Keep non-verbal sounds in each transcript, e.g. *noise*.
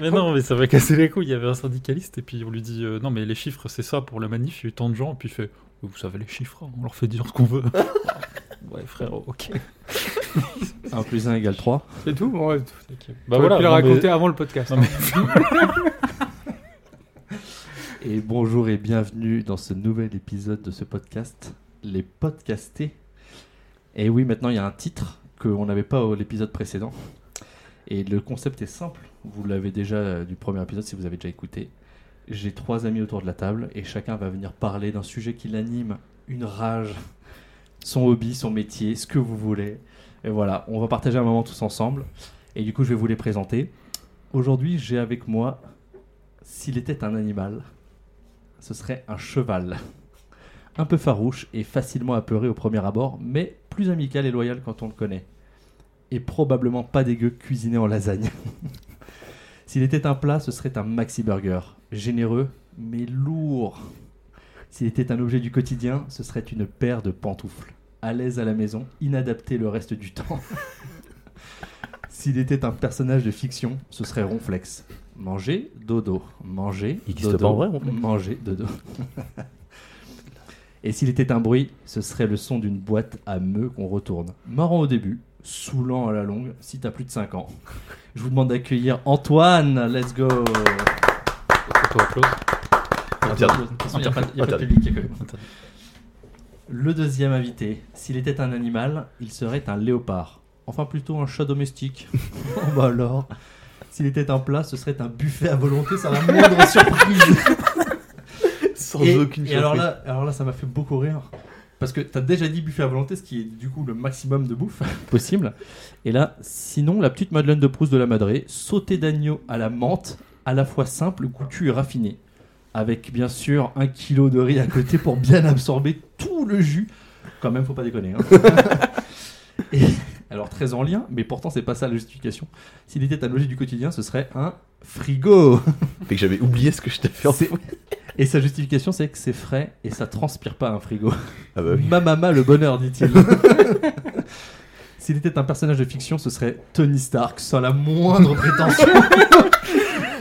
Mais non, mais ça va casser les couilles. Il y avait un syndicaliste et puis on lui dit euh, non, mais les chiffres, c'est ça pour la manif. Il y a eu tant de gens. Et puis il fait vous savez les chiffres, hein, on leur fait dire ce qu'on veut. *laughs* ouais, frère, ok. 1 plus 1 égale 3. C'est tout bon, ouais, tout. Bah T'aurais pu le non, mais- raconter avant le podcast. hein. Non, mais- Et bonjour et bienvenue dans ce nouvel épisode de ce podcast, Les Podcastés. Et oui, maintenant il y a un titre qu'on n'avait pas à l'épisode précédent. Et le concept est simple, vous l'avez déjà euh, du premier épisode si vous avez déjà écouté. J'ai trois amis autour de la table et chacun va venir parler d'un sujet qui l'anime, une rage, son hobby, son métier, ce que vous voulez. Et voilà, on va partager un moment tous ensemble. Et du coup, je vais vous les présenter. Aujourd'hui, j'ai avec moi, s'il était un animal, ce serait un cheval. Un peu farouche et facilement apeuré au premier abord, mais plus amical et loyal quand on le connaît. Et probablement pas dégueu cuisiné en lasagne. *laughs* S'il était un plat, ce serait un maxi burger. Généreux, mais lourd. S'il était un objet du quotidien, ce serait une paire de pantoufles. À l'aise à la maison, inadapté le reste du temps. *laughs* S'il était un personnage de fiction, ce serait Ronflex. Manger, dodo. Manger, Il existe dodo. pas en vrai, Ronflex Manger, dodo. *laughs* Et s'il était un bruit, ce serait le son d'une boîte à meux qu'on retourne. Marrant au début, saoulant à la longue, si t'as plus de 5 ans. Je vous demande d'accueillir Antoine, let's go Interdit. De toute façon, il n'y a pas de- il y a pas de Interdit. public, il y a que nous. Le deuxième invité, s'il était un animal, il serait un léopard. Enfin, plutôt un chat *laughs* domestique. oh bah alors S'il était un plat, ce serait un buffet à volonté sans la moindre surprise Sans et, aucune et alors là, alors là, ça m'a fait beaucoup rire. Parce que t'as déjà dit buffet à volonté, ce qui est du coup le maximum de bouffe *laughs* possible. Et là, sinon, la petite Madeleine de Proust de la Madrée, sautée d'agneau à la menthe, à la fois simple, goûtu et raffiné. Avec bien sûr un kilo de riz à côté pour bien absorber tout le jus. Quand même, faut pas déconner. *laughs* hein. Et- alors très en lien, mais pourtant c'est pas ça la justification. S'il était un objet du quotidien, ce serait un frigo. Fait que j'avais oublié ce que je t'ai fait. en C'est- Et sa justification, c'est que c'est frais et ça transpire pas un frigo. Ah bah oui. Ma mama, le bonheur, *laughs* dit-il. S'il était un personnage de fiction, ce serait Tony Stark, sans la moindre prétention. *laughs*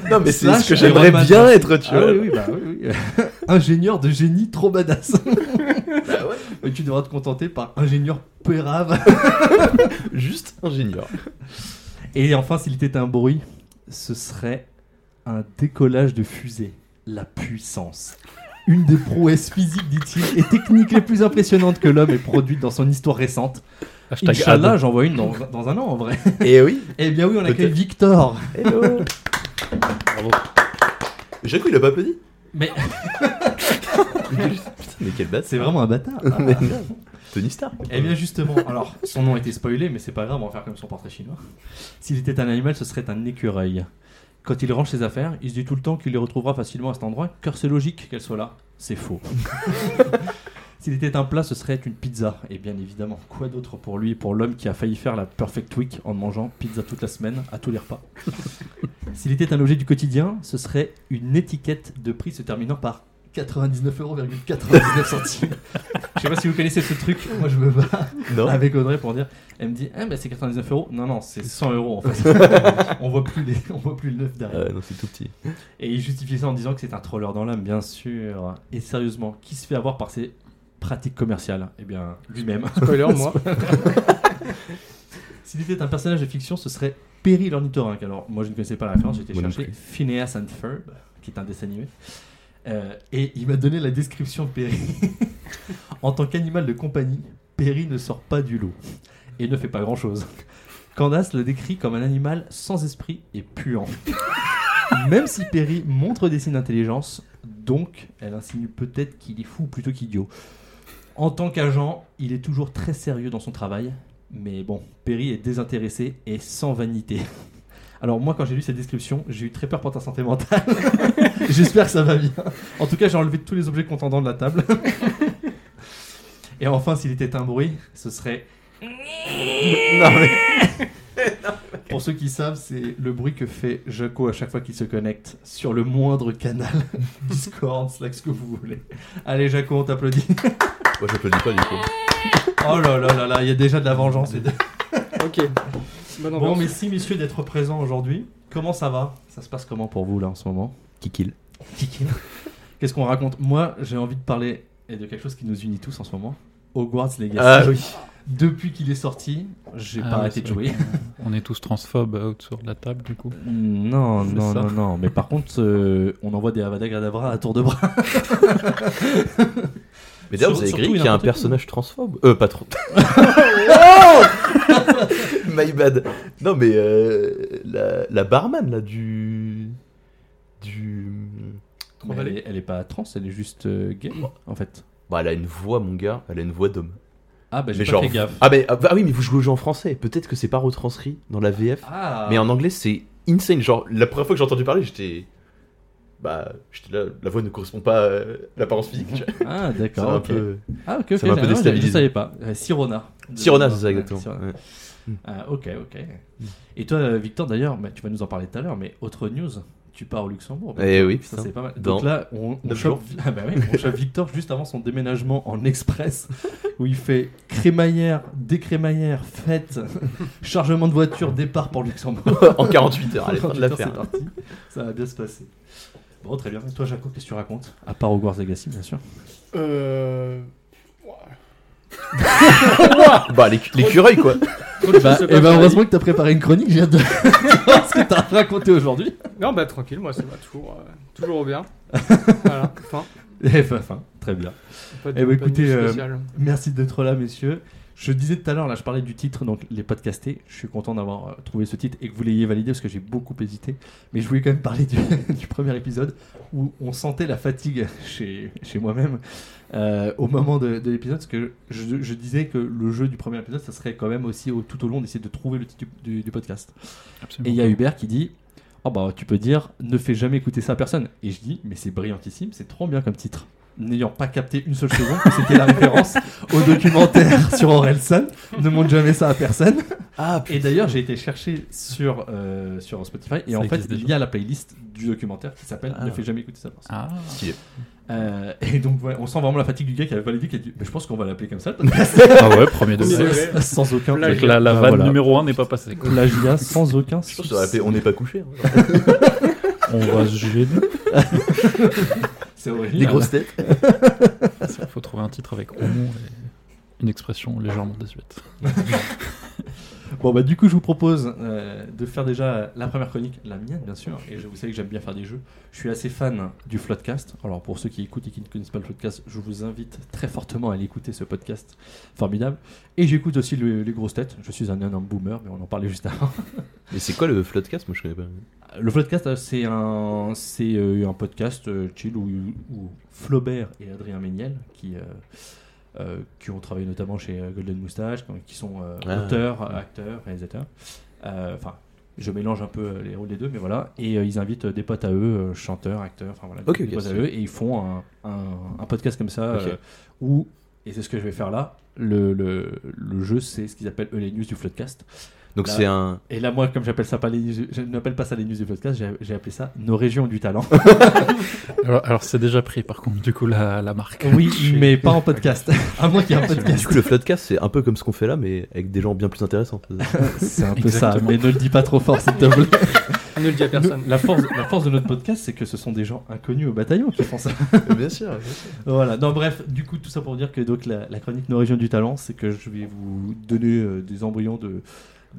Non, mais c'est Slash ce que j'aimerais Iron Man. bien être, tu Ah vois. oui, oui, bah oui, *laughs* oui. Ingénieur de génie trop badass. Bah ouais. Mais tu devras te contenter par ingénieur pérave. Juste ingénieur. Et enfin, s'il était un bruit, ce serait un décollage de fusée. La puissance. Une des prouesses physiques, dit-il, et techniques les plus impressionnantes que l'homme ait produite dans son histoire récente. Hashtag Inch'Allah, ad. j'en vois une dans, dans un an en vrai. Et oui. Eh bien oui, on accueille Peut-être. Eh ben Victor. Hello. Bravo. J'ai cru, il a pas Ah, applaudi. Mais- Putain, mais quelle base. C'est vraiment un bâtard. *laughs* Ah. Mais grave. Tony Stark. hein. Eh bien justement, alors son nom était spoilé, mais c'est pas grave, on va faire comme son portrait chinois. S'il était un animal, ce serait un écureuil. Quand il range ses affaires, il se dit tout le temps qu'il les retrouvera facilement à cet endroit, car c'est logique qu'elles soient là. C'est *laughs* faux. S'il était un plat, ce serait une pizza. Et bien évidemment, quoi d'autre pour lui et pour l'homme qui a failli faire la Perfect Week en mangeant pizza toute la semaine, à tous les *laughs* repas S'il était un objet du quotidien, ce serait une étiquette de prix se terminant par 99,99 centimes. *laughs* Je sais pas si vous connaissez ce truc, moi je me bats Non. avec Audrey pour dire. Elle me dit, ah bah c'est 99 euros. Non, non, c'est 100 euros en fait. on, voit plus les- on voit plus le neuf derrière. Euh, non, c'est tout petit. Et il justifie ça en disant que c'est un troller dans l'âme, bien sûr. Et sérieusement, qui se fait avoir par ses pratiques commerciales Eh bien, lui-même. Spoiler, *laughs* moi. S'il était un personnage de fiction, ce serait Perry l'ornithorynque. Alors, moi, je ne connaissais pas la référence, j'étais Moi non cherché plus. Phineas and Ferb, qui est un dessin animé. Euh, et il m'a donné la description de Perry. *laughs* en tant qu'animal de compagnie, Perry ne sort pas du lot et ne fait pas grand-chose. Candace le décrit comme un animal sans esprit et *laughs* puant. Même si Perry montre des signes d'intelligence, donc elle insinue peut-être qu'il est fou plutôt qu'idiot. En tant qu'agent, il est toujours très sérieux dans son travail, mais bon, Perry est désintéressé et sans vanité. *laughs* Alors moi, quand j'ai lu cette description, j'ai eu très peur pour ta santé mentale. *laughs* J'espère que ça va bien. En tout cas, j'ai enlevé tous les objets contendants de la table. *laughs* Et enfin, s'il était un bruit, ce serait... *laughs* Pour ceux qui savent, c'est le bruit que fait Jaco à chaque fois qu'il se connecte sur le moindre canal *laughs* Discord, Slack, ce que vous voulez. Allez, Jaco, on t'applaudit. Moi, j'applaudis pas du coup. Oh là là là là, il y a déjà de la vengeance. les deux. Ok. Bah, Bonne Bon, ambiance. messieurs, messieurs, d'être présents aujourd'hui. Comment ça va Ça se passe comment pour vous, là, en ce moment Kikil. Kikine. Qu'est-ce qu'on raconte Moi, j'ai envie de parler et de quelque chose qui nous unit tous en ce moment. Hogwarts Legacy. Ah oui. Depuis qu'il est sorti, j'ai Ah pas oui, arrêté de c'est jouer. On est tous transphobes euh, autour de la table, du coup. Mm, Non, C'est non, ça. non, non. Mais par contre, euh, on envoie des Avada Kedavra à tour de bras. Mais d'ailleurs, Sur- vous surtout, avez écrit il qu'il y a un n'importe qui. personnage transphobe. Euh, pas trop. *laughs* Oh My bad. Non, mais euh, la, la barman, là, du. Du. Mais elle, est, elle est pas trans, elle est juste euh, gay, en fait. Bah, elle a une voix, mon gars. Elle a une voix d'homme. Ah, bah j'ai Mais pas genre- fait gaffe. Ah, mais, ah, bah oui, mais vous jouez au jeu en français. Peut-être que c'est pas retranscrit dans la VF. Ah, Mais en anglais, c'est insane. Genre, la première fois que j'ai entendu parler, j'étais. Bah, j'étais là, la voix ne correspond pas euh, à l'apparence physique. tu vois. *laughs* ah Ça d'accord. m'a un ok. peu. Ah, ok, ok. ça m'a un ah, non, peu je- Je déstabilisé. savais pas. Euh, Sirona. De- Sirona, c'est ça, Ouais, exactement. Sirona. Ouais. Ah, ok, ok. Et toi, euh, Victor, d'ailleurs, bah, tu vas nous en parler tout à l'heure, mais autre news, tu pars au Luxembourg. Eh oui, Ça, putain. c'est pas mal. Dans Donc là, on, on neuf chope, *laughs* Ah bah oui, on chope Victor juste avant son déménagement en *laughs* express, où il fait crémaillère, décrémaillère, fête, chargement de voiture, départ pour *laughs* Luxembourg. *laughs* en 48 heures, allez, fin de 48 heures, l'affaire. C'est parti, ça va bien se passer. Bon, très bien. Toi, Jaco, qu'est-ce que tu racontes À part Hogwarts Legacy, bien sûr. Euh. ouah. Bah, l'éc- l'écureuil, quoi. Trop de choses se et passent dans la Bah, ben, eh heureusement que t'as préparé une chronique, j'ai hâte de *laughs* voir ce que t'as raconté *laughs* aujourd'hui. vie. Non, bah tranquille, moi ça va toujours, euh, *laughs* toujours bien. voilà, enfin. Et Eh, fin, fin. très bien. Pas de, Eh bah, pas de écoutez, news euh, spéciale. Merci d'être là, messieurs. Je disais tout à l'heure, là, je parlais du titre, donc les podcastés. Je suis content d'avoir euh, trouvé ce titre et que vous l'ayez validé parce que j'ai beaucoup hésité. Mais je voulais quand même parler du, *laughs* du premier épisode où on sentait la fatigue *laughs* chez, chez moi-même euh, au moment de, de l'épisode. Parce que je, je disais que le jeu du premier épisode, ça serait quand même aussi au- tout au long d'essayer de trouver le titre du- du- du podcast. Et il Absolument. y a Hubert qui dit Oh bah tu peux dire ne fais jamais écouter ça à personne. Et je dis mais c'est brillantissime, c'est trop bien comme titre. N'ayant pas capté une seule seconde que c'était la référence *laughs* au documentaire sur Orelsan, ne montre jamais ça à personne. Ah, Et d'ailleurs j'ai été chercher sur, euh, sur Spotify et Ça en fait existe déjà. il y a la playlist du documentaire qui s'appelle Ah. Ne fais jamais écouter ça à personne. Ah, Euh, et donc ouais, on sent vraiment la fatigue du gars qui avait validé, qui a dit mais je pense qu'on va l'appeler comme ça. *laughs* ah ouais, premier Premier degré. degré. sans aucun. Plagiat. Avec La, la Bah, vanne Ah, voilà. numéro 1 n'est pas passée. quoi. Plagiat sans aucun. Je pense que *laughs* ça aurait appelé On n'est pas couché. hein. On va se gêner. C'est Les horrible. grosses têtes. Il *laughs* faut trouver un titre avec homo et une expression légèrement désuète. Bon bah du coup je vous propose euh, de faire déjà euh, la première chronique, la mienne bien sûr, et je, vous savez que j'aime bien faire des jeux. Je suis assez fan du Floodcast, alors pour ceux qui écoutent et qui ne connaissent pas le Floodcast, je vous invite très fortement à aller écouter ce podcast formidable. Et j'écoute aussi le- les grosses têtes, je suis un énorme boomer, mais on en parlait juste avant. Mais c'est quoi le floodcast Moi, je connais pas. Le Floodcast euh, c'est un, c'est, euh, un podcast euh, chill où, où Flaubert et Adrien Méniel, qui, euh, euh, qui ont travaillé notamment chez euh, Golden Moustache, qui- qui sont euh, Ah. auteurs, euh, acteurs, réalisateurs, euh, enfin je mélange un peu euh, les rôles des deux, mais voilà. Et euh, ils invitent euh, des potes à eux, euh, chanteurs, acteurs, enfin voilà, des- Ok, des ok, potes à c'est- eux, et ils font un, un- un podcast comme ça Ok. euh, où, et c'est ce que je vais faire là, le, le- le jeu c'est ce qu'ils appellent eux, les news du Floodcast. Donc, Là. c'est un. Et là, moi, comme j'appelle ça pas les news- je n'appelle pas ça les news du podcast, j'ai- j'ai appelé ça nos régions du talent. Alors, alors, c'est déjà pris par contre, du coup, la, la marque. *laughs* oui, mais *laughs* pas en podcast. à moins qu'il y ait un Du podcast. coup, le floodcast, c'est un peu comme ce qu'on fait là, mais avec des gens bien plus *laughs* intéressants. C'est un peu ça, Exactement. mais ne le dis pas trop fort, s'il te *laughs* plaît. On ne le dit à personne. Nous, la, force, la force de notre podcast, c'est que ce sont des gens inconnus au bataillon qui *laughs* font ça. bien sûr. Voilà, non, bref, du coup, tout ça pour dire que donc, la, la chronique Nos régions du talent, c'est que je vais vous donner euh, des embryons de,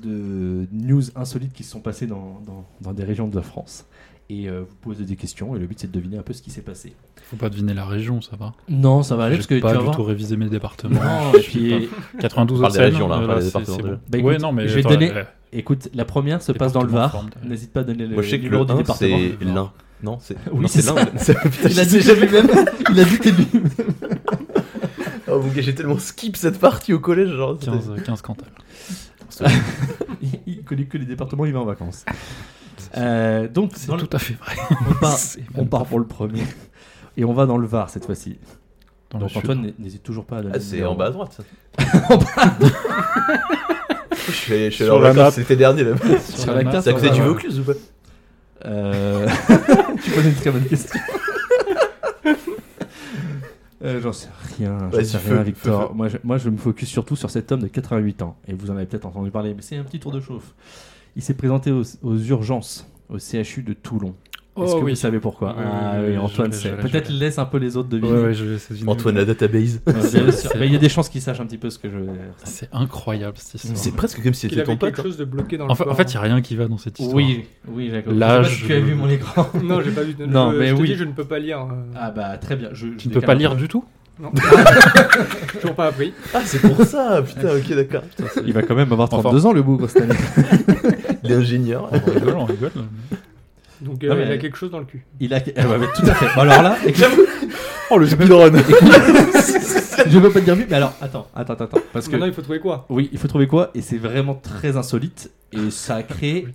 de news insolites qui se sont passées dans, dans- dans des régions de la France. Et euh, vous posez des questions, et le but, c'est de deviner un peu ce qui s'est passé. Faut pas deviner la région, ça va. Non, ça va aller J'ai parce que tu pas vas du voir. tout révisé mes départements. Non, Je et sais puis, pas. 92 On parle des Hauts-de-Seine, régions, là, on euh, parle des c'est- départements, c'est bon. déjà. Bah, ouais, écoute, non, mais je vais te attends, donner- euh, écoute, la première se passe dans le Var. Département de Forme. N'hésite pas à donner le Moi, je sais que numéro le du 1, département. c'est l'un. Non, c'est Oui, non, c'est c'est l'Inde. *laughs* Putain, *laughs* Il a je dit sais jamais. lui-même. Il a dit que *laughs* lui. Oh, mon gars, j'ai tellement skip cette partie au collège. Genre, c'était- 15, 15 Cantal. Il- Il connaît que les départements, il va en vacances. Euh, donc, C'est dans le- tout à fait vrai. on, part, C'est on même part pour le premier. Et on va dans le Var cette fois-ci. Dans Donc le Antoine, n'hé- n'hésite toujours pas à donner. Ah, le c'est numéro. en bas à *laughs* droite, ça. *laughs* Je suis allé- je suis allé Sur en la vacances, c'était dernier là. sud. sur la carte, C'est à côté Ouais, du ouais. Vaucluse ou pas *laughs* Euh, tu poses une très bonne question. *laughs* Euh, J'en sais rien, j'en Vas-y, sais feu, rien, feu, Victor. Moi je, moi, je me focus surtout sur cet homme de 88 ans. Et vous en avez peut-être entendu parler, mais c'est un petit tour de chauffe. Il s'est présenté aux, aux urgences, au CHU de Toulon. Est-ce que vous savez pourquoi Oh Oui, Ah oui, oui, oui, Antoine je l'ai, sait. je l'ai, Peut-être je l'ai. laisse un peu les autres deviner. Ouais, ouais, je laisse deviner. Antoine, la database. Ouais, bien sûr. c'est- Mais il y a des chances qu'ils sachent un petit peu ce que je. C'est incroyable cette histoire. C'est presque comme si Il c'était ton avait pote. hein. hein. quelque chose de bloqué dans le En fait, corps. en fait, il n'y a rien qui va dans cette histoire. Oui, oui, Jacob. Là, Je sais pas si tu je- as vu mon écran. Non, j'ai pas vu. Non, je, mais je te oui. dis, je ne peux pas lire. euh, Ah bah très bien. Je, Tu ne peux pas lire du tout Non. Toujours pas appris. Ah, c'est pour ça, putain, ok, d'accord. Il va quand même avoir 32 32 ans le bougre cette année. *laughs* L'ingénieur. On rigole, on rigole. Donc, euh, Non, mais- il a quelque chose dans le cul. Il a ah bah, mais tout à fait. Bon, *laughs* alors là, écoute, Oh, *laughs* le speedrun. je veux pas te dire mieux, mais alors attends, attends, attends, attends, parce que Maintenant, il faut trouver quoi oui, il faut trouver quoi et c'est vraiment très insolite et ça a créé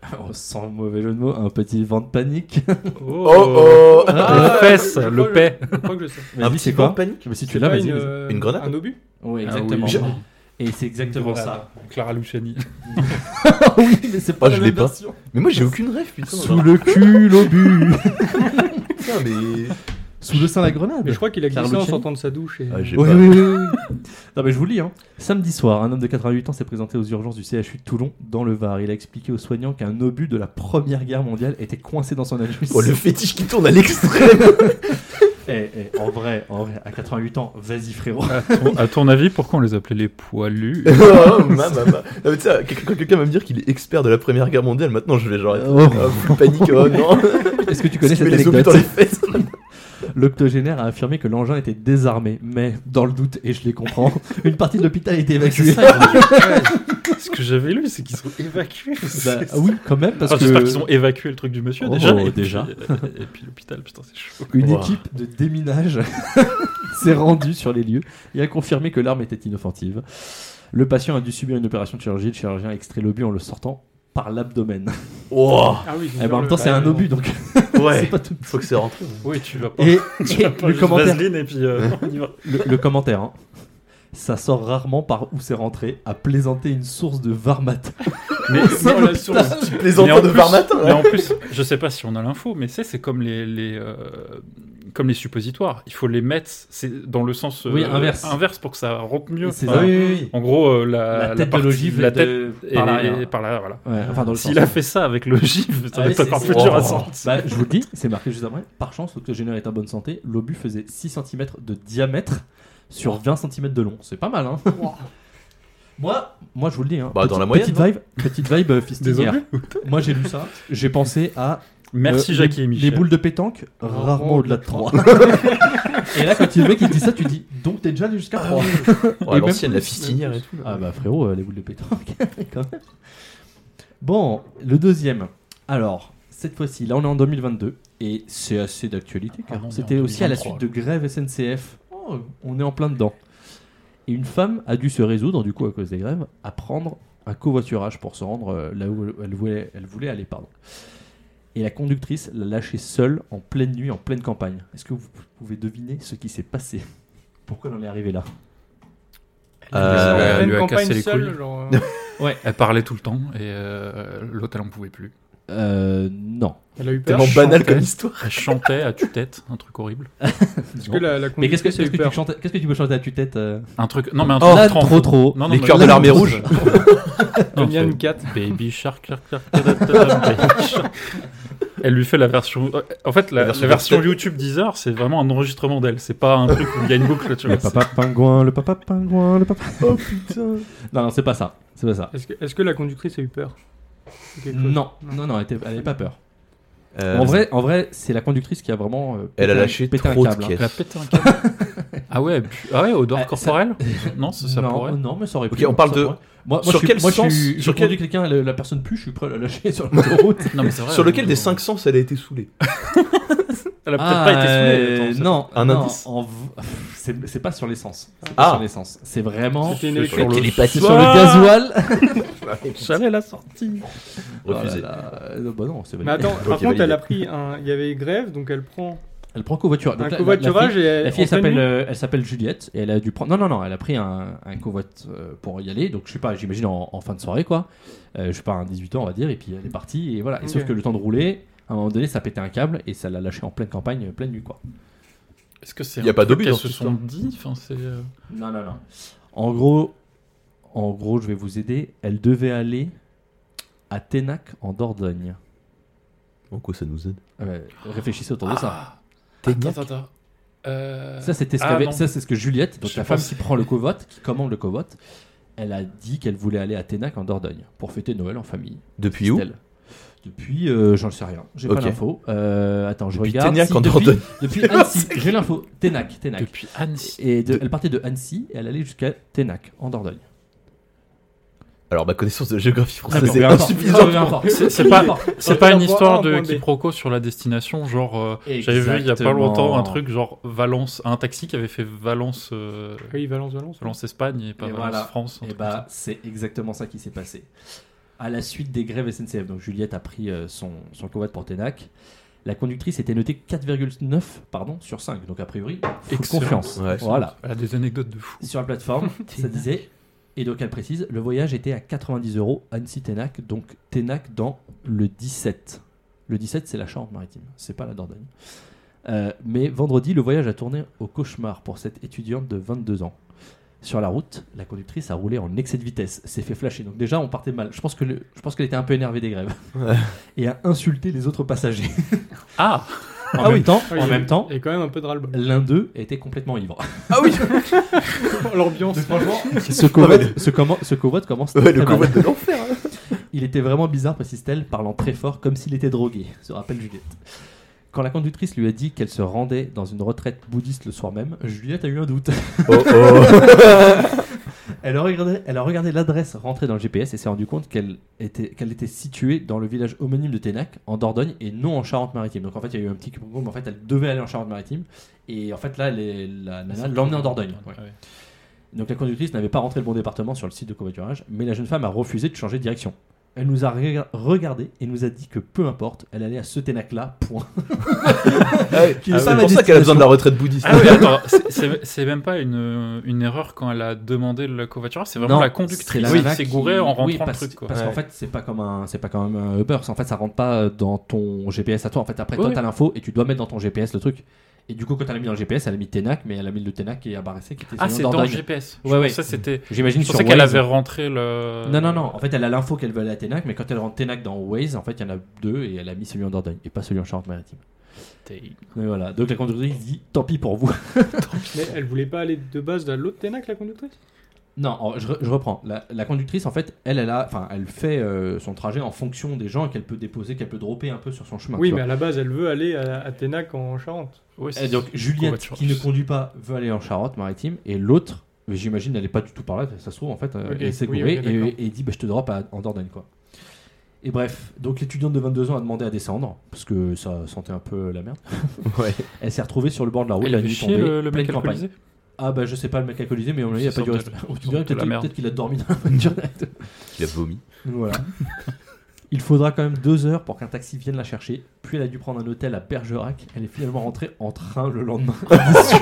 *laughs* oh, sans mauvais jeu de mots un petit vent de panique. Oh Ah, oh Ah, le fesse, je crois le que- paix. Je crois que je sais. Un Vas-y, petit c'est vent de quoi panique Mais si tu C'est l'as, pas vas-y. une, vas-y. euh, Une grenade Un obus Oui, Ah oui. exactement. Je- Et c'est exactement ça. Clara Luciani. oui, mais c'est pas Ah, je l'ai pas. version. Mais moi j'ai aucune rêve, putain. Sous *laughs* le cul, l'obus. Putain, mais. Sous le sein, la grenade. Mais je crois qu'il a Carlo glissé en Luciani. sortant de sa douche. et- Ah, j'ai Oui, pas. oui, oui, oui. *laughs* non, mais je vous le lis. Hein. Samedi soir, un homme de 88 ans s'est présenté aux urgences du CHU de Toulon, dans le Var. Il a expliqué aux soignants qu'un obus de la Première Guerre mondiale était coincé dans son anus. Oh, le fétiche qui tourne à l'extrême. *laughs* Eh, eh, en vrai, en vrai, à 88 ans, vas-y frérot. À ton, à ton avis, pourquoi on les appelait les *laughs* poilus Oh, ma, ma, ma. Non, mais tu sais, quand quelqu'un va me dire qu'il est expert de la première guerre mondiale, maintenant je vais genre être. Oh. Oh, full panique, oh non. *laughs* Est-ce que tu connais Tu cette mets les obus anecdote dans les fesses. L'octogénaire a affirmé que l'engin était désarmé, mais dans le doute, et je les comprends, une partie de l'hôpital a été évacuée. Ce que j'avais lu, c'est qu'ils sont évacués. *laughs* Bah, oui, quand même, parce Enfin, que Ah, J'espère qu'ils ont évacué le truc du monsieur Oh, déjà. Et déjà. Puis, et puis l'hôpital, putain, c'est chaud. Une Wow. équipe de déminage *laughs* s'est rendue sur les lieux et a confirmé que l'arme était inoffensive. Le patient a dû subir une opération de chirurgie. Le chirurgien a extrait l'obus en le sortant par l'abdomen. Oh, Ah oui. ils ont Eh ben, en ouvert même temps, le- c'est un obus, donc *laughs* c'est ouais. pas tout. Faut que c'est rentré. Oui, tu vas pas. *laughs* Et, tu et vas Oh. pas le juste commentaire, Vaseline et puis euh, on y va. le, le commentaire hein. ça sort rarement par où c'est rentré, à plaisanter une source de varmate. Mais, Ça, Dans la putain. source. Les mais en enfants de plus- par matin. Mais en plus, je sais pas si on a l'info, mais c'est c'est comme les, les euh, comme les suppositoires. Il faut les mettre c'est dans le sens euh, Oui, inverse. pour que ça rentre mieux. C'est Enfin, ça. En gros, euh, la, La tête partie- de l'ogive la est tête de- et- par l'arrière. et par l'arrière, voilà. Ouais, enfin, dans le S'il sens. a fait ça avec l'ogive, ça Ah va oui, être encore c'est- plus c'est- dur à Oh. sortir. Bah, je vous le dis, c'est marqué juste après. Par chance, l'octogénaire est en bonne santé. L'obus faisait 6 cm de diamètre sur 20 cm de long. C'est pas mal, hein *laughs* Moi, moi, je vous le dis. Hein, Bah, dans la petite vibe, petite vibe euh, fistinière. Moi, j'ai lu ça. J'ai pensé à Merci euh, Jackie les, et Michel. les boules de pétanque, Oh, rarement au-delà de 3. *laughs* et là, quand il le mec, il dit ça, tu dis donc t'es déjà allé jusqu'à Ah 3. Oh, à Et même l'ancienne, la plus- fistinière et tout. là. Ah bah frérot, euh, les boules de pétanque, *laughs* quand même. Bon, le deuxième. Alors, cette fois-ci, là on est en 2022 et c'est assez d'actualité Ah car non, on est c'était en aussi à la 2023, suite de grève SNCF. Oh, on est en plein dedans. Et une femme a dû se résoudre, du coup, à cause des grèves, à prendre un covoiturage pour se rendre euh, là où elle voulait, elle voulait aller. Pardon. Et la conductrice l'a lâchée seule en pleine nuit, en pleine campagne. Est-ce que vous pouvez deviner ce qui s'est passé Pourquoi elle en est arrivée là Ils sont en Euh, pleine lui a campagne cassé les seule, couilles. genre, euh, Elle parlait tout le temps et euh, l'autre elle en pouvait plus. Euh, non. Elle a eu peur. Tellement banal chantait. comme histoire. Elle chantait à tue-tête, un truc horrible. Parce que la, la Mais qu'est-ce que, conductrice a eu qu'est-ce que peur. tu chantes- qu'est-ce que tu peux chanter à tue-tête euh Un truc. Non mais un Oh, truc Là, trans- trop trop. Non, non, Les mais- cœurs de l'armée rouge. Non, Mian c'est- Cat. *laughs* Baby Shark. Shark, Shark, Baby Shark. Elle lui fait la version. En fait, la, La la version version, de tête. YouTube Deezer, c'est vraiment un enregistrement d'elle. C'est pas un truc où il y a une boucle. Tu vois, Le papa pingouin, le papa pingouin, le papa. Oh putain. Non, non, c'est pas ça. C'est pas ça. Est-ce que, est-ce que la conductrice a eu peur C'est quelque chose. Non, non, non, elle était- elle avait pas peur. Euh, En vrai, en vrai, c'est la conductrice qui a vraiment. euh, Elle a pété un- lâché pété un trop de câble, hein. C'est- caisses. Elle a pété un câble. ah ouais, pu- ah ouais, odeur Ah, ça- corporelle. Non, ça, ça non, pourrait. non, mais ça aurait pu. Ok, on parle ça de- pourrait. Moi, moi, sur je suis- quel moi, je sens- suis- je sur conduis quelqu'un, la, la personne pue, je suis prêt à la lâcher *laughs* sur l'autoroute. Non, mais c'est vrai, Sur lequel elle- des cinq sens elle a été saoulée Elle a peut-être pas été euh, saoulée. attends, ça- non, Un non, indice. en v- *laughs* C'est c'est pas sur l'essence. C'est Ah. pas sur l'essence. C'est vraiment. C'était une C'est électrique. sur le- C'est sur Ah. le gasoil. J'avais la sortie. Refusé. Oh là là. Euh, Bah non, c'est Mais validé. attends, par Ok, contre, elle validé. a pris un. Il y avait grève, donc elle prend Elle prend covoiturage. Donc là, un la- la covoiturage et elle. La fille, en elle s'appelle, pleine nuit. euh, elle s'appelle Juliette et elle a dû prendre. Non, non, non, elle a pris un, un covoit euh, pour y aller. Donc, je sais pas, j'imagine en, en fin de soirée, quoi. Euh, je sais pas, un 18 ans, on va dire. Et puis, elle est partie. Et voilà. Et Ok. sauf que le temps de rouler, à un moment donné, ça pétait un câble et ça l'a lâché en pleine campagne, euh, pleine nuit, quoi. Est-ce que c'est Y a un pas truc d'obus qu'elles dans se cette sont dit enfin, c'est, euh, Non, non, non. En gros, en gros, je vais vous aider. Elle devait aller à Ténac en Dordogne. En quoi ça nous aide Ah ouais, réfléchissez autour de ça. Ah, attends, attends, attends. Euh, Ça, c'était ce, ah, qu'avait- non. ça, c'est ce que Juliette, donc Je la sais femme pas. qui prend le covote, qui commande le covote, elle a dit qu'elle voulait aller à Ténac en Dordogne pour fêter Noël en famille. Depuis où C'est elle. Depuis, euh, j'en sais rien. J'ai Ok. pas l'info. Euh, attends, je Depuis regarde. Ténac Si, en depuis, Dordogne. *laughs* *laughs* depuis Annecy, j'ai l'info. Ténac, Ténac. Depuis Annecy. Et de- De- elle partait de Annecy et elle allait jusqu'à Ténac en Dordogne. Alors ma connaissance de géographie Ah, française peu est importe. insuffisante. Peu importe. C'est- c'est Peu pas- importe. C'est pas Point une histoire A, de point B. quiproquo sur la destination, genre euh, j'avais vu il y a pas longtemps un truc genre Valence, un taxi qui avait fait Valence, euh, Ah Oui, Valence, Valence. Valence Espagne et pas Et Valence voilà. France. un Et truc bah, c'est exactement ça qui s'est passé. À la suite des grèves SNCF, donc Juliette a pris euh, son, son covoite pour Ténac. La conductrice était notée 4,9 pardon sur 5, donc a priori, full Excellent. confiance. Ouais. voilà. comme ça. Elle a des anecdotes de fou. Sur la plateforme, ça disait, et donc elle précise, le voyage était à 90 euros Annecy-Ténac, donc Ténac dans le 17. Le 17, c'est la Charente-Maritime, c'est pas la Dordogne. Euh, mais vendredi, le voyage a tourné au cauchemar pour cette étudiante de 22 ans. Sur la route, la conductrice a roulé en excès de vitesse, s'est fait flasher. Donc déjà, on partait mal. Je pense que le- je pense qu'elle était un peu énervée des grèves Ouais. *laughs* et a insulté les autres passagers. Ah En Ah même oui. temps, Ah oui, en il- même temps, Il y a quand même un peu de ras-le-bol. l'un d'eux était complètement ivre. Ah oui L'ambiance. ce covote, *laughs* ce commo- ce covote commence Ouais, très le mal. combat de *laughs* l'enfer. hein. Il était vraiment bizarre, précise-t-elle, parlant très fort comme s'il était drogué, se rappelle Juliette. Quand la conductrice lui a dit qu'elle se rendait dans une retraite bouddhiste le soir même, Juliette a eu un doute. *laughs* Oh, oh. Elle a regardé, elle a regardé l'adresse rentrée dans le GPS et s'est rendue compte qu'elle était, qu'elle était située dans le village homonyme de Ténac, en Dordogne, et non en Charente-Maritime. Donc en fait, il y a eu un petit quiproquo, mais en fait, elle devait aller en Charente-Maritime, et en fait, là, les- la nana l'emmenait en Dordogne. Ouais. Ouais. Donc la conductrice n'avait pas rentré le bon département sur le site de covoiturage, mais la jeune femme a refusé de changer de direction. Elle nous a rega- regardé et nous a dit que peu importe, elle allait à ce Ténac-là, point. Ah oui, Qui est pas C'est la pour ça qu'elle a besoin de la retraite bouddhiste. *laughs* Ah oui, attends, c'est- c'est- c'est même pas une, une erreur quand elle a demandé le covoiturage, c'est vraiment Non, la c'est conductrice la qui nana s'est qui- gourée en rentrant oui, parce, le truc. Quoi. Parce qu'en Ouais. fait, c'est pas comme un, c'est pas comme un Uber. En fait, ça rentre pas euh, dans ton GPS à toi. En fait, après, toi, Oui. t'as l'info et tu dois mettre dans ton GPS le truc. Et du coup, quand elle l'a mis dans le GPS, elle a mis Ténac, mais elle a mis le Ténac et à Barressé qui était Ah, sur c'est dans le Dordogne. GPS. Ouais, je ouais. pensais, c'était... J'imagine je sur pensais qu'elle Waze. avait rentré le. Non, non, non. En fait, elle a l'info qu'elle veut aller à Ténac, mais quand elle rentre Ténac dans Waze, en fait, il y en a deux et elle a mis celui en Dordogne et pas celui en Charente-Maritime. Mais voilà. Donc la conductrice dit tant pis pour vous. Mais elle voulait pas aller de base à l'autre Ténac, la conductrice *laughs* Non, en- je, re- je reprends. La, la conductrice, en fait, elle, elle, a, enfin, elle fait euh, son trajet en fonction des gens qu'elle peut déposer, qu'elle peut dropper un peu sur son chemin. Oui, Bah, tu mais à la base, elle veut aller à, à Ténac en Charente. Oui, c'est- Et donc Juliette covoiturage. qui ne conduit pas veut aller en Charente-Maritime et l'autre, mais j'imagine, n'allait pas du tout par là. Ça se trouve en fait, euh, Ok, elle s'est oui, gourée ok, et- d'accord. et, dit bah, je te drop à- en Dordogne quoi. Et bref, donc l'étudiante de 22 ans a demandé à descendre parce que ça sentait un peu *laughs* la merde. Ouais. Elle s'est retrouvée sur le bord de la route, Elle a ah la nuit chié tombée, le, le pleine mec campagne. alcoolisé Ah bah je sais pas le mec alcoolisé, mais on il a Ça pas du sentait reste. la- On ça dirait sentait peut-être la merde. peut-être qu'il a dormi dans la *laughs* voiture. Il a vomi. Donc Voilà. *laughs* Il faudra quand même deux heures pour qu'un taxi vienne la chercher. Puis elle a dû prendre un hôtel à Bergerac. Elle est finalement rentrée en train le lendemain.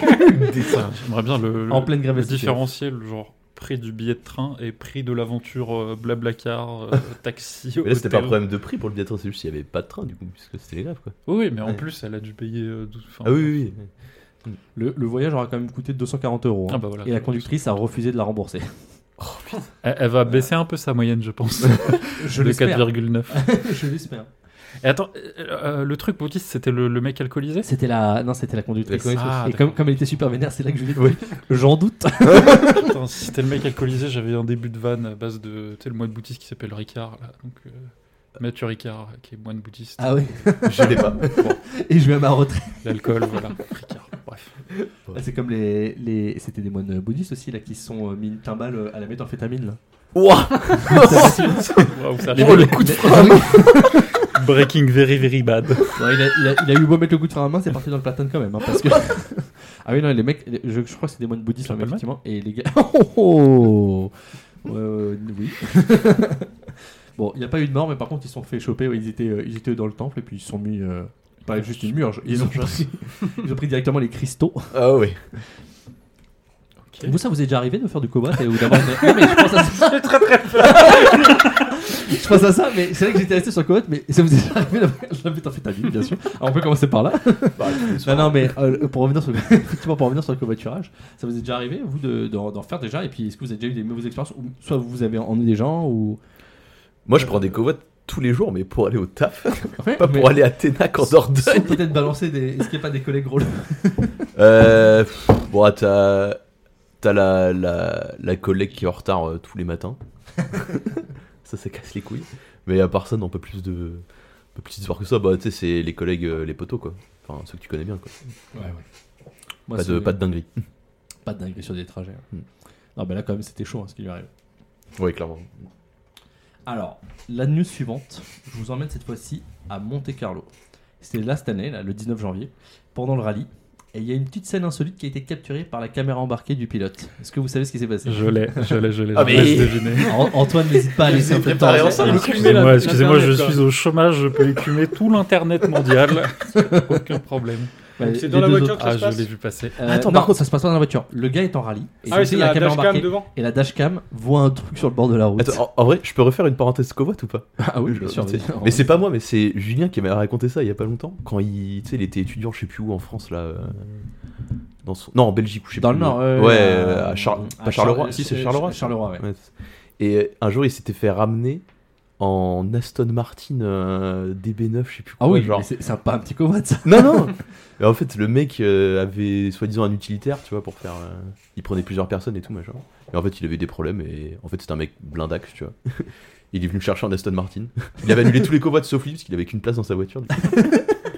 Putain, J'aimerais bien le, le- en pleine grève le SNCF. différentiel, genre prix du billet de train et prix de l'aventure euh, blablacar, *laughs* euh, taxi. Mais là, c'était pas un hôtel. problème de prix pour le billet de train, c'est juste qu'il n'y avait pas de train du coup, puisque c'était les grèves quoi. Oui, oui, mais en Ouais. plus, elle a dû payer. euh, douze- enfin, Ah oui, oui, oui. Le, le voyage aura quand même coûté 240 euros. hein. Ah bah voilà. Et la conductrice a refusé de la rembourser. Elle, elle va baisser un peu sa moyenne, je pense. *laughs* *laughs* Je de l'espère. 4,9. *laughs* Je l'espère. Et attends, euh, euh, le truc bouddhiste, c'était le, le mec alcoolisé C'était la, non, c'était la conductrice. La Ah, et comme, comme elle était super vénère, c'est là que je lui ai dit, Oui. j'en doute. Putain, si c'était le mec alcoolisé, j'avais un début de vanne à base de. Tu sais, le moine bouddhiste qui s'appelle Ricard, là. Donc, euh, Mathieu Ricard, qui est moine bouddhiste. *laughs* Ah oui. Je l'ai pas. Et je vais à ma retraite. L'alcool, voilà. Ricard, bref. C'est comme les, les, c'était des moines bouddhistes aussi là qui se sont euh, mis une timbale euh, à la méthamphétamine là. *laughs* Ouah Waouh, ça Oh le coup de frein *laughs* Breaking very, very bad. Non, il, a, il, a, il a eu beau mettre le coup de frein à main, c'est parti dans le platane quand même. hein, *laughs* parce que... ah oui, non, les mecs, les- je, je crois que c'est des moines bouddhistes, Ça hein, peut le effectivement. Et les gars. *laughs* Oh, oh. Ouais, ouais, ouais, oui. *laughs* bon, il n'y a pas eu de mort, mais par contre, ils se sont fait choper. ouais, ils, étaient, euh, ils étaient dans le temple et puis ils se sont mis. euh, pas juste une murge, ils ont, pris, *laughs* ils ont pris directement les cristaux. *laughs* Ah oui. Vous, ça vous est déjà arrivé de faire du combat et, ou d'avoir une- Non, mais je pense à ça. C'est très très *laughs* je pense à ça, mais c'est vrai que j'étais resté sur Coyote, mais ça vous est arrivé *laughs* la méthamphétamine, bien sûr. Alors on peut commencer par là. Bah, écoutez, Non, non, mais euh, pour revenir sur, *laughs* effectivement, pour revenir sur le covoiturage, ça vous est déjà arrivé, vous, de- d'en d'en faire déjà Et puis, est-ce que vous avez déjà eu des mauvaises expériences ou Soit vous avez emmené des gens, ou. Moi, je prends des covoites tous les jours, mais pour aller au *laughs* taf, Ouais, pas mais- pour aller à Ténac en Sans Dordogne. peut-être balancer des. Est-ce qu'il n'y a pas des collègues drôles Euh, pff, bon, t'as t'as la, la, la collègue qui est en retard euh, tous les *laughs* matins. ça, ça casse les couilles. Mais à part ça, non, pas plus de pas plus d'histoire que ça. Bah, tu sais, c'est les collègues, euh, les poteaux, quoi. Enfin, ceux que tu connais bien, quoi. Ouais, ouais. Moi, pas, de, c'est- pas de dinguerie. pas de dinguerie sur des trajets. hein. Hmm. Non, mais là, quand même, c'était chaud hein, ce qui lui arrive. Ouais, clairement. Alors, la news suivante, je vous emmène cette fois-ci à Monte Carlo. C'était là cette année, là, le 19 janvier, pendant le rallye. Et il y a une petite scène insolite qui a été capturée par la caméra embarquée du pilote. Est-ce que vous savez ce qui s'est passé Je l'ai, je l'ai, je l'ai. Ah, je vous mais- laisse deviner. *laughs* An- Antoine n'hésite pas à laisser un peu de temps. préparé ensemble. Allez. Excusez-moi, excusez-moi, je l'Internet, suis au chômage, je peux écumer tout l'internet mondial. *laughs* Aucun problème. Ouais, C'est les dans la deux voiture autres. que ça Ah, se passe je l'ai vu passer. Euh, Attends, non, par contre- ça se passe pas dans la voiture. Le gars est en rallye. Et Ah c'est oui, c'est la caméra dashcam embarquée devant. Et la dashcam voit un truc sur le bord de la route. Attends, en, en vrai, je peux refaire une parenthèse covoite ou pas ah oui, bien sûr. Tu sais, vas-y. Mais c'est pas moi, mais c'est Julien qui m'avait raconté ça il y a pas longtemps. Quand il, tu sais, il était étudiant, je sais plus où, en France, là. euh, Dans son- Non, en Belgique, ou je sais Dans le plus. Nord. Ouais, euh, euh, à, Char- à pas Char- Charleroi. euh, Si, c'est euh, Charleroi. Charleroi, ouais. Ouais. Et euh, un jour, il s'était fait ramener en Aston Martin euh, DB9, je sais plus quoi. Ah oui, genre. mais c'est c'est pas un petit covoit ça. Non, non *laughs* Et en fait, le mec euh, avait soi-disant un utilitaire, tu vois, pour faire. euh, Il prenait plusieurs personnes et tout, machin. Et en fait, il avait des problèmes, et en fait, c'était un mec blindax, tu vois. *laughs* Il est venu me chercher en Aston Martin. Il avait annulé tous les covoits sauf lui, parce qu'il avait qu'une place dans sa voiture. du coup.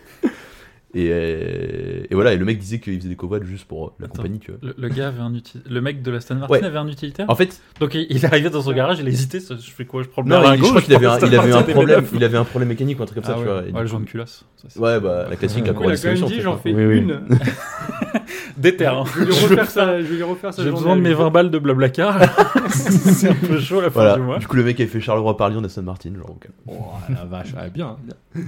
*laughs* et, euh, et voilà, et le mec disait qu'il faisait des covoits juste pour euh, la Attends. compagnie, tu vois. Le, le gars avait un uti- le mec de la Stan Martin Ouais. Oh. avait un utilitaire. En fait, Donc il, il arrivait dans son garage, il hésitait. ça, Je fais quoi Je prends le non, Berlingo, je crois je qu'il avait, prends un- le il avait un Stan Martin problème, DB9. il avait un problème mécanique ou un truc comme E ça, Ah tu ouais, vois. Et ouais, du le coup, jaune culasse. ça, c'est- Ouais, bah, la classique, la Oui, Il a couronne quand même dit, j'en fais Oui, oui. une. Déter. hein. Je vais lui refaire ça. Je vais lui refaire ça. J'ai besoin de mes 20 balles de *laughs* blablacar. c'est un peu chaud la fin du Voilà. mois. Du coup, le mec avait fait Charleroi par Lyon, Aston Martin, genre. ok. Oh la vache, ouais, bien. bien.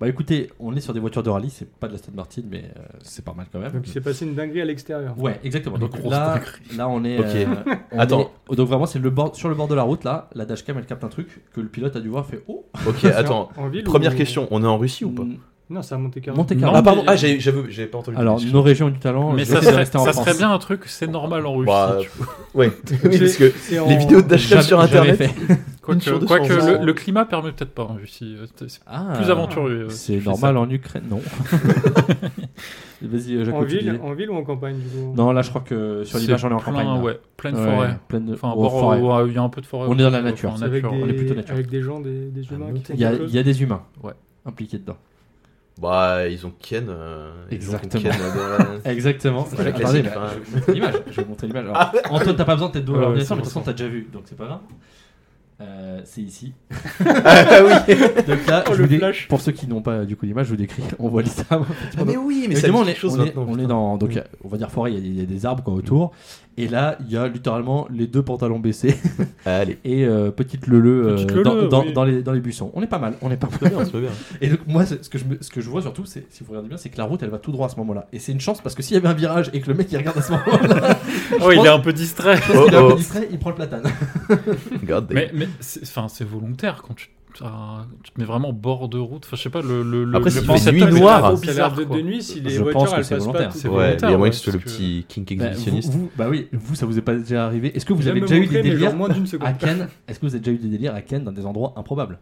Bah écoutez, on est sur des voitures de rallye, c'est pas de la Stade Martin, mais euh, c'est pas mal quand même. Donc il s'est passé une dinguerie à l'extérieur. Ouais, exactement. Une Donc grosse là, là, on est. Ok. euh, on Attends. est- donc vraiment, c'est le bord, sur le bord de la route là, la dashcam elle capte un truc que le pilote a dû voir, fait oh. Ok, attends. En ville Première ou- question, on est en Russie ou pas Non, c'est à Monte-Carlo. Monte Non, Carlo. Ah pardon, mais- ah j'ai- j'avoue, j'avais pas entendu. Alors nos régions ont du talent. Mais je ça vais essayer de serait, rester en ça serait France. bien un truc, c'est normal en Russie. Bah, tu vois. *laughs* ouais, Oui, parce que C'est en- les vidéos de *laughs* Dashcam Jamais- sur jamais internet. fait. une Quoique sur deux quoique chances. le, le climat permet peut-être pas en Russie. euh, C'est c'est Ah, plus aventurieux. euh, si C'est tu fais normal en Ukraine, *laughs* non. Vas-y, euh, Jaco, En tu disais. ville, en ville ou en campagne du coup Non, là, je crois que ça. sur C'est l'image, on est en plein, campagne. là. Ouais, plein de Ouais, forêt. pleine de- Enfin, oh, bord, forêt. où, euh, il y a un peu de forêt. On est dans la Enfin, nature, en avec nature, des, ouais. on est plutôt nature. avec des gens, des, des humains qui font Il y, a, des choses. il y a des humains Ouais. impliqués dedans. Bah, ils ont Ken. euh, ils ont Exactement. Ken, *laughs* euh, dans la- Exactement. la Attendez, classique, bah, hein. je vais vous montrer l'image. Je vais vous montrer *laughs* l'image. Alors, Antoine, t'as pas besoin d'être devant Ouais, l'ordinateur, ouais, mais de c'est toute façon, bon. t'as déjà vu, donc c'est pas grave. Euh, c'est ici. *laughs* Ah oui Donc là, Oh, je le vous dé- flash. pour ceux qui n'ont pas du coup l'image, je vous décris. *laughs* On voit l'islam. Ah, Mais oui, mais ça Évidemment, on dit est, quelque chose on, est, maintenant, on est putain. dans, donc, Mm. on va dire forêt, il y a- il y, a des arbres quoi, autour. Et là, il y a littéralement les deux pantalons baissés *laughs* Allez. et euh, petite leleu, euh, Petite leleu, dans, dans- oui. dans les, dans les buissons. On est pas mal, on est pas mal. *laughs* Très bien, très bien. Et donc moi, ce ce que je, me- ce que je vois surtout, c'est si vous regardez bien, c'est que la route, elle va tout droit à ce moment-là. Et c'est une chance parce que s'il y avait un virage et que le mec il regarde à ce *laughs* moment-là, *laughs* Oh, il est un peu distrait. Oh, il est un peu oh. distrait, il prend le platane. Regarde, Mais, mais c'est enfin, c'est volontaire quand tu, ah, tu te mets vraiment bord de route. Enfin, je sais pas, le. le le, Après, s'il le fait concept nuit est noire, trop Puis à la bizarre, date quoi. de nuit, si les Je pense voitures que elles c'est passent pas volontaire. tout C'est Ouais, il y a ouais, hein, moyen que ce soit parce le que- petit kink Bah, vous, exhibitionniste. vous- bah oui, vous ça vous est pas déjà arrivé. Est-ce que vous Je avez vais déjà me eu des montrer, mais genre délires Ah, moins d'une à seconde. Cannes Est-ce que vous avez déjà eu des délires à Cannes dans des endroits improbables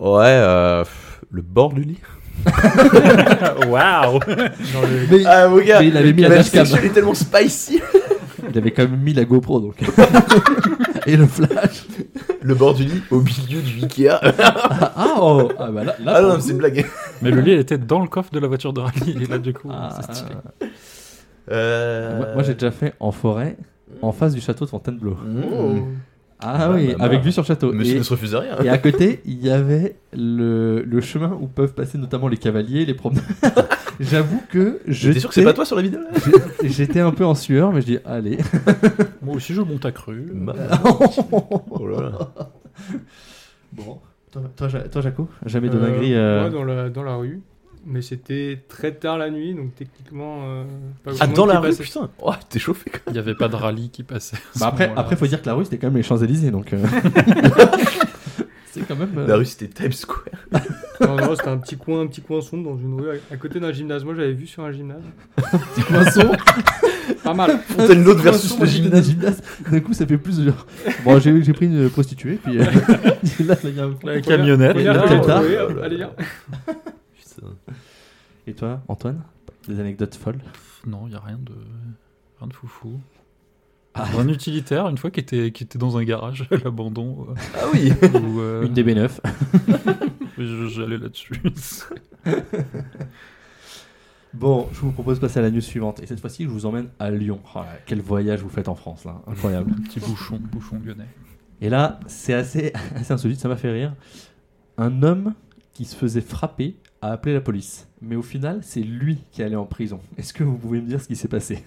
Ouais, euh, pff, le bord du lit. Ah, Waouh *laughs* Mmh. mais, Ah, mon gars mais il avait mis la dashcam. est tellement spicy Il avait quand même mis la GoPro donc. *laughs* et le flash. Le bord du lit au milieu du Ikea. Ah, ah, oh, ah, bah là, là, Ah pour non, le c'est coup- une blague. Mais le lit, elle était dans le coffre de la voiture de rallye. Et là, du coup, Ah, c'est stylé. Euh, moi, moi, j'ai déjà fait en forêt, en face du château de Fontainebleau. Mmh. Ah Bah, oui, bah, bah. avec vue sur le château. Monsieur Et- ne se refuse à rien. Et à côté, il y avait le, le chemin où peuvent passer notamment les cavaliers, les promenades. *laughs* J'avoue que T'es j'étais sûr que c'est pas toi sur la vidéo là *laughs* j'étais un peu en sueur, mais je dis allez. *laughs* *laughs* Moi aussi, je monte à cru. Bah. *laughs* Oh là là. bon, toi, toi, Ja- toi, Jaco, jamais de Euh, dinguerie. euh, Moi, dans la, dans la rue. Mais c'était très tard la nuit, donc techniquement. euh, pas Ah, grand dans monde la qui rue, passait. putain. Oh, t'es chauffé quoi. Il n'y avait pas de rallye qui passait. à ce bah après, moment-là. *laughs* après, faut dire que la rue c'était quand même les Champs Élysées, donc. euh, quand même. La euh, rue, c'était Times Square. Non, non, c'était un petit coin, un petit coin sombre dans une rue à, à côté d'un gymnase. Moi, j'avais vu sur un gymnase. Poinçon. *laughs* Pas mal. Fontaine-l'autre versus le Poinçon, gymnase. euh, gymnase. D'un coup, ça fait plus de genre. *laughs* Bon, j'ai j'ai pris une prostituée, puis *laughs* euh, là, il y a un con. La camionnette. Regarde, là, regarde, là, oui, là, hop, là. allez, viens. Putain. Et toi, Antoine Des anecdotes folles Non, il n'y a rien de, rien de foufou. Ah. Un utilitaire, une fois, qui était, qui était dans un garage à l'abandon. euh, Ah oui où, euh, Une DB9. je- J'allais là-dessus. Bon, je vous propose de passer à la news suivante. Et cette fois-ci, je vous emmène à Lyon. Oh là, quel voyage vous faites en France, là. Incroyable. Petit bouchon, bouchon lyonnais. Et là, c'est assez, *laughs* assez insolite, ça m'a fait rire. Un homme qui se faisait frapper a appelé la police. Mais au final, c'est lui qui est allé en prison. Est-ce que vous pouvez me dire ce qui s'est passé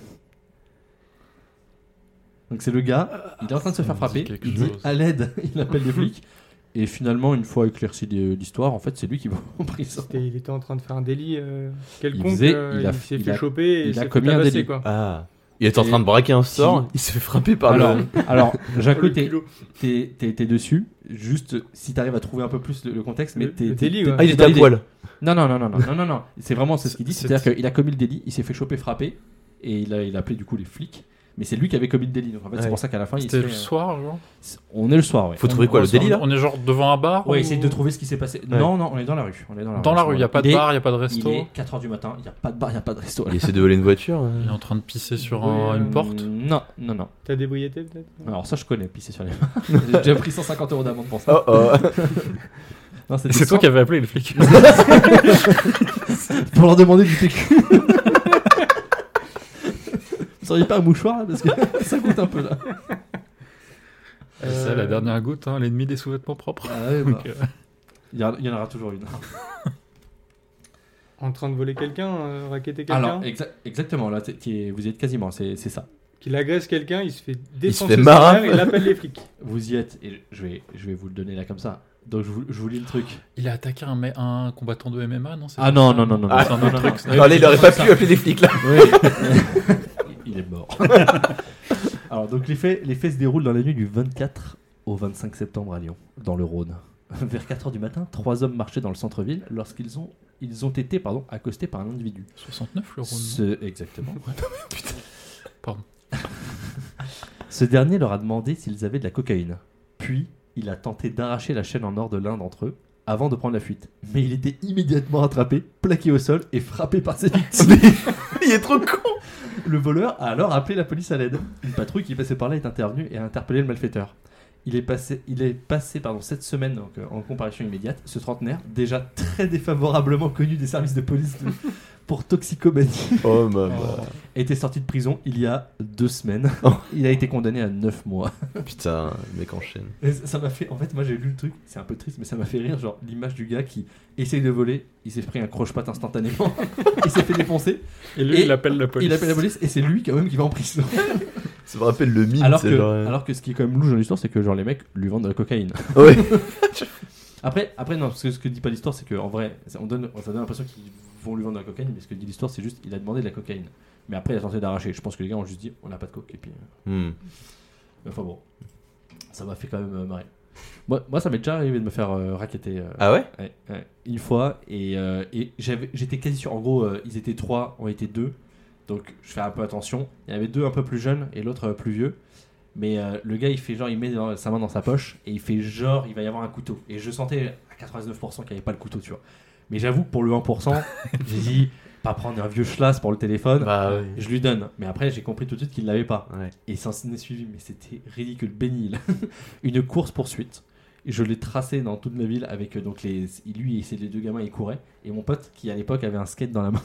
Donc c'est le gars, il est en train de se Ça faire me frapper, dit quelque il dit chose. à l'aide, *laughs* il appelle les flics. Et finalement, une fois éclairci de- l'histoire, en fait, c'est lui qui va *laughs* en prison. C'était- il était en train de faire un délit euh, quelconque. faisait- euh, il il, a- s'est il fait a- choper et il a s'est commis fait un tabasser, délit. quoi. Ah Il était en train de braquer un sort, il s'est fait frapper par Alors, le. alors Jaco, Le t'es culot. t'es- t'es- t'es dessus. Juste, si t'arrives à trouver un peu plus le, le contexte, mais Le- t'es le t'es- délit, t'es- ouais. Ah, il t'es était à dans l'idée. poil Non, non, non, non, non, non, non, non. *laughs* C'est vraiment c'est ce qu'il dit. C'est- C'est-à-dire qu'il a commis le délit, il s'est fait choper, frapper, et il a, il a appelé du coup les flics. Mais c'est lui qui avait commis le délit. Donc en fait, c'est Ouais. pour ça qu'à la fin, il se C'était le fait, euh, soir, genre On est le soir, ouais. Faut On- trouver quoi, on le soir. délit, là On est genre devant un bar Ouais, ou- essayer de trouver ce qui s'est passé. Non, non, on est dans la rue. On est dans la Dans rue. la rue, il n'y a pas de Il est- bar, il n'y a pas de Il resto. est 4h du matin, il n'y a pas de bar, il n'y a pas de resto. Il essaie de voler une voiture. euh. Il est en train de pisser sur Oui, un- une euh, porte. Non, non, non. T'as débriété peut-être Alors ça, je connais, pisser sur les *laughs* mains. J'ai déjà pris 150 euros d'amende pour ça. *laughs* Oh oh Non, C'est toi qui avais appelé les flics. Pour leur demander du PQ. Vous auriez pas un mouchoir là Parce que *laughs* ça coûte un peu là. C'est euh, ça, la dernière goutte, hein, l'ennemi des sous-vêtements propres. Ah ouais, bah. Donc, euh, Il y, en- il y en aura toujours une. En train de voler quelqu'un, euh, raqueter quelqu'un Alors, exa- exactement, là, t'es- t'es- vous y êtes quasiment, c'est c'est ça. Qu'il agresse quelqu'un, il se fait défoncer. fait ses marre. nerfs, Il appelle les flics. Vous y êtes, et je vais, je vais vous le donner là comme ça. Donc, je vous, je vous lis le truc. Il a attaqué un, mec- un combattant de MMA, non c'est Ah pas non, ça non, non, non, Ah, non, c'est un non, autre non, truc, non. ça. Allez, il aurait pas Ça. pu appeler les flics *laughs* là Oui. il est mort. *laughs* Alors, donc, les faits, les faits se déroulent dans la nuit du 24 au 25 septembre à Lyon, dans le Rhône. *laughs* Vers 4h du matin, trois hommes marchaient dans le centre-ville lorsqu'ils ont, ils ont été pardon, accostés par un individu. 69 le Rhône, *laughs* non Ce- Exactement. Pardon. *laughs* Ce dernier leur a demandé s'ils avaient de la cocaïne. Puis, il a tenté d'arracher la chaîne en or de l'un d'entre eux avant de prendre la fuite. Mais il était immédiatement attrapé, plaqué au sol et frappé par ses victimes. *laughs* Il est trop con Le voleur a alors appelé la police à l'aide. Une patrouille qui passait par là est intervenue et a interpellé le malfaiteur. Il est passé, il est passé pardon, cette semaine donc, euh, en comparution immédiate, ce trentenaire, déjà très défavorablement connu des services de police de- pour toxicomanie, euh, Oh ma bah. Oh, était sorti de prison il y a deux semaines. Oh. Il a été condamné à neuf mois. Putain, le mec enchaîne. Et ça ça m'a fait, en fait, moi j'ai lu le truc, c'est un peu triste, mais ça m'a fait rire, genre l'image du gars qui essaye de voler, il s'est pris un croche-patte instantanément, *laughs* il s'est fait défoncer, Et lui, Et il appelle la police. il appelle la police et c'est lui quand même qui va en prison. Ça me rappelle le mime, Alors c'est que, genre, euh, alors que ce qui est quand même louche dans l'histoire, c'est que genre les mecs lui vendent de la cocaïne. *laughs* Ouais. Après, après non, parce que ce que dit pas l'histoire, c'est que en vrai, ça- on donne, ça donne l'impression qu'ils vont lui vendre de la cocaïne, mais ce que dit l'histoire, c'est juste il a demandé de la cocaïne. Mais après, il a tenté d'arracher. Je pense que les gars ont juste dit on n'a pas de coke. Et puis, euh, Hmm. enfin bon, ça m'a fait quand même euh, marrer. Moi, moi, ça m'est déjà arrivé de me faire euh, racketter. euh, Ah ouais ouais, ouais, une fois, et, euh, et j'avais- j'étais quasi sûr. En gros, euh, ils étaient trois, on était deux. Donc je fais un peu attention. Il y en avait deux un peu plus jeunes et l'autre euh, plus vieux. Mais euh, le gars, il fait genre, il met dans- sa main dans sa poche et il fait genre, il va y avoir un couteau. Et je sentais à 89% qu'il n'y avait pas le couteau, tu vois. Mais j'avoue que pour le *laughs* 1%, j'ai dit, pas prendre un vieux schlass pour le téléphone. Bah ouais. Je lui donne. Mais après, j'ai compris tout de suite qu'il ne l'avait pas. Ouais. Et ça s'en est suivi, mais c'était ridicule, bénil. *laughs* Une course poursuite. Je l'ai tracé dans toute la ville avec euh, donc les, lui et ses les deux gamins, ils couraient. Et mon pote, qui à l'époque avait un skate dans la *laughs* main.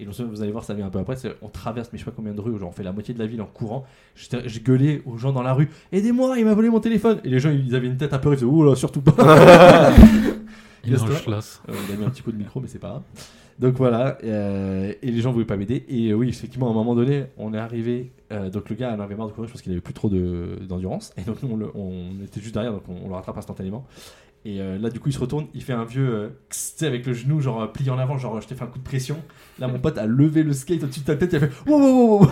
Et donc, vous allez voir, ça vient un peu après. c'est- On traverse, mais je sais pas combien de rues, genre on fait la moitié de la ville en courant. J'étais- Je gueulais aux gens dans la rue Aidez-moi, il m'a volé mon téléphone. Et les gens, ils avaient une tête un peu, ils faisaient Oula, surtout pas. Il Gaston. lâche là. Euh, il a mis un petit coup de micro, mais c'est pas grave. Donc voilà, euh, et les gens voulaient pas m'aider. Et euh, oui, effectivement, à un moment donné, on est arrivé. euh, donc le gars en avait marre de courir parce qu'il avait plus trop de- d'endurance. et donc nous, on, le- on était juste derrière, donc on, on le rattrape instantanément. Et euh, là, du coup, il se retourne, il fait un vieux, euh, kss, tu sais, avec le genou, genre euh, plié en avant, genre euh, je t'ai fait un coup de pression. Là, mon pote a levé le skate au-dessus de ta tête, il a fait wow, wow, *laughs* wow, wow.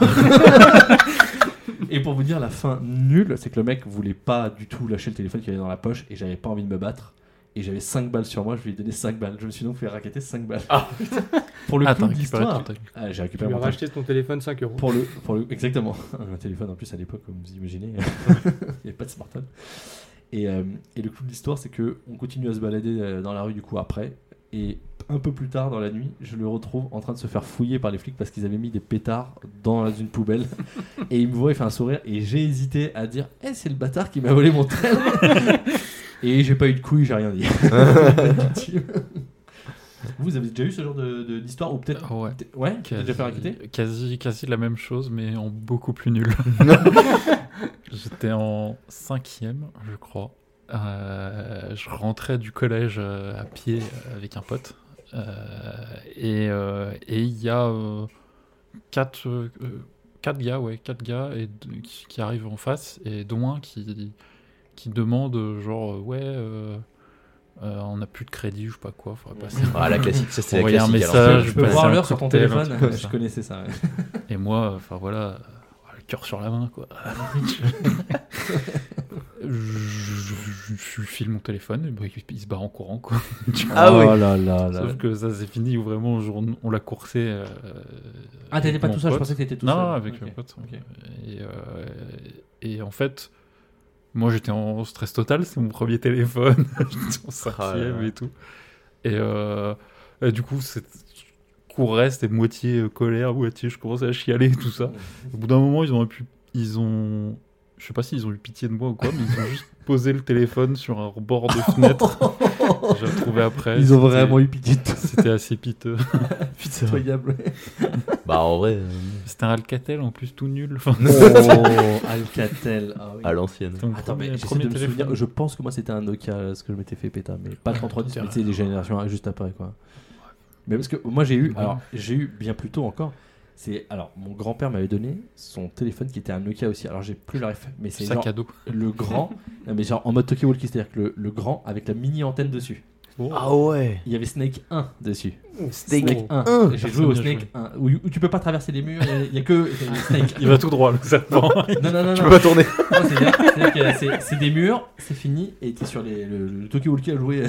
Et pour vous dire, la fin nulle, c'est que le mec voulait pas du tout lâcher le téléphone qu'il avait dans la poche et j'avais pas envie de me battre. et j'avais 5 balles sur moi, je lui ai donné 5 balles. Je me suis donc fait racketter 5 balles. Ah, Pour le Ah, coup t'as de récupéré ton l'histoire. truc. Ah, j'ai Tu récupéré lui as mon téléphone. racheté ton téléphone 5 euros. Pour le, pour le, exactement. *laughs* Un téléphone en plus à l'époque, comme vous imaginez, euh, il n'y avait pas de smartphone. Et, euh, et le clou de l'histoire, c'est que on continue à se balader euh, dans la rue du coup après. Et un peu plus tard dans la nuit, je le retrouve en train de se faire fouiller par les flics parce qu'ils avaient mis des pétards dans une poubelle. Et il me voit, il fait un sourire. Et j'ai hésité à dire Eh, c'est le bâtard qui m'a volé mon train Et j'ai pas eu de couille, j'ai rien dit. Vous avez déjà eu ce genre de- de- d'histoire ou peut-être. Ah ouais. Ouais, t'as déjà fait racketter quasi, quasi la même chose, mais en beaucoup plus *laughs* nul. J'étais en cinquième, je crois. Euh, je rentrais du collège euh, à pied euh, avec un pote. Euh, et euh, et il y a euh, quatre, euh, quatre gars, ouais, quatre gars et, deux- qui, qui arrivent en face, et dont un qui, qui demande, euh, genre, euh, ouais, euh, euh, on n'a plus de crédit, je sais pas quoi, faudrait passer Ah, la classique, ça c'est la Envoyer classique. Bah, un alors. message, Ah, Je peux passer voir un l'heure sur ton cocktail, un téléphone, truc comme je ça. connaissais ça. ouais. Et moi, enfin voilà, euh, le cœur sur la main, quoi. je, je- je- je file mon téléphone, et bah, il, il se barre en courant, quoi. Tu vois. Ah oui. Oh là là là. Sauf que ça, c'est fini où vraiment je- on, l'a coursé. euh, Ah, t'étais avec pas mon tout seul, je pote. pensais que t'étais tout non, seul. avec Ok. mon pote. ok. Et, euh, et en fait, moi j'étais en stress total, c'est mon premier téléphone, *laughs* j'étais en Ah là cinquième là. et tout. Et, euh, et du coup, c'est- je courais, c'était moitié euh, colère, moitié je commençais à chialer et tout ça. Au bout d'un moment, ils ont pu, ils ont, je sais pas s'ils ont eu pitié de moi ou quoi, mais ils ont juste *laughs* posé le téléphone sur un bord de fenêtre. J'ai retrouvé après. Ils ont c'était- vraiment eu pitié de toi. C'était assez piteux. Pitoyable. Bah, en vrai, euh, C'était un Alcatel en plus tout nul. Enfin, Oh, Alcatel. Ah, oui. à l'ancienne. c'était mon Attends, premier- mais j'essaie premier de me téléphone. souvenir, je pense que moi c'était un Nokia euh, ce que je m'étais fait péter, mais pas le 3310, mais tu sais, les générations euh, juste après quoi. Mais parce que moi j'ai eu, Ouais. alors j'ai eu bien plus tôt encore, c'est, alors mon grand-père m'avait donné son téléphone qui était un Nokia aussi, alors j'ai plus la ref, mais c'est Sac genre *laughs* à dos. le grand, non, mais genre en mode Tokyo Walkie, c'est-à-dire que le, le grand avec la mini antenne dessus. Ah ouais. Il y avait Snake 1 dessus. Steak. Snake 1. J'ai joué au Personne n'y a Snake 1, où, où tu peux pas traverser les murs, il y a- il y, a que il y a Snake. Il va tout droit le *laughs* serpent. Non, non, non, Tu non. peux pas tourner. Non, c'est-à-dire- c'est-à-dire que c'est- C'est des murs, c'est fini, et t'es sur les, le, le Tokyo Walkie à jouer.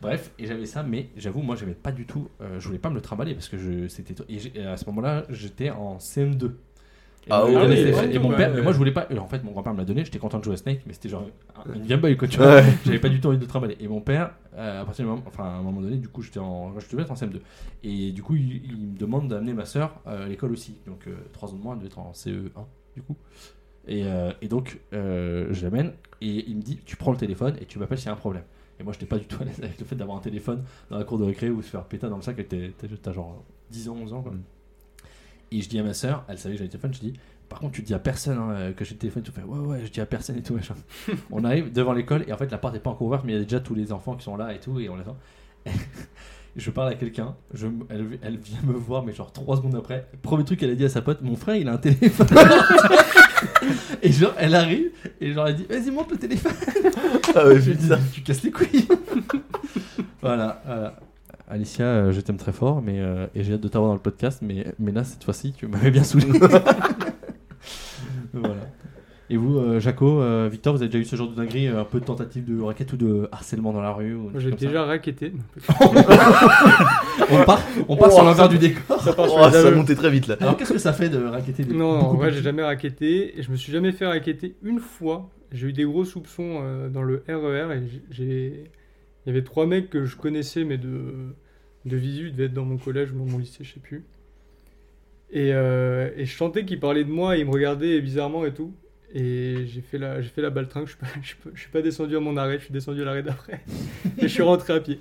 Bref, et j'avais ça, mais j'avoue, moi j'aimais pas du tout, euh, je voulais pas me le trimballer parce que je- c'était. et j'ai- et à ce moment-là, j'étais en CM2. Et Ah mon- ouais, et ouais, mon- ouais, et mon père, ouais. mais moi je voulais pas. et En fait, mon grand-père me l'a donné, j'étais content de jouer à Snake, mais c'était genre un- une Game Boy, quoi, tu vois. Ouais. *laughs* J'avais pas du tout envie de le trimballer. Et mon père, euh, à partir du moment, enfin, à un moment donné, du coup, j'étais en, je devais être en CM2. Et du coup, il, il me demande d'amener ma sœur euh, à l'école aussi. Donc, 3 ans de moins, elle devait être en CE1, du coup. Et, euh, et donc, euh, je l'amène et il me dit Tu prends le téléphone et tu m'appelles s'il y a un problème. Et moi, j'étais pas du tout à l'aise avec le fait d'avoir un téléphone dans la cour de récré ou se faire péter dans le sac. et t'es- t'es- T'as genre 10 ans, 11 ans, quoi. Mm. Et je dis à ma sœur, elle savait que j'avais le téléphone, je dis Par contre, tu dis à personne hein, que j'ai le téléphone. Tu fais Ouais, ouais, je dis à personne et tout, machin. *laughs* On arrive devant l'école et en fait la porte n'est pas encore ouverte mais il y a déjà tous les enfants qui sont là et tout et on attend. *laughs* je parle à quelqu'un, je m- elle, elle vient me voir mais genre 3 secondes après, premier truc qu'elle a dit à sa pote, mon frère il a un téléphone. *laughs* et genre elle arrive et genre elle dit vas-y monte le téléphone. Ah *laughs* ouais, Je lui putain. dis tu casses les *laughs* couilles. voilà. voilà. Alicia, euh, je t'aime très fort mais, euh, et j'ai hâte de t'avoir dans le podcast mais, mais là cette fois-ci tu m'avais bien *laughs* saoulé. *laughs* voilà. Et vous, euh, Jaco, euh, Victor, vous avez déjà eu ce genre de dinguerie, euh, un peu de tentative de raquette ou de harcèlement dans la rue ou des Moi, J'ai trucs comme déjà racketté. ça On part, on part Oh, sur l'envers du décor. Ça part sur Oh, les ça aveux. montait très vite là. Alors qu'est-ce que ça fait de raqueter des Non, en beaucoup vrai, plus j'ai jamais racketté. Et je me suis jamais fait racketter une fois. J'ai eu des gros soupçons euh, dans le RER. Et j- j'ai. Il y avait trois mecs que je connaissais, mais de, de visu, ils devaient être dans mon collège ou dans mon lycée, je sais plus. Et, euh, et je sentais qu'ils parlaient de moi, et ils me regardaient bizarrement et tout. Et j'ai fait la, j'ai fait la baltringue, je suis, pas, je, suis pas- je suis pas descendu à mon arrêt, je suis descendu à l'arrêt d'après. et je suis rentré à pied.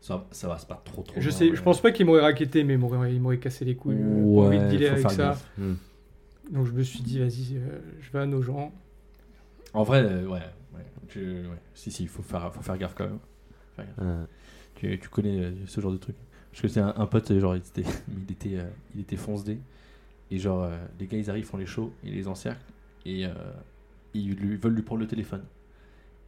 Ça, ça va, c'est pas trop trop. Je grave, sais, je mais- pense pas qu'ils m'auraient racketté, mais ils m'auraient ils m'auraient cassé les couilles. euh, pas Ouais, envie de dealer faut avec faire ça. gaffe. Donc je me suis dit, vas-y, euh, je vais à nos gens. En vrai, euh, ouais, ouais, tu- ouais. Si, si, il faut faire, faut faire gaffe quand même. Tu, tu connais euh, ce genre de truc. Parce que c'est un, un pote, euh, genre, il était, *laughs* il était, euh, il était foncedé. Et genre, euh, les gars, ils arrivent, font les shows, ils les encerclent. Et euh, ils, lui- ils veulent lui prendre le téléphone.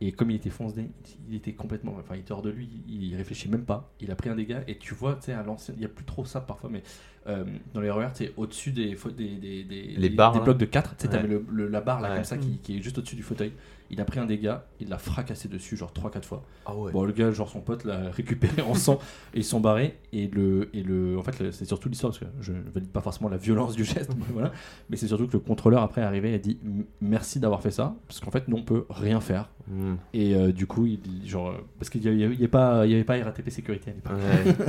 Et comme il était foncedé, il était complètement. Enfin, il était hors de lui, il réfléchit même pas. Il a pris un des gars, et tu vois, tu sais, à l'ancien, il n'y a plus trop ça parfois, mais euh, dans les RER, c'est au-dessus des, fa- des, des, des, Les des- barres, des là. blocs de 4. Tu sais, t'avais Ouais. le- le- la barre là, Ouais. Mm. comme ça, qui, qui est juste au-dessus du fauteuil. Il a pris un dégât, il l'a fracassé dessus, genre 3-4 fois. Ah ouais. Bon, le gars, genre son pote l'a récupéré en sang et ils sont barrés. Et le, et le, en fait, le- c'est surtout l'histoire parce que je ne valide pas forcément la violence du geste, *laughs* mais voilà. Mais c'est surtout que le contrôleur après est arrivé et a dit M- merci d'avoir fait ça parce qu'en fait, nous on peut rien faire. Hmm. Et euh, du coup, il, genre euh, parce qu'il n'y avait, il y avait pas, il y avait pas RATP sécurité à l'époque. Ouais.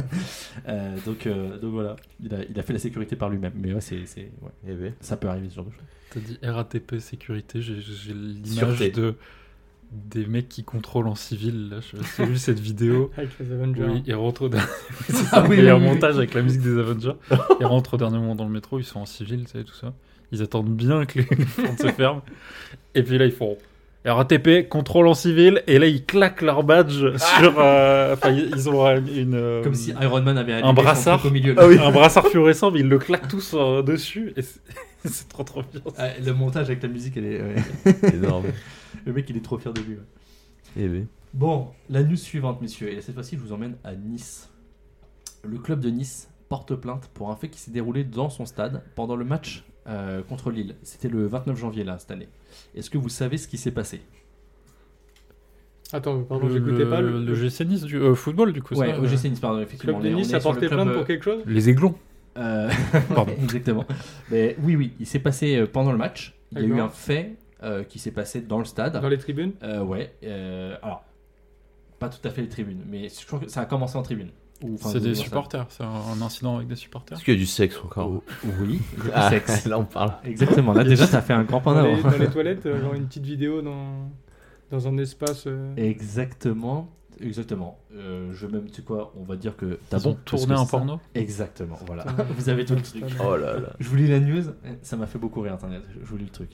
Euh, donc, euh, donc voilà, il a, il a fait la sécurité par lui-même. Mais ouais, c'est, c'est- ouais, Eh ben. ça peut arriver ce genre de choses. T'as dit RATP sécurité, j'ai- j'ai l'image Sûreté. de des mecs qui contrôlent en civil. Là, je sais pas si t'as vu cette *laughs* vidéo. Avec les Avengers. Oui, ils rentrent au dernier. *laughs* C'est Ah ça, oui, il y a oui, un oui, montage avec la musique des *laughs* Avengers. Ils rentrent au dernier moment dans le métro, ils sont en civil, tu sais, tout ça. Ils attendent bien que les *laughs* que les portes se ferment. Et puis là, ils font RATP, contrôle en civil. Et là, ils claquent leur badge sur. euh, Enfin, ils ils ont euh, une. euh, Ah. Comme si Iron Man avait allumé un son brassard. truc au milieu. là. Ah oui. un brassard fluorescent, mais ils le claquent tous euh, dessus. Et c'est- *laughs* c'est trop trop bien. Ah, le montage avec la musique, elle est, ouais. *laughs* Énorme. le mec, il est trop fier de lui. ouais. Eh ben. Bon, la news suivante, messieurs, et cette fois-ci, je vous emmène à Nice. Le club de Nice porte plainte pour un fait qui s'est déroulé dans son stade pendant le match euh, contre Lille. C'était le 29 janvier, là, cette année. Est-ce que vous savez ce qui s'est passé Attends, pardon, j'écoutais pas le, le GC Nice du euh, football, du coup. Ouais, ça, OGC Nice, pardon, euh, club effectivement. de on est- on Nice est a sur porté le club, plainte euh, pour quelque chose Les aiglons. *laughs* Euh, Pardon. exactement. Mais oui, oui, il s'est passé euh, pendant le match. Il y a eu D'accord. un fait euh, qui s'est passé dans le stade. Dans les tribunes Euh, ouais. euh, alors, pas tout à fait les tribunes, mais je crois que ça a commencé en tribune. Ou, enfin, C'est ou- des ça- Ah supporters, c'est un- un incident avec des supporters. Est-ce qu'il y a du sexe encore Oui, du Ah, sexe. *laughs* Là, on parle. Exactement. Là, déjà, ça fait un grand pas en dans les, avant. dans les toilettes, euh, genre une petite vidéo dans, dans un espace. euh, Exactement. Exactement. Euh, je vais même, tu sais quoi, on va dire que t'as Ils bon. ont tourné parce un que ça- porno. Exactement, voilà. Putain. *laughs* Vous avez tout le truc. Putain. Oh là là. Je vous lis la news, Eh, ça m'a fait beaucoup rire internet, je vous lis le truc.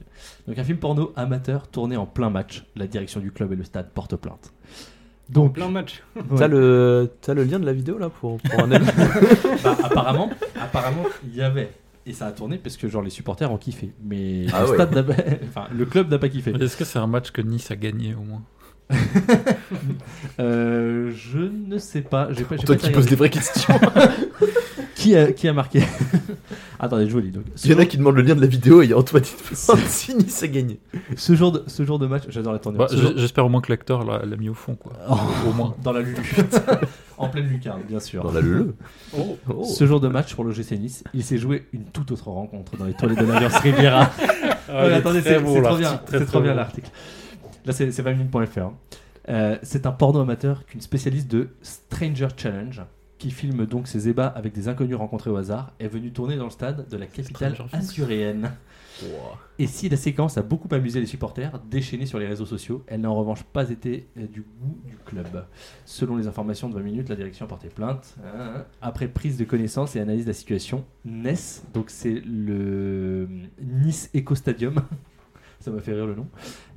Donc un film porno amateur tourné en plein match, la direction du club et le stade portent plainte. Donc, *laughs* Plein de matchs. ouais. T'as le... t'as le lien de la vidéo là pour, pour *laughs* un ami Bah, apparemment, apparemment, il y avait. Et ça a tourné parce que genre les supporters ont kiffé. Mais Ah le, ouais. stade n'a pas- *laughs* enfin, le club n'a pas kiffé. Est-ce que c'est un match que Nice a gagné au moins Euh, je ne sais pas. J'ai pas, j'ai Toi pas qui regardé. poses des vraies questions. Qui a, qui a marqué *laughs* Attendez, je vous lis. Donc, Il y en a qui demandent le lien de la vidéo et il y a Antoine qui demande si Nice a gagné. ce, jour de, ce jour de match, j'adore la tournure. Bah, Ce jour- *laughs* j- J'espère au moins que l'acteur l'a l'a mis au fond, quoi. Au moins. Dans la Lulu. *laughs* en pleine lucarne, bien sûr. Dans la leu. Oh. Oh. Ce jour de match pour le GC Nice, il s'est joué une toute autre rencontre dans les toilettes de *laughs* l'Alliance Riviera. Ah, Ouais, attendez, c'est c'est trop bien, c'est trop bien l'article. Là, c'est c'est 20 minutes.fr. Euh, c'est un porno amateur qu'une spécialiste de Stranger Challenge, qui filme donc ses ébats avec des inconnus rencontrés au hasard, est venue tourner dans le stade de la capitale Stranger Things. azuréenne. Ouah. Et si la séquence a beaucoup amusé les supporters, déchaînés sur les réseaux sociaux, elle n'a en revanche pas été euh, du goût du club. Selon les informations de 20 minutes, la direction a porté plainte. Hein. Après prise de connaissance et analyse de la situation, NES, donc c'est le euh, Nice Eco Stadium, *laughs* ça m'a fait rire le nom,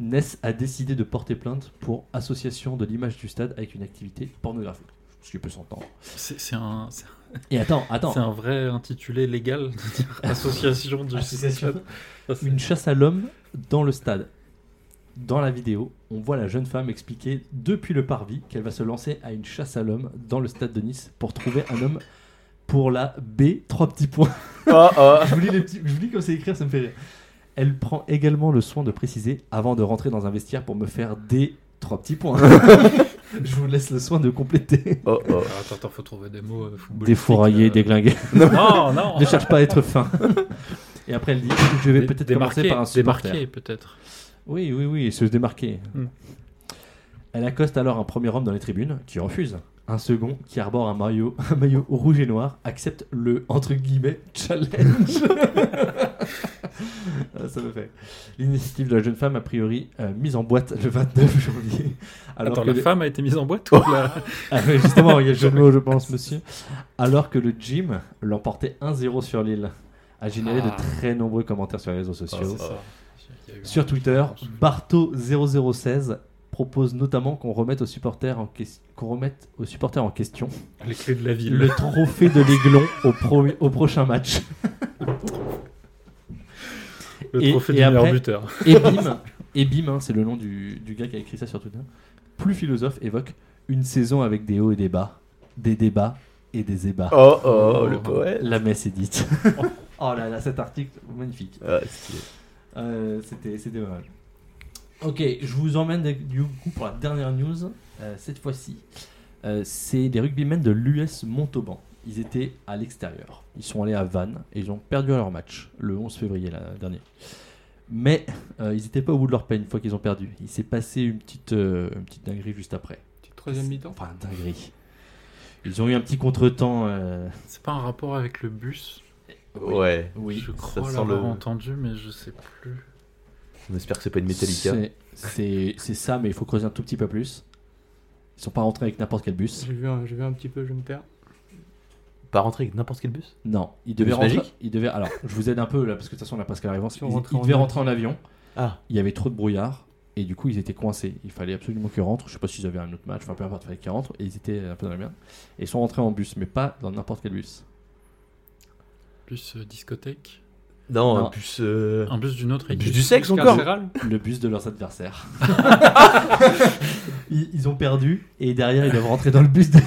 NES a décidé de porter plainte pour association de l'image du stade avec une activité pornographique. Ce qui peut s'entendre. C'est c'est un, c'est- Et attends, attends. c'est un vrai intitulé légal de *laughs* dire association du Association. Ça, c'est- Une chasse à l'homme dans le stade. Dans la vidéo, on voit la jeune femme expliquer depuis le parvis qu'elle va se lancer à une chasse à l'homme dans le stade de Nice pour trouver un homme pour la B, trois petits points. *laughs* Oh, oh. je, vous lis les petits- je vous lis comme c'est écrit, ça me fait rire. Elle prend également le soin de préciser avant de rentrer dans un vestiaire pour me faire des trois *laughs* petits points. je vous laisse le soin de compléter. Oh, oh. Alors, Ah, Attends, attends, faut trouver des mots. euh, footballistiques, Défourailler, euh, déglinguer. Non, non. *laughs* ne cherche pas à être fin. Et après, elle dit Je vais Dé- peut-être démarquer, commencer par un supporter. Démarquer, peut-être. Oui, oui, oui, et se démarquer. Hmm. Elle accoste alors un premier homme dans les tribunes qui refuse. Un second qui arbore un maillot, *laughs* un maillot rouge et noir accepte le entre guillemets *laughs* challenge. Ah, Ça me fait. L'initiative de la jeune femme a priori euh, mise en boîte le 29 janvier. Alors Attends, que la le- femme a été mise en boîte *laughs* ou la- Ah oui, justement, il y a le jeu de mots, *laughs* je pense, monsieur. Alors que le gym l'emportait 1-0 sur l'île, a généré Ah. de très nombreux commentaires sur les réseaux sociaux. C'est ça. Il y a eu un- Ah, Sur Twitter, Barto0016 propose notamment qu'on remette aux supporters en, ques- qu'on remette aux supporters en question Les clés de la ville. le trophée de l'aiglon au, pro- au prochain match. Le Et- trophée et du meilleur après- buteur. *laughs* Et bim, et bim, hein, c'est le nom du, du gars qui a écrit ça sur Twitter. Plus philosophe évoque une saison avec des hauts et des bas, des débats, et des ébats. Oh oh, le poète. La messe est dite. oh là là, cet article, magnifique. Ah, stylé. Euh, c'était c'était pas mal. Ok, je vous emmène de- du coup pour la dernière news, euh, cette fois-ci. Euh, c'est des rugbymen de l'US Montauban. Ils étaient à l'extérieur. Ils sont allés à Vannes et ils ont perdu leur match le 11 février là, dernier. Mais euh, ils n'étaient pas au bout de leur peine une fois qu'ils ont perdu. Il s'est passé une petite, euh, une petite dinguerie juste après. Petite troisième mi-temps. Enfin, dinguerie. Ils ont eu un petit contretemps. euh, C'est pas un rapport avec le bus oui. Ouais. Oui. Je crois sent l'avoir le- entendu, mais je sais plus. On espère que c'est pas une Metallica. C'est- C'est c'est ça, mais il faut creuser un tout petit peu plus. Ils sont pas rentrés avec n'importe quel bus. J'ai vu, un- j'ai vu un petit peu, je me perds. Pas rentrer avec n'importe quel bus Non, ils devaient bus rentrer. magique Ils devaient. Alors, je vous aide un peu là, parce que de toute façon, on n'a pas ce qu'à l'avance. Ils Ils, sont ils rentrés en devaient avion. rentrer en avion. Ah. Il y avait trop de brouillard et du coup, ils étaient coincés. Il fallait absolument qu'ils rentrent. Je sais pas s'ils avaient un autre match. Enfin, peu importe, il fallait qu'ils rentrent. Et ils étaient un peu dans la merde. Et ils sont rentrés en bus, mais pas dans n'importe quel bus. Bus euh, discothèque Non, Non. un bus. euh, Un bus d'une autre Un bus équipe. du sexe Bus encore carcéral Le bus de leurs adversaires. *laughs* ils, ils ont perdu et derrière, ils doivent rentrer dans le bus de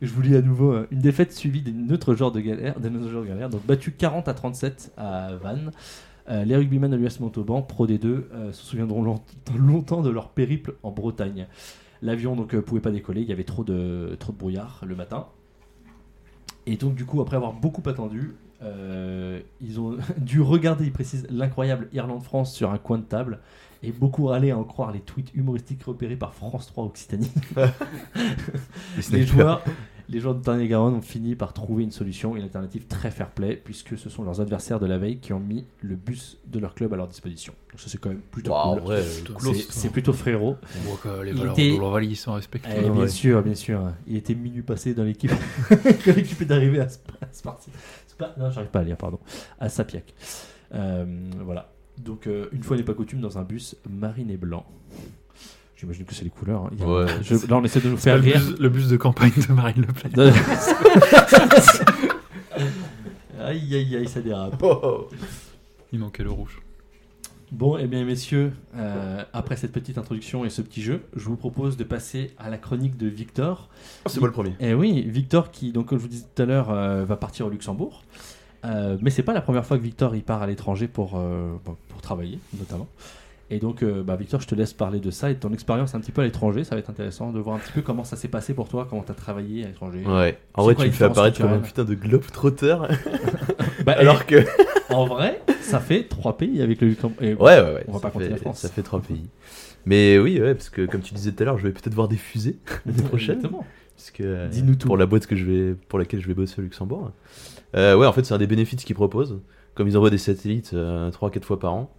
Je vous lis à nouveau euh, une défaite suivie d'un autre genre de galère, d'un autre genre de galère. Donc battu 40 à 37 à Vannes. Euh, les rugbymen de l'US Montauban, Pro D2, euh, se souviendront long- longtemps de leur périple en Bretagne. L'avion donc euh, pouvait pas décoller, il y avait trop de, trop de brouillard le matin. Et donc du coup, après avoir beaucoup attendu, euh, ils ont *laughs* dû regarder, il précise, l'incroyable Irlande-France sur un coin de table et beaucoup râler à en croire les tweets humoristiques repérés par France 3 Occitanie. Les joueurs, les joueurs de Tarn-et-Garonne ont fini par trouver une solution, une alternative très fair-play, puisque ce sont leurs adversaires de la veille qui ont mis le bus de leur club à leur disposition. Donc ça c'est quand même plutôt Waouh, cool. ouais. Putain, C'est- C'est plutôt frérot. On voit que les Il valeurs était- de l'Ovalie sont respectées. Eh, bien ouais. sûr, bien sûr. Il était minuit passé dans l'équipe *laughs* quand l'équipe est d'arrivée à Sp- à Sparti- Spa- Non, j'arrive pas à lire, pardon. À Sapiac. Euh, voilà. Donc, euh, une fois n'est pas coutume, dans un bus marine et blanc. J'imagine que c'est les couleurs. hein. Il y a- Ouais. Je- là, on essaie de nous C'est faire le rire. bus, le bus de campagne de Marine Le Pen. Non. *laughs* aïe, aïe, aïe, ça dérape. Oh, oh. Il manquait le rouge. Bon, eh bien, messieurs, euh, après cette petite introduction et ce petit jeu, je vous propose de passer à la chronique de Victor. Oh, C'est moi le premier. Eh oui, Victor qui, donc, comme je vous disais tout à l'heure, euh, va partir au Luxembourg. Euh, mais c'est pas la première fois que Victor il part à l'étranger pour, euh, bon, pour travailler, notamment. Et donc, euh, bah, Victor, je te laisse parler de ça et de ton expérience un petit peu à l'étranger. Ça va être intéressant de voir un petit peu comment ça s'est passé pour toi, comment t'as travaillé à l'étranger. Ouais. En C'est quoi vrai, tu me les fais apparaître comme différences un putain de globe-trotteur. *laughs* Bah, Alors que. eh, en vrai, ça fait trois pays avec le Luxembourg. Et- *laughs* Ouais, ouais, ouais. On va ça pas compter fait- la France. Ça fait trois pays. Mais oui, ouais, parce que comme tu disais tout à l'heure, je vais peut-être voir des fusées l'année prochaine. Exactement. Parce que, euh, Dis-nous tout. Pour la boîte que je vais, pour laquelle je vais bosser au Luxembourg. Euh, ouais, en fait, c'est un des bénéfices qu'ils proposent. Comme ils envoient des satellites 3-4 fois par an.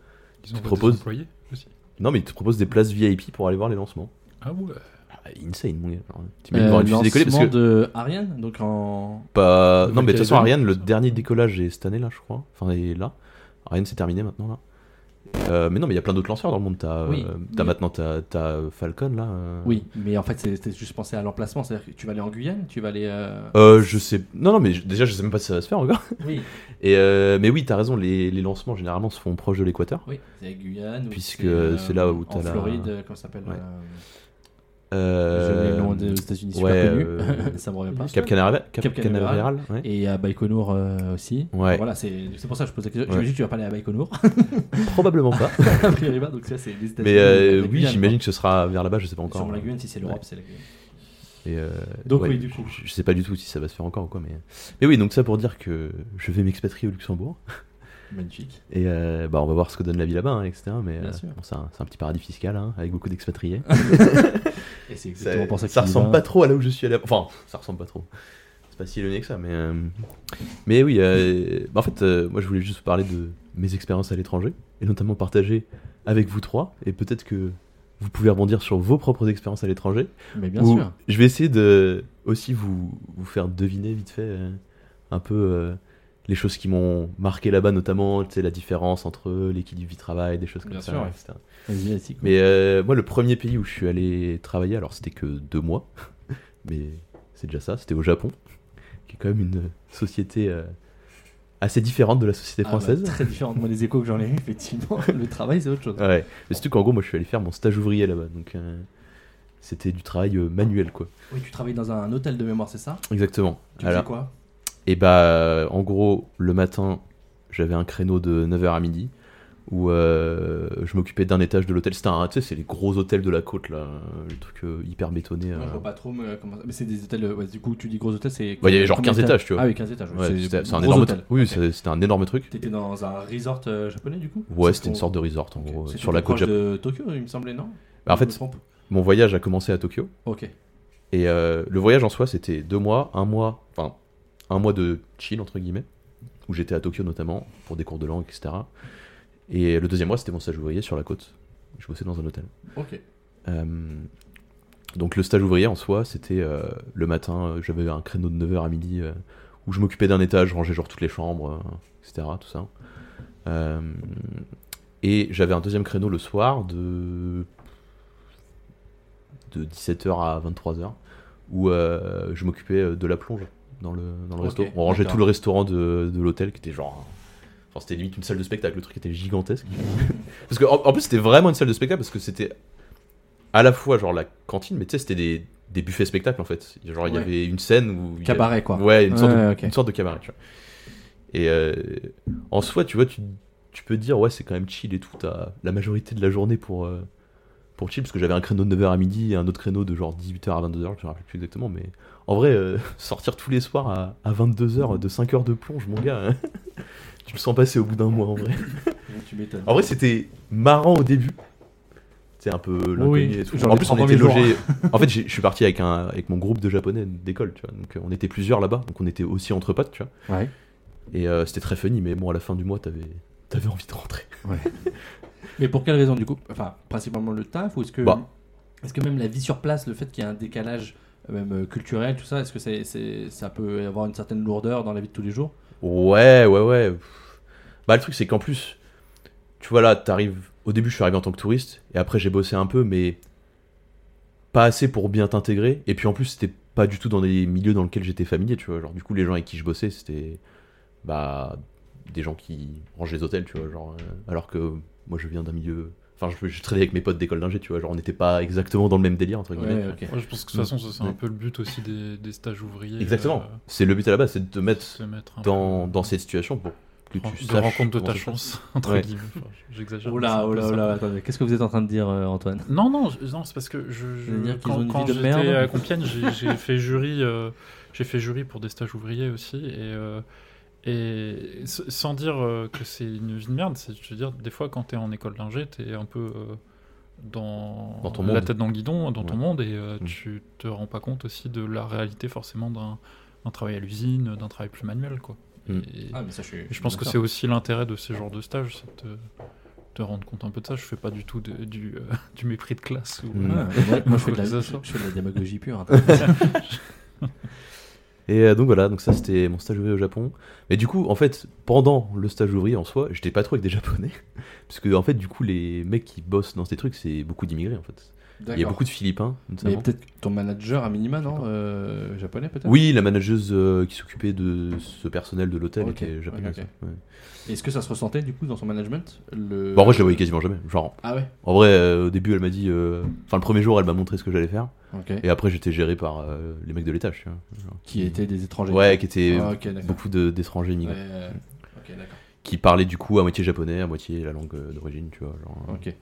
Ils ont proposes- des employés aussi. Non, mais ils te proposent des places VIP pour aller voir les lancements. Ah ouais. Ah, insane, mon gars. Alors, T'imagines Euh, voir une fusée décoller parce lancement que. de Ariane, donc en. Pas... De Non, mais de toute façon, Nouvelle-Calédonie, Ariane, le ça. dernier décollage est cette année, là, je crois. Enfin, et là. Ariane, c'est terminé maintenant, là. Euh, mais non, mais il y a plein d'autres lanceurs dans le monde. T'as Oui, euh, t'as mais- maintenant t'as t'as Falcon, là. euh. Oui, mais en fait, c'est- c'était juste pensé à l'emplacement. C'est-à-dire que tu vas aller en Guyane, tu vas aller. euh, Euh, je sais. Non, non, mais je- déjà, je sais même pas si ça va se faire encore. *laughs* Oui, Et euh, Mais oui, t'as raison, les, les lancements généralement se font proche de l'équateur. Oui, c'est la Guyane. ou Puisque euh, c'est là où En t'as la- Floride, euh, comment ça s'appelle Ouais. euh, j'ai Euh, oublié Le nom des aux États-Unis, super ouais, connu. *laughs* euh, ça me revient pas. Cap Canaveral. Cap, Cap Canaveral. Canaveral, ouais. Et à Baïkonour euh, aussi. Ouais. Voilà, c'est c'est pour ça que je pose la question. Ouais. J'imagine que tu vas pas aller à Baïkonour. *laughs* Probablement pas. a priori, pas, donc ça, c'est les États-Unis. *laughs* mais euh, la oui, Guyane, j'imagine que ce sera vers là-bas, je sais pas quoi. encore. Sur la Guyane, si c'est l'Europe, c'est la Guyane. Et, euh, Donc ouais, oui, du je- coup. Je, je sais pas du tout si ça va se faire encore ou quoi, mais. Mais oui, donc ça pour dire que je vais m'expatrier au Luxembourg. Magnifique. Et euh, bah, on va voir ce que donne la vie là-bas, hein, etc. Mais Bien euh, sûr. bon, c'est un, c'est un petit paradis fiscal, hein, avec beaucoup *laughs* d'expatriés. Et c'est exactement ça pour ça que ça tu y ressemble vas. pas trop à là où je suis allé. avant. Enfin, ça ressemble pas trop. C'est pas si éloigné que ça, mais. euh, Mais oui, euh, bah, en fait, euh, moi je voulais juste vous parler de mes expériences à l'étranger, et notamment partager avec vous trois, et peut-être que vous pouvez rebondir sur vos propres expériences à l'étranger. Mais bien Ou- sûr. Je vais essayer de aussi vous, vous faire deviner vite fait euh, un peu euh, les choses qui m'ont marqué là-bas, notamment tu sais, la différence entre l'équilibre vie-travail, des choses comme Bien ça. sûr, ouais. etc. Vas-y, vas-y, quoi. Mais euh, moi, le premier pays où je suis allé travailler, alors c'était que deux mois, *laughs* mais c'est déjà ça, c'était au Japon, qui est quand même une société euh, assez différente de la société Ah, bah, française. très différent de moi des échos que j'en ai *laughs* eu, effectivement. Le travail, c'est autre chose. Ouais, mais surtout qu'en gros, moi je suis allé faire mon stage ouvrier là-bas, donc euh, C'était du travail euh, manuel, quoi. Oui, tu travailles dans un hôtel de mémoire, c'est ça Exactement. Tu Alors- fais quoi Et bah, euh, en gros, le matin, j'avais un créneau de 9h à midi où euh, je m'occupais d'un étage de l'hôtel. C'était un, tu sais, c'est les gros hôtels de la côte, là, le truc euh, hyper bétonné. Moi, euh. je vois pas trop mais, euh, comment ça- Mais c'est des hôtels. euh, ouais, du coup, tu dis gros hôtel, c'est. Ouais, il y avait genre combien 15 d'étages étages, tu vois. Ah oui, 15 étages. Ouais, c'était c'est un gros énorme hôtel. truc. Oui, Ok. c'est- c'était un énorme truc. T'étais dans un resort euh, japonais du coup Ouais, C'est c'était une ton- sorte de resort en Ok. gros, C'est sur la plutôt côte proche japonaise. de Tokyo, il me semblait, non Bah, en Je me fait, trompe mon voyage a commencé à Tokyo. Ok. Et euh, le voyage en soi, c'était deux mois, un mois, enfin, un mois de chill, entre guillemets, où j'étais à Tokyo notamment, pour des cours de langue, etc. Et le deuxième mois, c'était mon stage ouvrier sur la côte. Je bossais dans un hôtel. Ok. Euh, donc le stage ouvrier en soi, c'était euh, le matin, euh, j'avais un créneau de 9h à midi euh, où je m'occupais d'un étage, je rangeais genre toutes les chambres, euh, etc. Tout ça. Euh, et j'avais un deuxième créneau le soir de, de 17h à 23h où euh, je m'occupais euh, de la plonge dans le, dans le Ok, resto. On rangeait d'accord. tout le restaurant de, de l'hôtel qui était genre... Enfin, c'était limite une salle de spectacle, le truc était gigantesque. parce que, en, en plus, c'était vraiment une salle de spectacle parce que c'était à la fois genre la cantine, mais tu sais, c'était des, des buffets spectacles en fait. Genre, il y Ouais. avait une scène où. il y a- Cabaret quoi. Ouais, une sorte, Ouais, de, ok. une sorte de cabaret, tu vois. Et euh, en soi, tu vois, tu, tu peux te dire, ouais, c'est quand même chill et tout. T'as la majorité de la journée pour, euh, pour chill, parce que j'avais un créneau de 9h à midi et un autre créneau de genre 18h à 22h, je me rappelle plus exactement, mais en vrai, euh, *laughs* sortir tous les soirs à, 22h de 5h de plonge, mon gars, *laughs* hein, tu le sens passer au bout d'un mois en vrai. Tu m'étonnes. En vrai, c'était marrant au début. C'est un peu Oui, l'inconnu et tout. genre En les plus, trois on était premiers logés. *laughs* en fait, j'ai- je suis parti avec, un, avec mon groupe de japonais d'école, tu vois. Donc, euh, on était plusieurs là-bas. Donc, on était aussi entre potes, tu vois. Ouais. Et euh, c'était très funny, mais bon, à la fin du mois, t'avais avais envie de rentrer. Mais pour quelle raison du coup Enfin, principalement le taf ou est-ce que. Bah. Est-ce que même la vie sur place, le fait qu'il y ait un décalage euh, même euh, culturel, tout ça, est-ce que c'est, c'est- ça peut avoir une certaine lourdeur dans la vie de tous les jours Ouais, ouais, ouais. Pff. Bah, le truc, c'est qu'en plus, tu vois, là, t'arrives. Au début, je suis arrivé en tant que touriste, et après, j'ai bossé un peu, mais pas assez pour bien t'intégrer. Et puis, en plus, c'était pas du tout dans des milieux dans lesquels j'étais familier, tu vois. Genre, du coup, les gens avec qui je bossais, c'était. Bah. Des gens qui rangent les hôtels, tu vois. Genre. euh, alors que moi, je viens d'un milieu. Enfin, je, je traînais avec mes potes d'école d'ingé, tu vois. Genre, on n'était pas exactement dans le même délire, entre guillemets. ok. Ouais, je pense que de toute façon, ça, c'est Ouais. un peu le but aussi des, des stages ouvriers. Exactement. euh, C'est le but à la base, c'est de te de mettre se mettre un dans, peu- dans cette situation pour que de tu saches. rencontre de ta comment Oh, ça se passe. chance, entre Ouais. guillemets. Enfin, J'exagère. Oh mais c'est là, un oh peu là, ça. oh là, attendez, qu'est-ce que vous êtes en train de dire, euh, Antoine Non, non, je- non c'est parce que je, je- veux dire qu'ils ont quand, une quand vie de j'étais merde. à Compiègne, j'ai *laughs* j'ai fait jury, euh, j'ai fait jury pour des stages ouvriers aussi, et, euh, et s- sans dire euh, que c'est une vie de merde, c'est je veux dire des fois quand t'es en école d'ingé, t'es un peu euh, dans, Dans ton la monde. tête dans le guidon, dans ton Ouais. monde, et euh, Mm. tu te rends pas compte aussi de la réalité forcément d'un d'un travail à l'usine, d'un travail plus manuel, quoi. Mm. Et- Ah, mais ça, je suis. et je pense que c'est aussi l'intérêt de ces genres de stages, c'est de te- te rendre compte un peu de ça. Je fais pas du tout de- du, euh, *laughs* du mépris de classe. Ou, euh, Mm. Ouais, moi, moi, je, fais de la, Faut les je, asseoir. je fais de la démagogie pure. hein. Et euh, donc voilà, donc ça c'était mon stage ouvrier au Japon. Mais du coup, en fait, pendant le stage ouvrier en soi, j'étais pas trop avec des Japonais. *laughs* Parce que en fait, du coup, les mecs qui bossent dans ces trucs, c'est beaucoup d'immigrés en fait. Il y a D'accord. beaucoup de Philippins, notamment. Mais peut-être ton manager à minima, non Euh, Japonais peut-être Oui, la manageuse euh, qui s'occupait de ce personnel de l'hôtel Ok, était japonaise. ok, ouais. Est-ce que ça se ressentait du coup dans son management le... Bon, Bah, en vrai, je la voyais quasiment jamais. Genre, Ah ouais en vrai, euh, au début, elle m'a dit. euh, Enfin, le premier jour, elle m'a montré ce que j'allais faire. Ok. Et après, j'étais géré par euh, les mecs de l'étage. tu vois. Genre, Qui étaient des étrangers Ouais, qui étaient Ah, ok, d'accord. beaucoup de- d'étrangers immigrés. Ouais, ok, d'accord. Qui parlaient du coup à moitié japonais, à moitié la langue euh, d'origine, tu vois. Genre, Ok.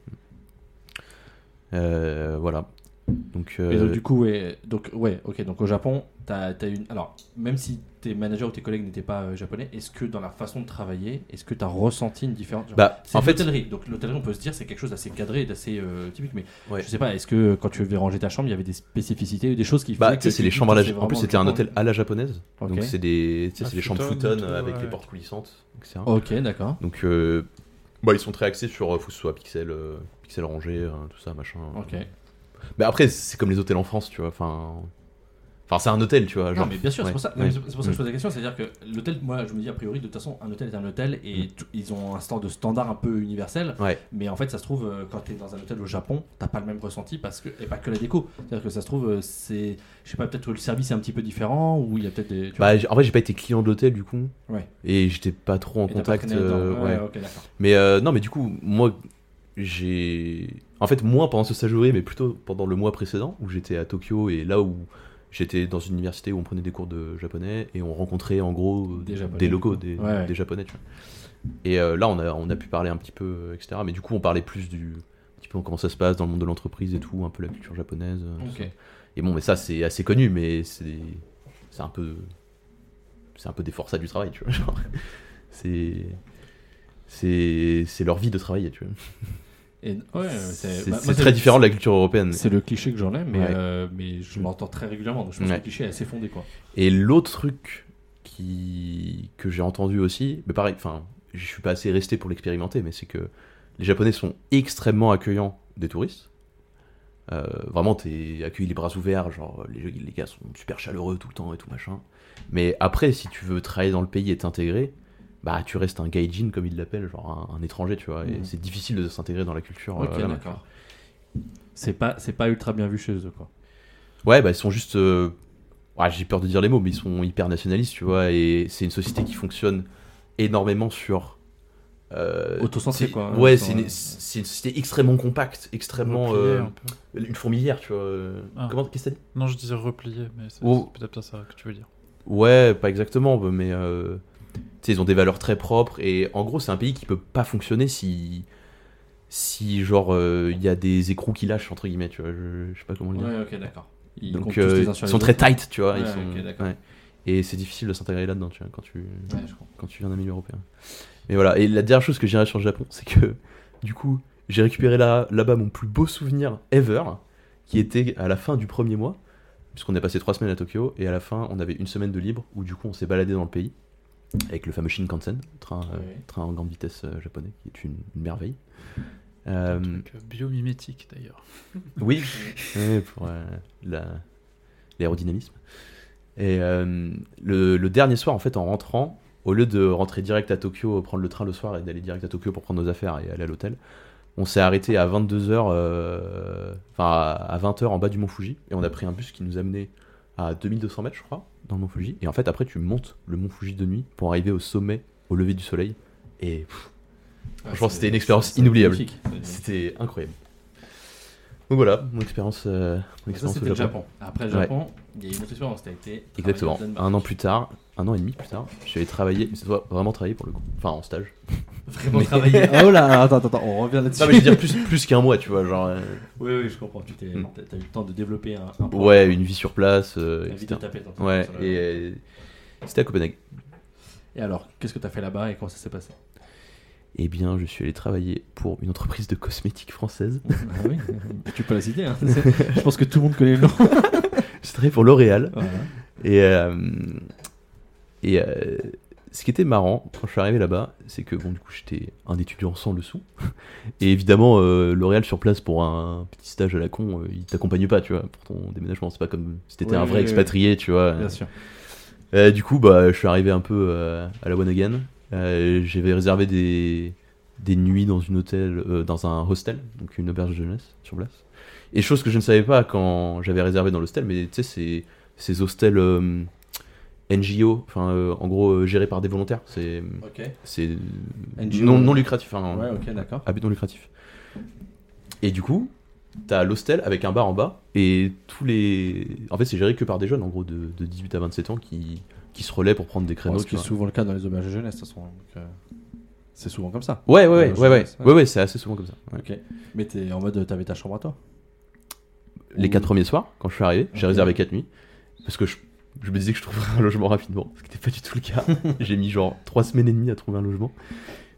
Euh, voilà. Donc, euh, Et donc, du coup, ouais, donc, ouais, ok, donc au Japon, t'as, t'as une. Alors, même si tes managers ou tes collègues n'étaient pas euh, japonais, est-ce que dans la façon de travailler, est-ce que t'as ressenti une différence Genre, bah, c'est en de fait, l'hôtellerie. Donc, l'hôtellerie, on peut se dire, c'est quelque chose d'assez cadré et d'assez euh, typique. Mais Ouais. je sais pas, est-ce que euh, quand tu devais ranger ta chambre, il y avait des spécificités ou des choses qui. bah, faisaient tu sais, que c'est tu les dis, chambres à c'est la. En vraiment plus, le c'était un Japon. hôtel à la japonaise. Ok. Donc, c'est des, tu sais, Ah, c'est des chambres futon et futon tout, avec ouais. les portes coulissantes, etc. Ok, d'accord. Donc, euh, bah, ils sont très axés sur euh, faut que ce soit pixel, euh, pixel rangé, hein, tout ça, machin. Ok. Mais après, c'est comme les hôtels en France, tu vois. Enfin, enfin, c'est un hôtel, tu vois. Non, Genre, mais bien sûr, c'est ouais, pour ça, non, ouais. mais c'est pour ça que je pose la question. C'est-à-dire que l'hôtel, moi, je me dis, a priori, de toute façon, un hôtel est un hôtel et Mm. tout- ils ont un sort de standard un peu universel. Ouais. Mais en fait, ça se trouve, euh, quand t'es dans un hôtel au Japon, t'as pas le même ressenti parce que, et pas que la déco. C'est-à-dire que ça se trouve, euh, c'est, je sais pas, peut-être que le service est un petit peu différent ou il y a peut-être des. tu vois, Bah, j'- en vrai, j'ai pas été client de l'hôtel, du coup. Ouais. Et j'étais pas trop en et t'as pas contact. traîné dedans. euh, ouais, ouais. ok, d'accord. Mais euh, non, mais du coup, moi, j'ai. En fait, moins pendant ce stage ouvrier, mais plutôt pendant le mois précédent, où j'étais à Tokyo et là où j'étais dans une université où on prenait des cours de japonais et on rencontrait en gros Des des, Japonais, locaux, du coup. des, Ouais, ouais. des japonais, tu vois. Et euh, là, on a, on a pu parler un petit peu, etc. Mais du coup, on parlait plus du un petit peu comment ça se passe dans le monde de l'entreprise et tout, un peu la culture japonaise. euh, tout ça. Et bon, mais ça, c'est assez connu, mais c'est c'est un peu c'est un peu des forçats du travail, tu vois. *laughs* genre. c'est c'est c'est leur vie de travailler, tu vois. Et- ouais, c'est C'est bah, c'est moi, très différent de la culture européenne. C'est le cliché que j'en ai, mais, Ouais. euh, mais je l'entends très régulièrement. Donc je pense que Ouais. le cliché est assez fondé. Quoi. Et l'autre truc qui... que j'ai entendu aussi, mais pareil, enfin, je suis pas assez resté pour l'expérimenter, mais c'est que les Japonais sont extrêmement accueillants des touristes. Euh, vraiment, t'es accueilli les bras ouverts, genre les, les gars sont super chaleureux tout le temps et tout machin. Mais après, si tu veux travailler dans le pays et t'intégrer, bah tu restes un gaijin comme ils l'appellent, genre un, un étranger, tu vois. Et Mhm. c'est difficile de s'intégrer dans la culture. Ok, euh, là-bas. d'accord. C'est pas, c'est pas ultra bien vu chez eux. Quoi. Ouais, bah ils sont juste. euh, ouais, j'ai peur de dire les mots, mais ils sont hyper nationalistes, tu vois. Et c'est une société qui fonctionne énormément sur. Euh, Autocentré, c'est- quoi, hein, Ouais, sur, c'est euh, une, c'est une société extrêmement compacte, extrêmement. Replié euh, un peu. une fourmilière, tu vois. euh, Ah. Comment Qu'est-ce que t'as dit Non, je disais replié, mais c'est Oh. c'est peut-être pas ça que tu veux dire. Ouais, pas exactement, mais. euh, tu sais, ils ont des valeurs très propres. Et en gros, c'est un pays qui peut pas fonctionner si. Si, genre, euh, il y a des écrous qui lâchent, entre guillemets, tu vois. Je, je sais pas comment le dire. Ouais, ok, d'accord. Ils comptent Donc tous euh, les uns ils sur les sont autres. très tight, tu vois. Ouais, ils sont- ok, d'accord. ouais. Et c'est difficile de s'intégrer là-dedans, tu vois, quand tu, Ouais, je comprends. quand tu viens d'un milieu européen. Mais voilà, et la dernière chose que j'irai sur le Japon, c'est que du coup, j'ai récupéré là- là-bas mon plus beau souvenir ever, qui était à la fin du premier mois, puisqu'on a passé trois semaines à Tokyo, et à la fin, on avait une semaine de libre, où du coup, on s'est baladé dans le pays, avec le fameux Shinkansen, train, euh, Ouais. train en grande vitesse euh, japonais, qui est une, une merveille. Euh, Mm. Donc, euh, biomimétique d'ailleurs. *laughs* oui, Ouais, pour euh, la- l'aérodynamisme. Et euh, le, le dernier soir, en fait, en rentrant, au lieu de rentrer direct à Tokyo, prendre le train le soir et d'aller direct à Tokyo pour prendre nos affaires et aller à l'hôtel, on s'est arrêté à 22h, enfin à- à 20h en bas du Mont Fuji, et on a pris un bus qui nous amenait à 2200 mètres, je crois, dans le Mont Fuji. Et en fait, après, tu montes le Mont Fuji de nuit pour arriver au sommet, au lever du soleil. Et pff, Franchement, Ah, c'est- c'était une expérience c'est- inoubliable. c'est magnifique. c'était incroyable. Donc voilà, mon expérience, euh, mon Ça, expérience au c'était le Japon. Ah, Après le Ouais. Japon, il y a eu une autre expérience. T'as été. travailler Exactement. au Danemark. Un an plus tard, un an et demi plus tard, j'avais travaillé, mais cette fois vraiment travaillé pour le coup. Enfin, en stage. Vraiment *laughs* Mais- travaillé. Oh là, attends, attends, attends, on revient là-dessus. Non, mais je veux dire plus, plus qu'un mois, tu vois. *laughs* Genre, euh, Oui, oui, je comprends. Tu t'es- Hmm. t'as t'as eu le temps de développer un. un plan, ouais, une vie sur place, euh, La vie de etc. ta pétanque. Ouais, Ça, là. et euh, c'était à Copenhague. Et alors, qu'est-ce que t'as fait là-bas et comment ça s'est passé Eh bien, je suis allé travailler pour une entreprise de cosmétiques française. Ah oui, *laughs* tu peux la citer. *laughs* Hein. Je pense que tout le monde connaît le nom. J'ai travaillé pour L'Oréal. Voilà. Et, euh, et euh, ce qui était marrant quand je suis arrivé là-bas, c'est que bon, du coup, j'étais un étudiant sans le sou. *laughs* Et évidemment, euh, L'Oréal sur place pour un petit stage à la con, euh, il t'accompagne pas, tu vois, pour ton déménagement. C'est pas comme si t'étais Oui, un oui, vrai oui. expatrié, tu vois. Bien sûr. Euh, du coup, bah, je suis arrivé un peu euh, à la one again. Euh, J'avais réservé des, des nuits dans, une hôtel, euh, dans un hostel, donc une auberge de jeunesse sur place. Et chose que je ne savais pas quand j'avais réservé dans l'hostel, mais tu sais, c'est ces hostels euh, NGO, enfin, euh, en gros, euh, gérés par des volontaires. C'est Ok. c'est NGO. non, non lucratif, enfin, Ouais, ok, d'accord. à but non lucratif. Et du coup, t'as l'hostel avec un bar en bas, et tous les. En fait, c'est géré que par des jeunes, en gros, de, de 18 à 27 ans, qui, qui se relaient pour prendre des créneaux. Bon, ce tu qui est vois. souvent le cas dans les auberges de jeunesse, de toute façon. donc, euh, C'est souvent comme ça. Ouais, ouais, ouais, Ouais, ouais, ouais, je- ouais, ouais, c'est assez souvent comme ça. ouais. Ok. Mais t'es en mode, t'avais ta chambre à toi. Les quatre premiers soirs, quand je suis arrivé, j'ai Ok. réservé quatre nuits, parce que je, je me disais que je trouverais un logement rapidement, ce qui n'était pas du tout *laughs* le cas. j'ai mis genre trois semaines et demie à trouver un logement.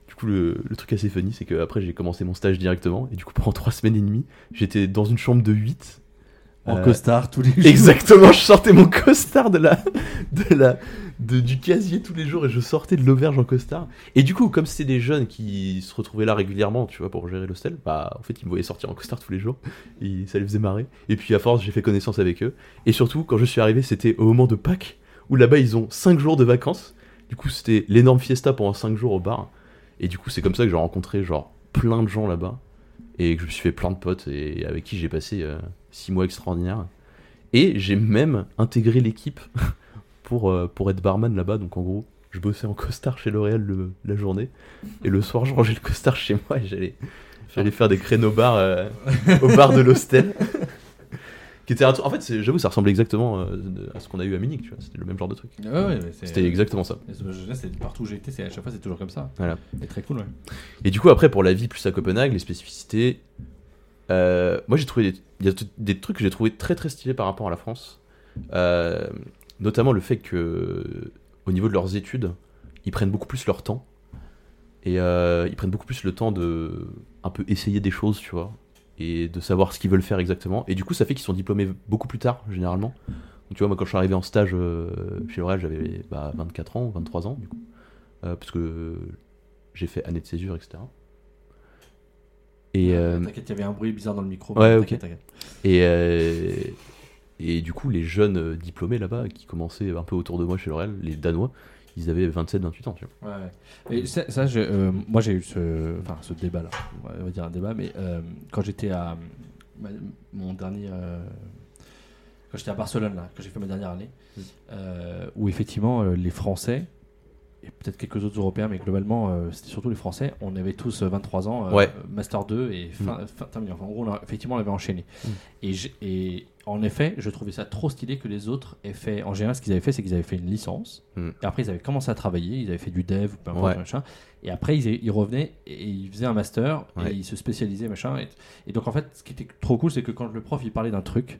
Du coup, le, le truc assez funny, c'est que après j'ai commencé mon stage directement, et du coup, pendant trois semaines et demie, j'étais dans une chambre de 8. En costard *laughs* tous les jours. Exactement, je sortais mon costard de la, de la, de- du casier tous les jours et je sortais de l'auberge en costard. Et du coup, comme c'était des jeunes qui se retrouvaient là régulièrement, tu vois, pour gérer l'hostel, bah en fait ils me voyaient sortir en costard tous les jours et ça les faisait marrer. Et puis à force, j'ai fait connaissance avec eux. Et surtout, quand je suis arrivé, c'était au moment de Pâques où là-bas ils ont 5 jours de vacances. Du coup, c'était l'énorme fiesta pendant 5 jours au bar. Et du coup, c'est comme ça que j'ai rencontré genre plein de gens là-bas et que je me suis fait plein de potes et avec qui j'ai passé 6 mois extraordinaires. Et j'ai même intégré l'équipe *laughs* pour, euh, pour être barman là-bas. Donc en gros, je bossais en costard chez L'Oréal le- la journée. Et le soir, je rangeais le costard chez moi et j'allais J'allais faire des créneaux bars euh, au bar de l'hostel. qui était un truc- En fait, c'est- j'avoue, ça ressemble exactement euh, de- à ce qu'on a eu à Munich, tu vois. C'était le même genre de truc. Ouais, ouais, mais c'est- C'était exactement ça. Et ce- là, c'est partout où j'ai été, c'est- à chaque fois c'est toujours comme ça. Voilà. C'est très cool, ouais. Et du coup, après, pour la vie plus à Copenhague, les spécificités. euh, moi, j'ai trouvé des, il y a t- des trucs que j'ai trouvé très très stylés par rapport à la France. Euh, notamment le fait que, au niveau de leurs études, ils prennent beaucoup plus leur temps. Et euh, ils prennent beaucoup plus le temps de un peu essayer des choses, tu vois. Et de savoir ce qu'ils veulent faire exactement. Et du coup, ça fait qu'ils sont diplômés beaucoup plus tard, généralement. Donc, tu vois, moi, quand je suis arrivé en stage euh, chez L'Oréal, j'avais bah, 24 ans, 23 ans, du coup. Euh, parce que j'ai fait année de césure, etc. Et, euh, T'inquiète, il y avait un bruit bizarre dans le micro. Ouais, mais ok. t'inquiète, t'inquiète. et, euh, et du coup, les jeunes euh, diplômés là-bas, qui commençaient un peu autour de moi chez L'Oréal, les Danois, ils avaient 27-28 ans, tu vois. Ouais, ouais. Et ça, ça, je- euh, moi j'ai eu ce, enfin, ce débat là, on va dire un débat, mais euh, quand j'étais à ma- mon dernier, euh, quand j'étais à Barcelone là, quand j'ai fait ma dernière année, euh, où effectivement euh, les Français et peut-être quelques autres Européens, mais globalement euh, c'était surtout les Français, on avait tous euh, 23 ans, euh, Ouais. master 2 et fin, fin terminale. Enfin, en gros, on a- effectivement on avait enchaîné. Et, j'ai- et en effet, je trouvais ça trop stylé que les autres aient fait. En général, ce qu'ils avaient fait, c'est qu'ils avaient fait une licence. Mm. Et après, ils avaient commencé à travailler. Ils avaient fait du dev ou peu importe, Ouais. machin. Et après, ils, ils revenaient et ils faisaient un master. Ouais. Et ils se spécialisaient, machin. Et, et donc, en fait, ce qui était trop cool, c'est que quand le prof, il parlait d'un truc.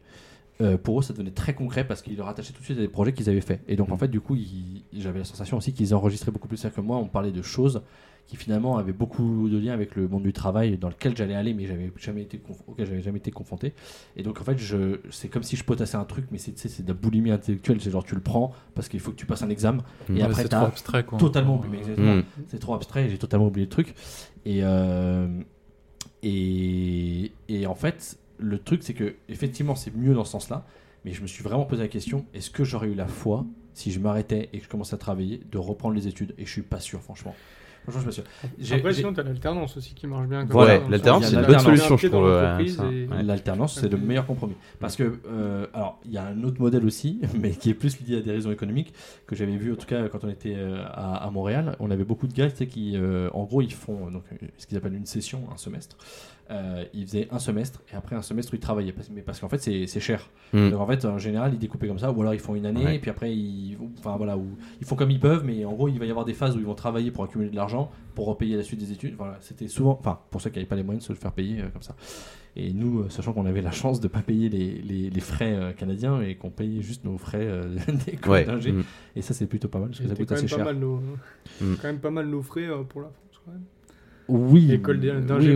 euh, pour eux, ça devenait très concret parce qu'il leur attachait tout de suite à des projets qu'ils avaient faits. Et Hmm. donc, en fait, du coup, ils- j'avais la sensation aussi qu'ils enregistraient beaucoup plus ça que moi. On parlait de choses qui finalement avaient beaucoup de liens avec le monde du travail dans lequel j'allais aller, mais j'avais jamais été conf- auquel j'avais jamais été confronté. Et donc en fait, je, c'est comme si je potassais un truc, mais c'est, tu sais, c'est de la boulimie intellectuelle. C'est genre tu le prends parce qu'il faut que tu passes un examen. Mmh. Et Ouais, après, c'est t'as trop abstrait, quoi. Euh, totalement oublié. mais exactement. Mm. C'est trop abstrait. J'ai totalement oublié le truc. Et euh, et et en fait, le truc c'est que effectivement, c'est mieux dans ce sens-là. Mais je me suis vraiment posé la question est-ce que j'aurais eu la foi si je m'arrêtais et que je commençais à travailler de reprendre les études Et je suis pas sûr, franchement. Franchement, je suis pas sûr. J'ai- Après, j'ai- sinon, t'as l'alternance aussi qui marche bien. comme Voilà, ça, ouais, on l'alternance, sort- c'est une Il y a bonne l'alternance. solution, je Dans trouve. euh, l'entreprise ça. et- Ouais. L'alternance, c'est le meilleur compromis. Parce que, euh, alors, il y a un autre modèle aussi, *laughs* mais qui est plus lié à des raisons économiques, que j'avais vu en tout cas quand on était euh, à, à Montréal. On avait beaucoup de gars tu sais, qui, euh, en gros, ils font euh, donc, euh, ce qu'ils appellent une session, un semestre. Euh, ils faisaient un semestre et après un semestre, ils travaillaient. Parce- Mais parce qu'en fait, c'est c'est cher. Mm. Donc en fait, en général, ils découpaient comme ça, ou alors ils font une année, Ouais. et puis après, ils, enfin, voilà, où ils font comme ils peuvent, mais en gros, il va y avoir des phases où ils vont travailler pour accumuler de l'argent, pour repayer la suite des études. Voilà, c'était souvent, enfin, pour ceux qui n'avaient pas les moyens de se le faire payer euh, comme ça. Et nous, euh, sachant qu'on avait la chance de ne pas payer les, les- les frais euh, canadiens et qu'on payait juste nos frais euh, *laughs* des cours Ouais. d'ingé. Mm. et ça c'est plutôt pas mal parce que ça C'était coûte quand assez même pas cher. mal nos- Mm. quand même pas mal nos frais euh, pour la France. quand même. Oui, L'école d'ingé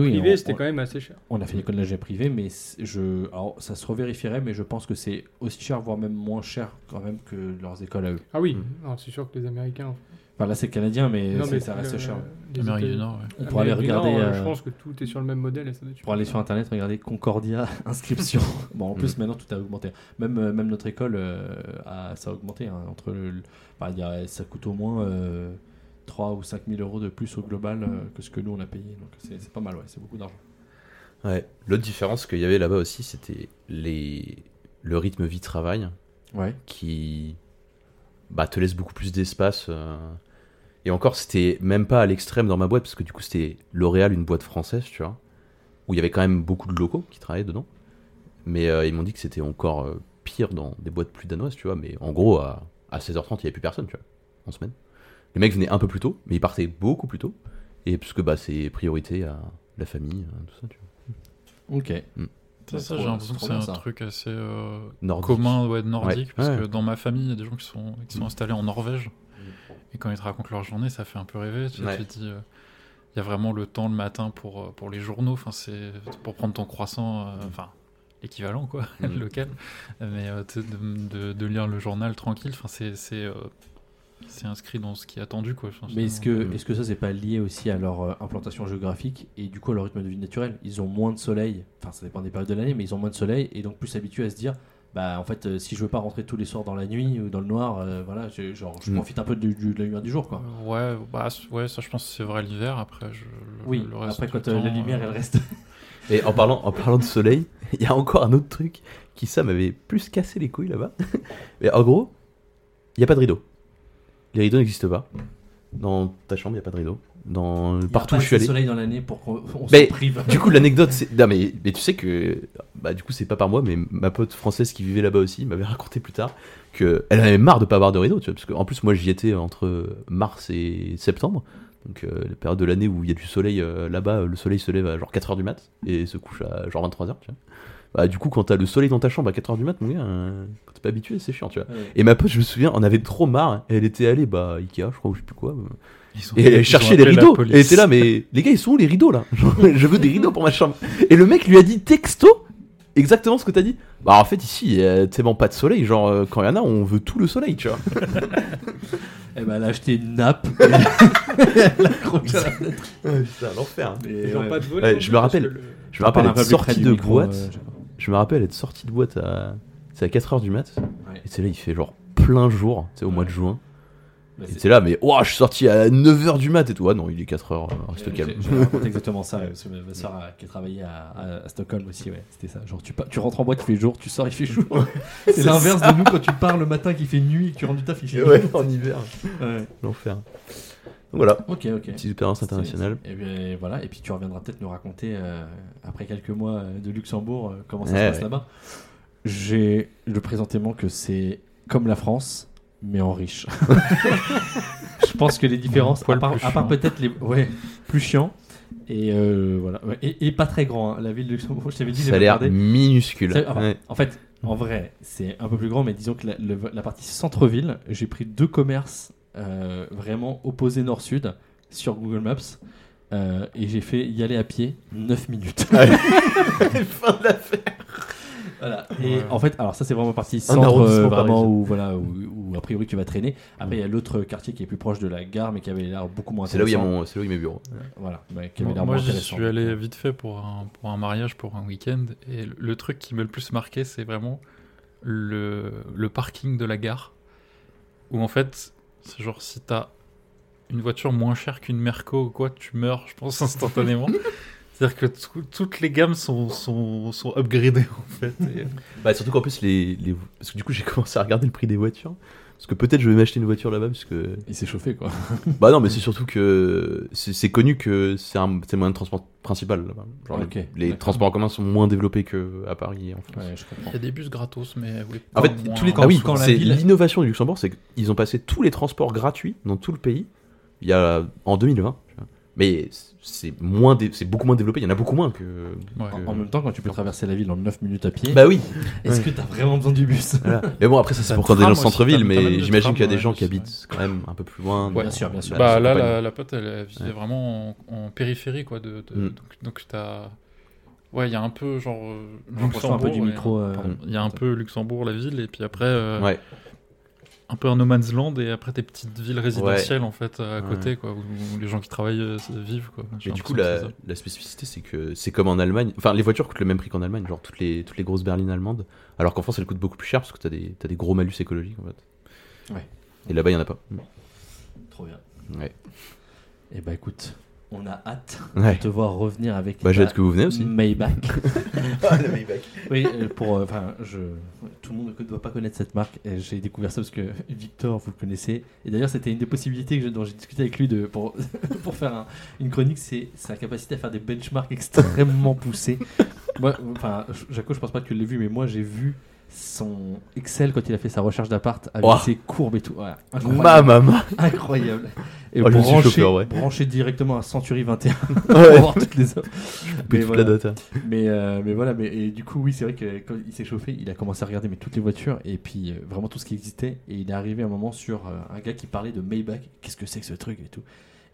oui, oui, privée, on- c'était on- quand même assez cher. On a fait l'école d'ingé privée, mais c'est- je, alors, ça se revérifierait, mais je pense que c'est aussi cher, voire même moins cher quand même que leurs écoles à eux. Ah oui, Mm. alors, c'est sûr que les Américains. Enfin là c'est canadien, mais, Non, c'est- mais ça le- reste cher. les Amérique du États- Nord, ouais. On pourrait aller Amérique du Nord, regarder. euh, euh, Je pense que tout est sur le même modèle et ça doit être pour aller sur internet, regarder Concordia, *laughs* inscription. Bon, en plus, maintenant tout a augmenté. Même, euh, même notre école, euh, a- ça a augmenté. hein, entre le, le- bah, il y a- ça coûte au moins euh, 3 ou 5 000 euros de plus au global euh, que ce que nous on a payé. Donc c'est c'est pas mal, ouais, c'est beaucoup d'argent. Ouais. L'autre différence qu'il y avait là-bas aussi, c'était les... le rythme vie-travail Ouais. qui bah, te laisse beaucoup plus d'espace. euh. Et encore, c'était même pas à l'extrême dans ma boîte, parce que du coup, c'était L'Oréal, une boîte française, tu vois, où il y avait quand même beaucoup de locaux qui travaillaient dedans. Mais euh, ils m'ont dit que c'était encore euh, pire dans des boîtes plus danoises, tu vois. Mais en gros, à, à 16h30, il n'y avait plus personne, tu vois, en semaine. Les mecs venaient un peu plus tôt, mais ils partaient beaucoup plus tôt. Et parce que bah, c'est priorité à la famille, euh, tout ça, tu vois. Ok. Ça, ça, Trop- j'ai l'impression que trop c'est bien, un ça. truc assez euh, Nordique. commun ouais, de nordique, Ouais. parce Ouais. que dans ma famille, il y a des gens qui sont, qui Mm. sont installés en Norvège, et quand ils te racontent leur journée, ça fait un peu rêver. Tu, Ouais. tu te dis, euh, il y a vraiment le temps le matin pour, euh, pour les journaux, enfin, c'est pour prendre ton croissant, euh, enfin, l'équivalent, quoi, *laughs* Mm. Mhm. local, mais euh, tu sais, de, de- de lire le journal tranquille, enfin, c'est c'est, euh, c'est inscrit dans ce qui est attendu, quoi. Enfin, Mais c'est- est-ce que, Mm. est-ce que ça, c'est pas lié aussi à leur euh, implantation géographique et du coup à leur rythme de vie naturel Ils ont moins de soleil, enfin ça dépend des périodes de l'année, mais ils ont moins de soleil et donc plus habitués à se dire bah en fait, euh, si je veux pas rentrer tous les soirs dans la nuit ou dans le noir, euh, voilà, je, genre je Mm. profite un peu du- du- de la lumière du jour quoi. Ouais, bah, ouais, ça je pense que c'est vrai l'hiver, après je, le, Oui, le reste après du quand euh, la temps, lumière euh, elle reste. Et en parlant, en parlant de soleil, *laughs* il y a encore un autre truc qui, ça m'avait plus cassé les *laughs* couilles là-bas. Mais en gros, il n'y a pas de rideau. Les rideaux n'existent pas. Dans ta chambre, il n'y a pas de rideau. Dans... Il y a pas Partout où je assez suis allé. de soleil dans l'année pour qu'on on Mais- se prive. Du coup, l'anecdote, c'est. Non, mais, mais tu sais que. Bah, du coup, c'est pas par moi, mais ma pote française qui vivait là-bas aussi m'avait raconté plus tard que elle avait marre de pas avoir de rideau, tu vois. Parce que, en plus, moi, j'y étais entre mars et septembre. Donc, euh, la période de l'année où il y a du soleil euh, là-bas, euh, le soleil se lève à genre 4h du mat et se couche à genre 23h, tu vois. Bah, du coup, quand t'as le soleil dans ta chambre à 4h du mat, mon gars, euh, quand t'es pas habitué, c'est chiant, tu vois. *laughs* Ouais. Et ma pote, je me souviens, on avait trop marre. Elle était allée, bah, Ikea, je crois, ou je sais plus quoi. Ils ont- Et elle ils ont cherchait les appelé la rideaux. police. Et était là, mais les gars, ils sont où les rideaux là Genre, Je veux des rideaux pour ma chambre. Et le mec lui a dit texto exactement ce que t'as dit. Bah en fait ici, il y a tellement pas de soleil. Genre euh, quand il y en a, on veut tout le soleil, tu vois. Eh ben, elle a acheté une *laughs* nappe. *laughs* et elle a accroché à la fenêtre. C'est un enfer. Et Ils n'ont ouais. pas de volet. Ouais, non je plus, me parce rappelle. que le- Je me rappelle Parle un peu être plus près sorti du de micro, boîte. euh, Jacob. Je me rappelle être sorti de boîte à c'est à 4h du mat. Ouais. Et c'est là, il fait genre plein jour, c'est au mois Ouais. de juin. Bah, Et c'est- t'es là, mais ouah, je suis sorti à 9h du mat et tout. Ah non, il est 4h, reste Euh, calme. j'ai- j'ai raconté exactement ça, parce que ma ma soeur a- qui a travaillé à, à- à Stockholm aussi, ouais, c'était ça. Genre, tu, pa- tu rentres en boîte, il fait jour, tu sors, il fait jour. c'est l'inverse de nous quand tu pars le matin, qu'il fait nuit, et que tu rentres du taf, il fait Ouais, nuit. en hiver, Ouais. l'enfer. Donc voilà, Ok, ok. petite expérience internationale. Et Eh bien voilà, et puis tu reviendras peut-être nous raconter, euh, après quelques mois euh, de Luxembourg, euh, comment ça Ouais, se passe Eh ouais. là-bas. J'ai le présentement que c'est comme la France, mais en riche. *laughs* Je pense que les différences, poil à part, plus à chiant. part peut-être les. Ouais, plus chiant. Et euh, voilà. Ouais, Et, et pas très grand, hein. la ville de Luxembourg, je t'avais dit, Ça a j'avais l'air regardé. minuscule. Ça- enfin, Ouais. En fait, en vrai, c'est un peu plus grand, mais disons que la, le- la partie centre-ville, j'ai pris deux commerces euh, vraiment opposés nord-sud sur Google Maps. euh, et j'ai fait y aller à pied 9 minutes. Ah *laughs* Voilà. Et en fait, alors ça c'est vraiment partie centre arrondissement euh, vraiment parisien. où voilà où, où, a priori tu vas traîner. Après il y a l'autre quartier qui est plus proche de la gare mais qui avait l'air beaucoup moins C'est là où il y a intéressant. mon, c'est là où il y a mes bureaux. Voilà, ouais, qui avait l'air Moi, moins je intéressant. euh. suis allé vite fait pour un, pour un mariage, pour un week-end. Et le, le truc qui m'a le plus marqué, c'est vraiment le, le parking de la gare. Où en fait, c'est genre si t'as une voiture moins chère qu'une Merco ou quoi, tu meurs, je pense, *laughs* instantanément. C'est-à-dire que tout- toutes les gammes sont, sont, sont upgradées en fait. Et- Bah, surtout qu'en plus, les, les- parce que du coup, j'ai *laughs* commencé à regarder le prix des voitures. Parce que peut-être je vais m'acheter une voiture là-bas, *laughs* parce que. Il s'est chauffé quoi. Bah non, mais c'est surtout que c'est c'est connu que c'est un c'est le moyen de transport principal. là-bas. Genre, Ok, les d'accord. transports en commun sont moins développés que à Paris et en France. Ouais, je comprends. Il y a des bus gratos, mais oui. En fait, moins- tous les quand- ah oui, quand la c'est ville- l'innovation du Luxembourg, c'est qu'ils ont passé tous les transports gratuits dans tout le pays. Il y a en 2020. tu vois. Mais c'est moins, dé- c'est beaucoup moins développé. Il y en a beaucoup moins que. Ouais. En, en même temps, quand tu peux traverser la ville en 9 minutes à pied, Bah oui. est-ce que t'as vraiment besoin du bus Voilà. Mais bon, après, ça c'est T'as pour le quand des tram gens aussi, t'as centre-ville, le- t'as même mais le j'imagine qu'il y a tram, des gens ouais, qui c'est habitent quand même un peu plus loin. Ouais. Bien sûr, bien sûr. Bah sur là, campagne. la, la pote, elle, elle vivait Ouais. vraiment en, en périphérie, quoi. De, de- Hmm. Mm. Donc, donc t'as. Ouais, il y a un peu genre. euh, On rapproche un peu du ouais. micro, euh, Pardon. Il y a un peu Luxembourg, la ville, et puis après, euh, Ouais. un peu un no man's land, et après tes petites villes résidentielles, en fait, à côté, quoi, où, où les gens qui travaillent euh, vivent, quoi. J'ai Mais du coup, l'impression la, que c'est ça. la spécificité, c'est que c'est comme en Allemagne. Enfin, les voitures coûtent le même prix qu'en Allemagne, genre toutes les, toutes les grosses berlines allemandes. Alors qu'en France, elles coûtent beaucoup plus cher parce que t'as des, t'as des gros malus écologiques en fait. Ouais. Et là-bas, il y en a pas. Trop bien. Ouais. Et bah écoute, on a hâte Ouais. de te voir revenir avec Bah, j'ai ta hâte que vous venez aussi. Maybach. Oui, euh, pour. euh, Enfin, je. Tout le monde ne doit pas connaître cette marque. et J'ai découvert ça parce que Victor, vous le connaissez. Et d'ailleurs, c'était une des possibilités que je- dont j'ai discuté avec lui de, pour, *laughs* pour faire un- une chronique c'est sa capacité à faire des benchmarks extrêmement poussés. moi, enfin, Jaco, je pense pas que tu l'aies vu, mais moi, j'ai vu son Excel quand il a fait sa recherche d'appart avec Ouah. ses courbes et tout. Voilà, *laughs* Ma incroyable. maman incroyable. Et Oh, je me suis branché, chauffé, ouais. branché directement à Century 21 pour Ouais. voir toutes les offres. Oh, Mais Plus toute voilà. la data. Mais, euh, mais voilà, mais et du coup, oui, c'est vrai que quand il s'est chauffé, il a commencé à regarder mais toutes les voitures et puis euh, vraiment tout ce qui existait. Et il est arrivé à un moment sur euh, un gars qui parlait de Maybach. Qu'est-ce que c'est que ce truc et tout.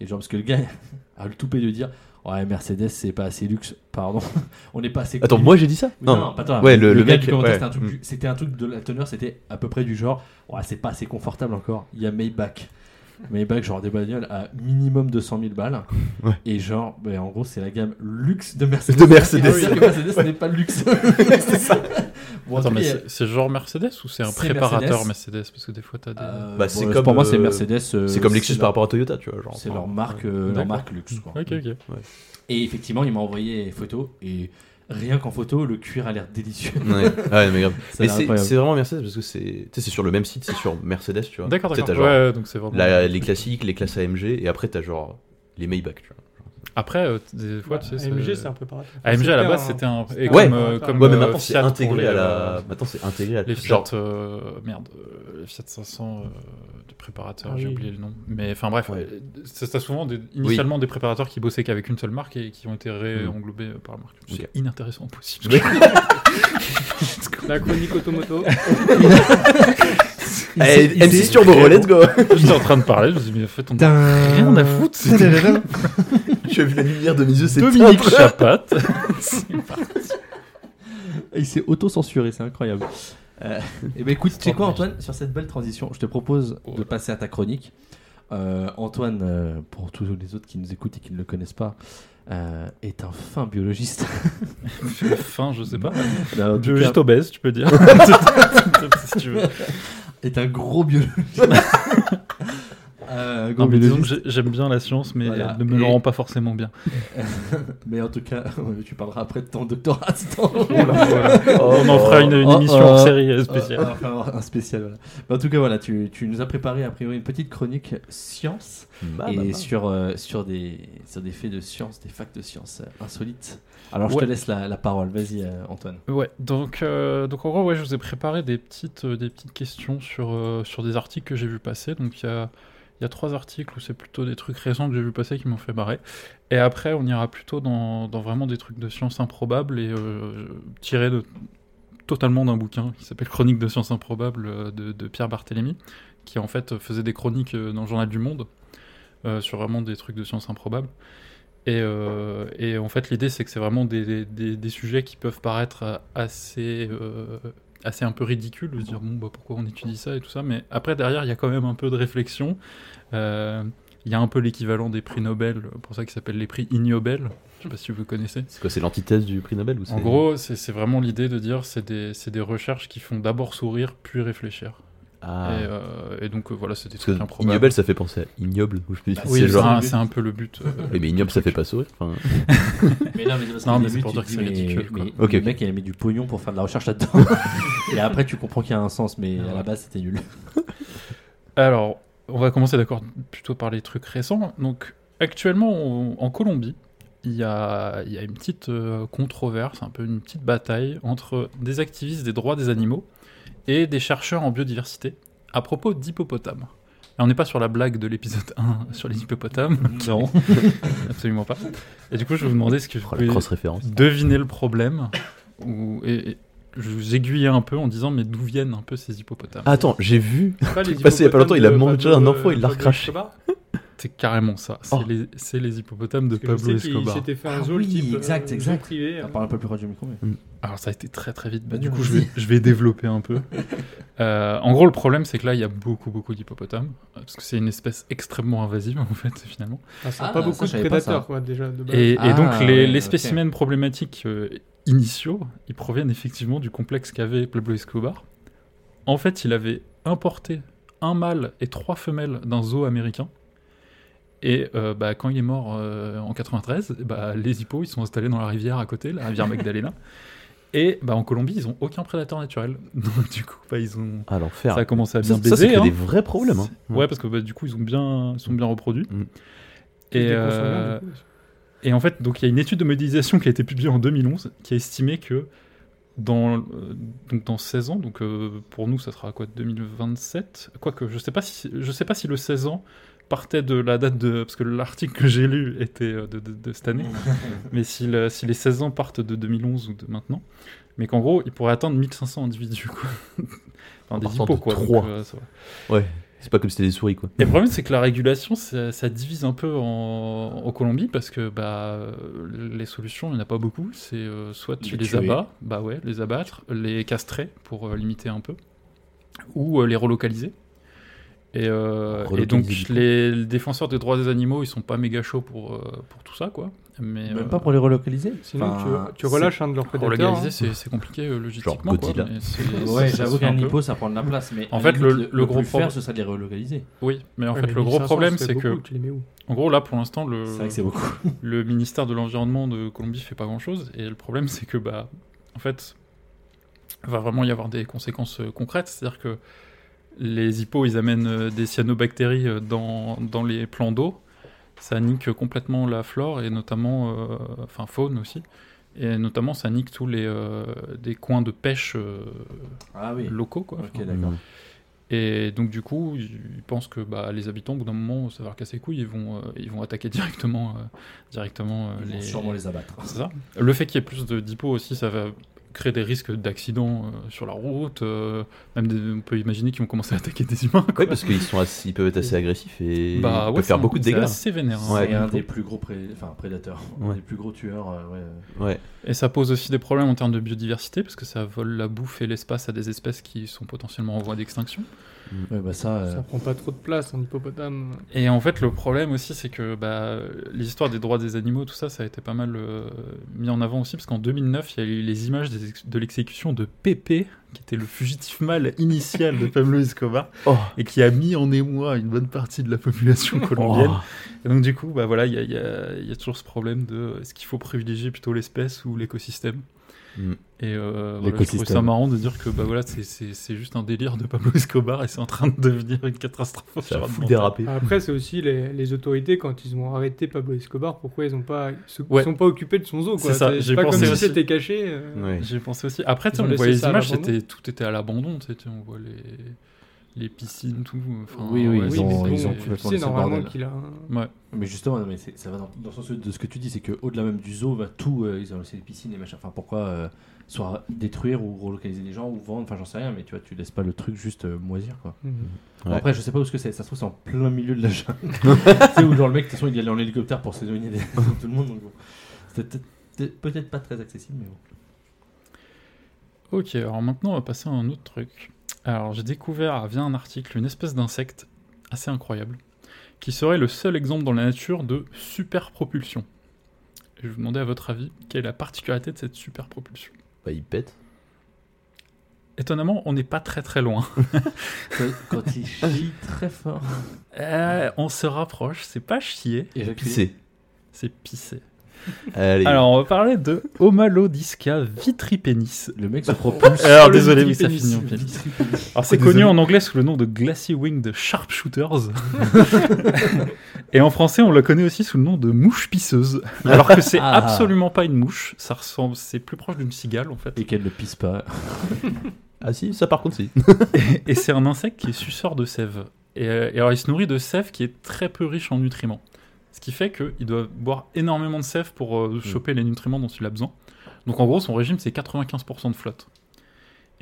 Et genre, parce que le gars *laughs* a le toupet de dire Ouais, Mercedes, c'est pas assez luxe, pardon. *laughs* On n'est pas assez. Attends, connu. moi j'ai dit ça Oui, Non, non, pas toi. Ouais, le, le- le gars mec, du commentaire, ouais. c'était un truc Mm. du- c'était un, truc de la teneur, c'était à peu près du genre Ouais, c'est pas assez confortable encore. Il y a Maybach. Maybach, genre des bagnoles à minimum 200 000 balles. Ouais. Et genre, ben, en gros, c'est la gamme luxe de Mercedes. De Mercedes. Et C'est-à-dire que Mercedes n'est pas *laughs* luxe. c'est ça. Bon, en Attends, tout mais cas, c'est- c'est genre Mercedes ou c'est un c'est préparateur Mercedes, Parce que des fois, t'as des. euh, Bah, c'est bon, comme, pour moi, c'est euh, Mercedes. euh, C'est comme Lexus leur- par rapport hein. à Toyota, tu vois. genre. C'est leur marque, euh, leur D'accord. marque luxe. Quoi. Ok, ok. Et effectivement, il m'a envoyé photo et Rien qu'en photo, le cuir a l'air *laughs* délicieux. Ouais, ouais, mais grave. Ça a Mais l'air c'est incroyable. c'est vraiment Mercedes parce que c'est tu sais, c'est sur le même site, c'est sur Mercedes, tu vois. D'accord, Tu sais, d'accord. t'as Ouais, genre ouais, donc c'est vraiment. la- les classiques, les classes AMG, et après t'as genre les Maybach, tu vois. Après, euh, des fois, tu sais. AMG, c'est un préparateur. AMG à la base, un- c'était un. et c'était comme, un- euh, ouais, comme, Ouais, mais euh, maintenant c'est Fiat pour les, intégré à la. euh, Maintenant c'est intégré à la. Les Fiat, Genre, euh, merde, euh, les Fiat 500 euh, du préparateur, Ah j'ai oui. oublié le nom. Mais enfin bref, Ouais. euh, c'est ça souvent des- initialement des préparateurs qui bossaient qu'avec une seule marque et qui ont été réenglobés euh, par la marque. C'est Ok. inintéressant possible. Oui. La chronique automoto. eh, Il s'est- il M6 s'est- Turbo, *laughs* let's go *laughs* J'étais en train de parler, je me suis dit, mais en fait, on a Tin. rien à foutre. c'est Tadadadam. Tu as vu la lumière de mes yeux, c'est Dominique top. Chapat. *laughs* C'est parti. Il s'est auto-censuré, c'est incroyable. et ben écoute, tu sais quoi, Antoine, sur cette belle transition, je te propose Oh de là. passer à ta chronique. Euh, Antoine, euh, pour tous les autres qui nous écoutent et qui ne le connaissent pas, euh, est un fin biologiste. fin, je sais pas. *laughs* Non, en tout cas, Biologiste obèse, tu peux *laughs* dire. si tu veux. est un gros biologiste. *laughs* Euh, un gros Non, mais disons que biologiste. j'ai- j'aime bien la science, mais Voilà. elle ne me le Et- rend pas forcément bien. Mais en tout cas, *laughs* tu parleras après de ton doctorat. c'est *laughs* ton- on en fera une, une oh, émission oh. en série euh, On spéciale. va faire un spécial, voilà. Mais en tout cas, voilà, tu, tu nous as préparé a priori une petite chronique science et sur, euh, sur, des, sur des faits de science, des facts de science euh, insolites. Alors je Ouais. te laisse la, la parole, vas-y euh, Antoine. Ouais, donc, euh, donc en gros, ouais, je vous ai préparé des petites, euh, des petites questions sur, euh, sur des articles que j'ai vu passer. Donc il y a, il y a trois articles où c'est plutôt des trucs récents que j'ai vu passer qui m'ont fait barrer. Et après, on ira plutôt dans, dans vraiment des trucs de science improbables et euh, tirés de, totalement d'un bouquin qui s'appelle Chronique de science improbable euh, de, de Pierre Barthélémy, qui en fait faisait des chroniques euh, dans le journal du Monde euh, sur vraiment des trucs de science improbables. Et, euh, et en fait, l'idée, c'est que c'est vraiment des, des- des- des sujets qui peuvent paraître euh, assez, euh, assez un peu ridicules, de se dire, bon, bah, pourquoi on étudie ça et tout ça. Mais après, derrière, il y a quand même un peu de réflexion. Euh, il y a un peu l'équivalent des prix Nobel, pour ça qui s'appelle les prix Ignobel. Je sais pas si vous connaissez. C'est quoi, c'est l'antithèse du prix Nobel ou c'est- En gros, c'est c'est vraiment l'idée de dire c'est des, c'est des recherches qui font d'abord sourire, puis réfléchir. Ah. Et, euh, et donc euh, voilà, c'est des Parce trucs que improbables. ignoble, ça fait penser à ignoble. Ou je peux dire, oui, c'est c'est genre. un- c'est un, peu le but. euh, Eh, mais ignoble, ça fait pas sourire. enfin. *laughs* oh, Mais non, mais c'est parce Non, qu'au mais début, c'est pour tu dire te que dis, c'est mais- ridicule, quoi. mais Ok, Le ok. mec il a mis du pognon pour faire de la recherche là-dedans. *laughs* et après tu comprends qu'il y a un sens, mais à la base c'était nul. Alors, on va commencer d'accord plutôt par les trucs récents. Donc, actuellement, on- en Colombie, il y a, il y a une petite euh, controverse, un peu une petite bataille entre des activistes des droits des animaux et des chercheurs en biodiversité à propos d'hippopotames. Et on n'est pas sur la blague de l'épisode 1 *laughs* sur les hippopotames. Non. *laughs* Absolument pas. Et du coup, je vais vous demander ce que vous Oh, la pouvez cross référence. deviner le problème ou, et, et je vous aiguillais un peu en disant mais d'où viennent un peu ces hippopotames Ah, Attends, j'ai vu. Pas les truc passé il y a pas longtemps, il a hippopotames de mangé Pablo- un enfant, il l'a Pablo recraché. Escobar, C'est carrément ça. C'est Oh. les, c'est les hippopotames de parce que je Pablo sais qu'il- Il Escobar. s'était fait un Ah zoo, le oui, type, euh, exact, zoo exact. privé. euh. Parle un peu plus proche du micro. mais- Alors ça a été très très vite. Bah, Bah, du non, coup, je vais, je vais développer un *laughs* peu. Euh, en gros, le problème, c'est que là, il y a beaucoup beaucoup d'hippopotames euh, parce que c'est une espèce extrêmement invasive en fait finalement. Ah, c'est Ah, pas ça, je beaucoup de savais pas prédateurs, ça. quoi, déjà, de base. Et, et Ah, donc, les, ouais, les ok. spécimens problématiques euh, initiaux, ils proviennent effectivement du complexe qu'avait Pablo Escobar. En fait, il avait importé un mâle et trois femelles d'un zoo américain. Et euh, bah, quand il est mort euh, en 93, bah, les hippos ils sont installés dans la rivière à côté, la rivière *laughs* Magdalena. Et bah, en Colombie, ils ont aucun prédateur naturel. *laughs* Donc du coup, bah, ils ont... Ah, l'enfer. ça a commencé à bien Ça, ça, baiser. c'est hein. des vrais problèmes. hein. Ouais, parce que bah, du coup, ils ont bien, ils sont bien reproduits. Mm. Et, C'était euh, consommant, du coup. et en fait, donc il y a une étude de modélisation qui a été publiée en 2011 qui a estimé que dans, euh, donc dans 16 ans, donc euh, pour nous ça sera quoi 2027 Quoique, je sais pas si je sais pas si le 16 ans partait de la date de parce que l'article que j'ai lu était euh, de, de- de cette *laughs* année, mais si, le- si les 16 ans partent de 2011 ou de maintenant, mais qu'en gros il pourrait atteindre 1500 individus quoi. Enfin, des partant hippos de quoi. donc, trois. euh, ça va. C'est pas comme si c'était des souris, quoi. Et le problème, c'est que la régulation, ça, ça divise un peu en, en Colombie parce que bah, euh, les solutions, il n'y en a pas beaucoup. C'est euh, soit tu Les les, tuer. abats, bah ouais, les abattre, les castrer pour euh, limiter un peu, ou euh, les relocaliser. Et, euh, Relocaliser et donc du coup. les, les défenseurs des droits des animaux, ils sont pas méga chauds pour, euh, pour tout ça, quoi. Mais Même euh, pas pour les relocaliser Sinon, Enfin, tu, tu relâches un de leurs pour prédateurs. légaliser, c'est- c'est compliqué euh, logistiquement. quoi, Godzilla. mais c'est- c'est- ça- hein. Ouais, ça j'avoue se fait un qu'un peu. hippo, ça prend de la place. Mais En à fait, la limite, le- le gros plus problème- faire, ce serait de les relocaliser. Oui, mais en Ouais, fait, mais le gros 1500, problème, c'est c'est que, beaucoup, Tu les mets où en gros, là, pour l'instant, le, C'est vrai que c'est beaucoup. le ministère de l'Environnement de Colombie fait pas grand-chose. Et le problème, c'est que, bah, en fait, va vraiment y avoir des conséquences euh, concrètes. C'est-à-dire que les hippos, ils amènent euh, des cyanobactéries euh, dans, dans les plans d'eau. Ça nique complètement la flore et notamment, euh, enfin, faune aussi. Et notamment, ça nique tous les euh, des coins de pêche euh, Ah oui. locaux, quoi. Ok, d'accord. Et donc du coup, ils pensent que bah, les habitants, au bout d'un moment, ça va leur casser les couilles, ils vont, euh, ils vont attaquer directement, euh, directement euh, Ils vont les... sûrement les abattre. C'est ça. Le fait qu'il y ait plus de dipots aussi, ça va créer des risques d'accidents euh, sur la route. euh, même des- on peut imaginer qu'ils vont commencer à attaquer des humains. quoi. Oui, parce qu'ils sont assez- ils peuvent être assez agressifs et bah, ils ouais, peuvent faire c'est- beaucoup de C'est dégâts. assez vénère. hein. Ouais, C'est un complètement. des plus gros pré- enfin, prédateurs, un Ouais. des plus gros tueurs. euh, ouais. Ouais. Et ça pose aussi des problèmes en termes de biodiversité, parce que ça vole la bouffe et l'espace à des espèces qui sont potentiellement en voie d'extinction. Ouais, bah ça, euh, Ça prend pas trop de place, un hippopotame. Et en fait, le problème aussi, c'est que bah, l'histoire des droits des animaux, tout ça, ça a été pas mal euh, mis en avant aussi, parce qu'en 2009, il y a eu les images des ex- de l'exécution de Pépé, qui était le fugitif mâle initial de Pablo Escobar, *laughs* Oh. et qui a mis en émoi une bonne partie de la population colombienne. Et donc, du coup, bah, voilà, il y a, il y a- il y a toujours ce problème de euh, est-ce qu'il faut privilégier plutôt l'espèce ou l'écosystème Mm. Et euh, voilà, je L'écosystème. trouvais ça marrant de dire que bah, voilà, c'est- c'est c'est juste un délire de Pablo Escobar et c'est en train de devenir une catastrophe. Ça a full environnementale. dérapé. Après, c'est aussi les, les autorités, quand ils ont arrêté Pablo Escobar, pourquoi ils ont pas, ils se- Ouais. ils sont pas occupés de son zoo. quoi. C'est ça, C'est j'ai pas pensé comme si aussi. c'était caché. euh, Ouais. J'ai pensé aussi. Après, tu sais, Ils ont on voit laissé les ça à images, l'abandon. c'était tout était à l'abandon, tu sais, tu- on voit les les piscines, tout. enfin, Oui, oui, ouais, ils c'est- ont- c'est- mais ils ont bon, complètement tu sais, laissé le normalement bordel. qu'il a un- Ouais. Mais justement, non, mais c'est- ça va dans, dans le sens de ce que tu dis, c'est que au-delà même du zoo, va tout, euh, ils ont laissé les piscines, les machins. Enfin, pourquoi euh, soit détruire ou relocaliser les gens ou vendre, enfin, j'en sais rien, mais tu vois, tu laisses pas le truc juste euh, moisir, quoi. Mm. Bon, Ouais. Après, je sais pas où ce que c'est, ça se trouve, c'est en plein milieu de la jungle. tu sais, où genre le mec, de toute façon, il est allé en hélicoptère pour s'éloigner des... *laughs* de tout le monde, donc bon. C'était peut-être- peut-être peut-être pas très accessible, mais bon. Ok, alors maintenant on va passer à un autre truc. Alors j'ai découvert via un article une espèce d'insecte assez incroyable qui serait le seul exemple dans la nature de superpropulsion. Et Je vais vous demander à votre avis quelle est la particularité de cette superpropulsion. Bah, ils pètent. Étonnamment, on n'est pas très très loin. Quand- Quand *laughs* il chie très fort. Euh, on se rapproche, c'est pas chier, Pissés. c'est pisser. Allez. Alors on va parler de Omalodisca vitripénis. Le mec *laughs* se propulse. Euh, Alors le désolé, mais petit ça pénis. finit en pénis. Alors c'est c'est connu désolé. en anglais sous le nom de Glassy Winged Sharpshooters. Et en français, on la connaît aussi sous le nom de mouche pisseuse. Alors que c'est Ah. absolument pas une mouche, ça ressemble, c'est plus proche d'une cigale en fait. Et qu'elle ne pisse pas. Ah si, ça par contre si. Et c'est un insecte qui est suceur de sève. Et, euh, et alors il se nourrit de sève qui est très peu riche en nutriments. Ce qui fait qu'il doit boire énormément de sève pour euh, choper les nutriments dont il a besoin. Donc en gros, son régime c'est 95% de flotte.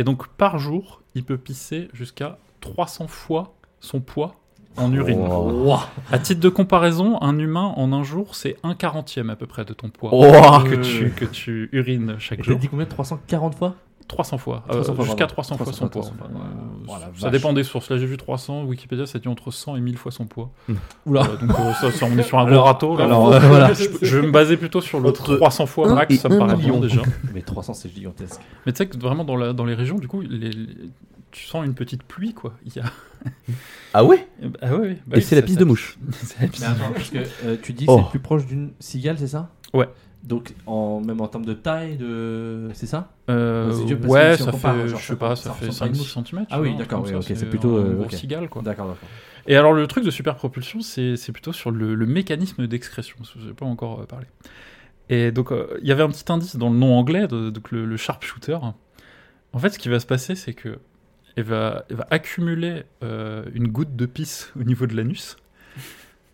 Et donc par jour, il peut pisser jusqu'à 300 fois son poids en urine. Oh. Ouah. À titre de comparaison, un humain en un jour c'est un quarantième à peu près de ton poids Oh. que, tu, que tu urines chaque Et T'as jour. dit combien 340 fois 300 fois, euh, 300 fois, jusqu'à pardon. 300 fois son 300 poids. fois, Enfin, ouais. euh, Oh, la ça vache. dépend des sources. Là, j'ai vu 300, Wikipédia, ça dit entre 100 et 1000 fois son poids. Hmm. Oula. Euh, donc euh, ça, ça, on est sur un gros râteau. là. alors, euh, voilà. je, je vais me baser plutôt sur le Entre 300 fois un max, et ça me un paraît bien million. déjà. Mais 300, c'est gigantesque. Mais tu sais que vraiment dans, la- dans les régions, du coup, les- les- tu sens une petite pluie, quoi. Il y a... Ah ouais Ah ouais, ouais, bah Et oui, c'est la ça- pisse ça- de mouche. c'est la pisse Mais de attends, parce que euh, tu dis que Oh. c'est plus proche d'une cigale, c'est ça Ouais. Donc, en, même en termes de taille, de... c'est ça Euh, Vas-y, Dieu, parce que ouais, si on ça compare, fait, genre, je ça sais pas, ressemble- ça ça fait ressemble à 5-6 une mouche. cm. Ah oui, d'accord, oui, ok, c'est plutôt, euh, ok. cigale, quoi. D'accord, d'accord. Et alors, le truc de superpropulsion, c'est c'est plutôt sur le, le mécanisme d'excrétion, parce que je n'ai pas encore euh, parlé. Et donc, euh, il y avait un petit indice dans le nom anglais, de- donc le, le sharpshooter. En fait, ce qui va se passer, c'est que elle va, elle va accumuler euh, une goutte de pisse *laughs* au niveau de l'anus.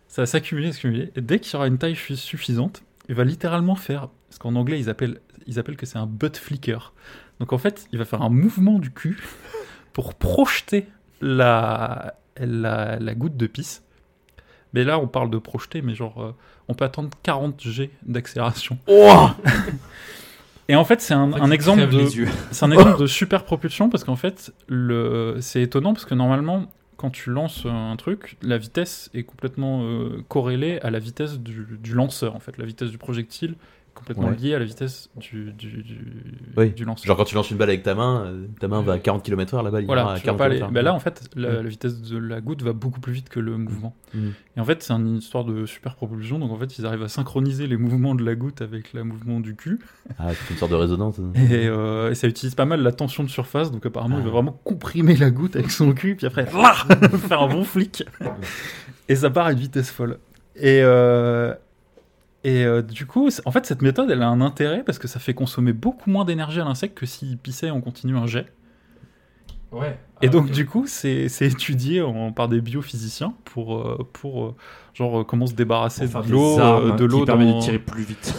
Ça va s'accumuler, s'accumuler. Et dès qu'il y aura une taille su- suffisante, il va littéralement faire ce qu'en anglais ils appellent, ils appellent que c'est un butt flicker. Donc en fait, il va faire un mouvement du cul *laughs* pour projeter la, la, la goutte de pisse. Mais là, on parle de projeter, mais genre, euh, on peut attendre 40 G d'accélération. Et Oh en fait, c'est un, un exemple de. yeux. C'est un exemple de super propulsion parce qu'en fait, le... c'est étonnant parce que normalement, quand tu lances un truc, la vitesse est complètement euh, corrélée à la vitesse du, du lanceur, en fait. La vitesse du projectile est complètement Ouais. liée à la vitesse du, du, du- Oui. du lanceur. Genre quand tu lances une balle avec ta main, euh, ta main va à 40 km/h, la balle il ira Voilà, à tu vas 40 pas aller- km/h. bah là, en fait, la, Ouais. la vitesse de la goutte va beaucoup plus vite que le mouvement. Mhm. Et en fait, c'est une histoire de super propulsion. Donc, en fait, ils arrivent à synchroniser les mouvements de la goutte avec le mouvement du cul. Ah, c'est une sorte de résonance. hein. Et, euh, et ça utilise pas mal la tension de surface. Donc, apparemment, il va vraiment comprimer la goutte avec son cul. Puis après, là, *laughs* faire un bon flic. et ça part à une vitesse folle. Et, euh, et euh, du coup, c'est- en fait, cette méthode, elle a un intérêt parce que ça fait consommer beaucoup moins d'énergie à l'insecte que s'il pissait en continu un jet. Ouais. Ah, Et donc, du coup, c'est c'est étudié en- par des biophysiciens pour, euh, pour euh, genre, euh, comment se débarrasser de l'eau euh, de l'eau permet dans- de tirer plus *laughs* vite.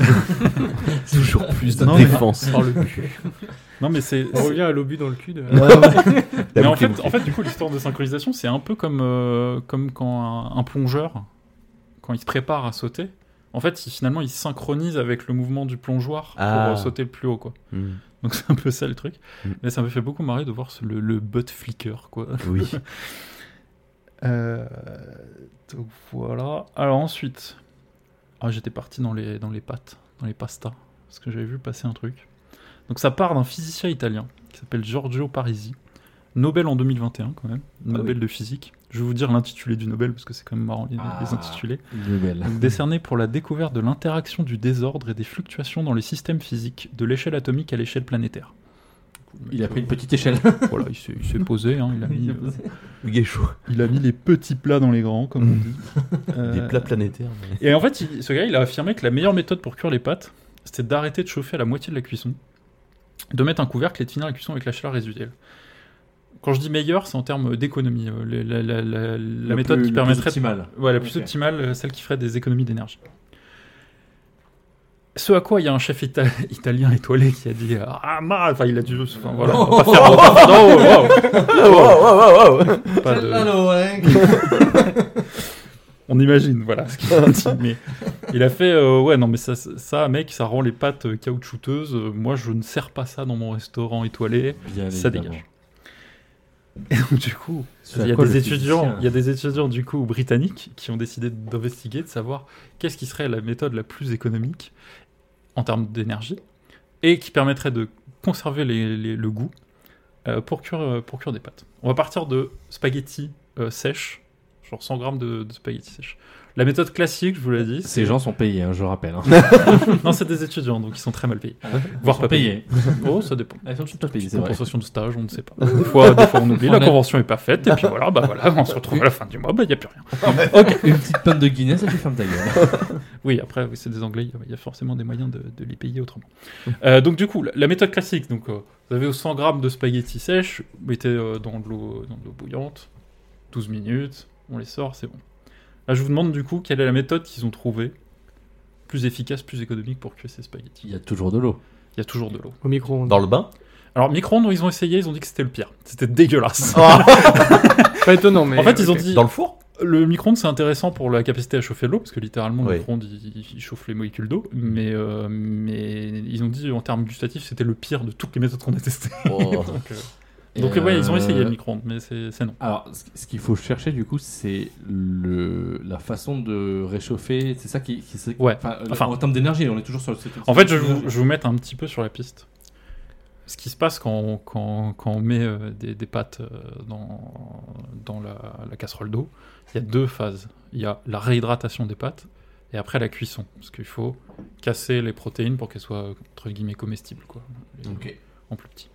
Toujours plus *laughs* de Non, mais- défense. Non, mais c'est. On c'est- revient à l'obus dans le cul. de- La Mais en boucle est fait, bouclée. en fait, du coup, l'histoire de synchronisation, c'est un peu comme, euh, comme quand un, un plongeur, quand il se prépare à sauter, en fait, il- finalement, il synchronise avec le mouvement du plongeoir pour Ah. euh, sauter le plus haut, quoi. Mm. Donc, *laughs* c'est un peu ça le truc. Mm. Mais ça me fait beaucoup marrer de voir ce- le, le butt flicker, quoi. *laughs* Oui. Euh, donc voilà. Alors ensuite, ah, j'étais parti dans les, dans les pâtes, dans les pastas, parce que j'avais vu passer un truc. Donc ça part d'un physicien italien qui s'appelle Giorgio Parisi, Nobel en 2021 quand même, Ah Nobel de physique. Je vais vous dire l'intitulé du Nobel parce que c'est quand même marrant les, Ah. les intitulés. Nouvelle. Donc, décerné pour la découverte de l'interaction du désordre et des fluctuations dans les systèmes physiques, de l'échelle atomique à l'échelle planétaire. Il a pris une petite échelle. Voilà, il s'est il s'est posé, hein, il, *laughs* a mis, euh, Le gars est chaud. il a mis les petits plats dans les grands, comme on dit. Mm. *laughs* Des Euh, plats planétaires. mais- Et en fait, il- ce gars, il a affirmé que la meilleure méthode pour cuire les pâtes, c'était d'arrêter de chauffer à la moitié de la cuisson, de mettre un couvercle et de finir la cuisson avec la chaleur résiduelle. Quand je dis meilleure, c'est en termes d'économie. euh, La, la- la- la- la méthode qui permettrait. de- mal. Ouais, la plus Ok. optimale, euh, celle qui ferait des économies d'énergie. Ce à quoi il y a un chef ita- *laughs* italien étoilé qui a dit euh, Ah, ma Enfin, il a dû. Enfin, voilà. on va pas faire- on va pas faire- *laughs* non, Ah, Oh, wow, wow. Pas de- on imagine, voilà ce qu'il a dit. Mais il a fait, euh, ouais, non, mais ça, ça, mec, ça rend les pâtes euh, caoutchouteuses. Euh, Moi, je ne sers pas ça dans mon restaurant étoilé. Bien Ça évidemment. dégage. Et donc, du coup, C'est il y, à a quoi le des étudiants, physicien il y a des étudiants, du coup, britanniques qui ont décidé d'investiguer, de savoir qu'est-ce qui serait la méthode la plus économique en termes d'énergie et qui permettrait de conserver les- les- le goût euh, pour, cuire, euh, pour cuire des pâtes. On va partir de spaghettis euh, sèches, genre 100 grammes de, de spaghettis sèches. La méthode classique, je vous l'ai dit, c'est- Ces gens sont payés, hein, je rappelle. hein. non, c'est des étudiants, donc ils sont très mal payés. Ah, *laughs* Voire Ils sont pas payés. payés. Oh, ça dépend. Ils sont tout à payés, c'est vrai. Compensation de stage, on ne sait pas. *laughs* Des fois, des fois on oublie, la On a- convention est pas faite, et puis voilà, bah voilà, on se retrouve à la fin du mois, bah il n'y a plus rien. Ok, une petite panne de Guinness et tu fermes ta gueule. Oui, après, oui, c'est des Anglais, il y a- il y a forcément des moyens de, de les payer autrement. Euh, donc, du coup, la, la méthode classique, donc, euh, vous avez 100 grammes de spaghettis sèches, vous mettez euh, dans de l'eau dans de l'eau bouillante, 12 minutes, on les sort, c'est bon. Là, je vous demande, du coup, quelle est la méthode qu'ils ont trouvée plus efficace, plus économique pour cuire ces spaghettis. Il y a toujours de l'eau. Il y a toujours de l'eau. Au micro-ondes. Dans le bain Alors, micro-ondes, ils ont essayé, ils ont dit que c'était le pire. C'était dégueulasse. Pas étonnant, mais. en fait, ils ont ok. dit... Dans le four Le micro-ondes, c'est intéressant pour la capacité à chauffer de l'eau, parce que littéralement, le Oui. Mm. micro-ondes, il, il chauffe les molécules d'eau. Mais, euh, mais ils ont dit, en termes gustatifs, c'était le pire de toutes les méthodes qu'on a testées. *laughs* *laughs* Oh. donc, euh, Et donc, ouais, ils ont euh, essayé le micro-ondes, mais c'est c'est non. Alors, ce ce qu'il faut chercher du coup, c'est le la façon de réchauffer. C'est ça qui, qui- c'est- Ouais. Enfin, euh, Enfin- en termes d'énergie, on est toujours sur le. c'est- En fait, je vais vous, je vais vous mettre un petit peu sur la piste. Ce qui se passe quand on, quand, quand on met euh, des, des pâtes euh, dans, dans la, la casserole d'eau, il y a deux phases. Il y a la réhydratation des pâtes et après la cuisson. Parce qu'il faut casser les protéines pour qu'elles soient, entre guillemets, comestibles. Quoi. Les- Ok. En plus petit.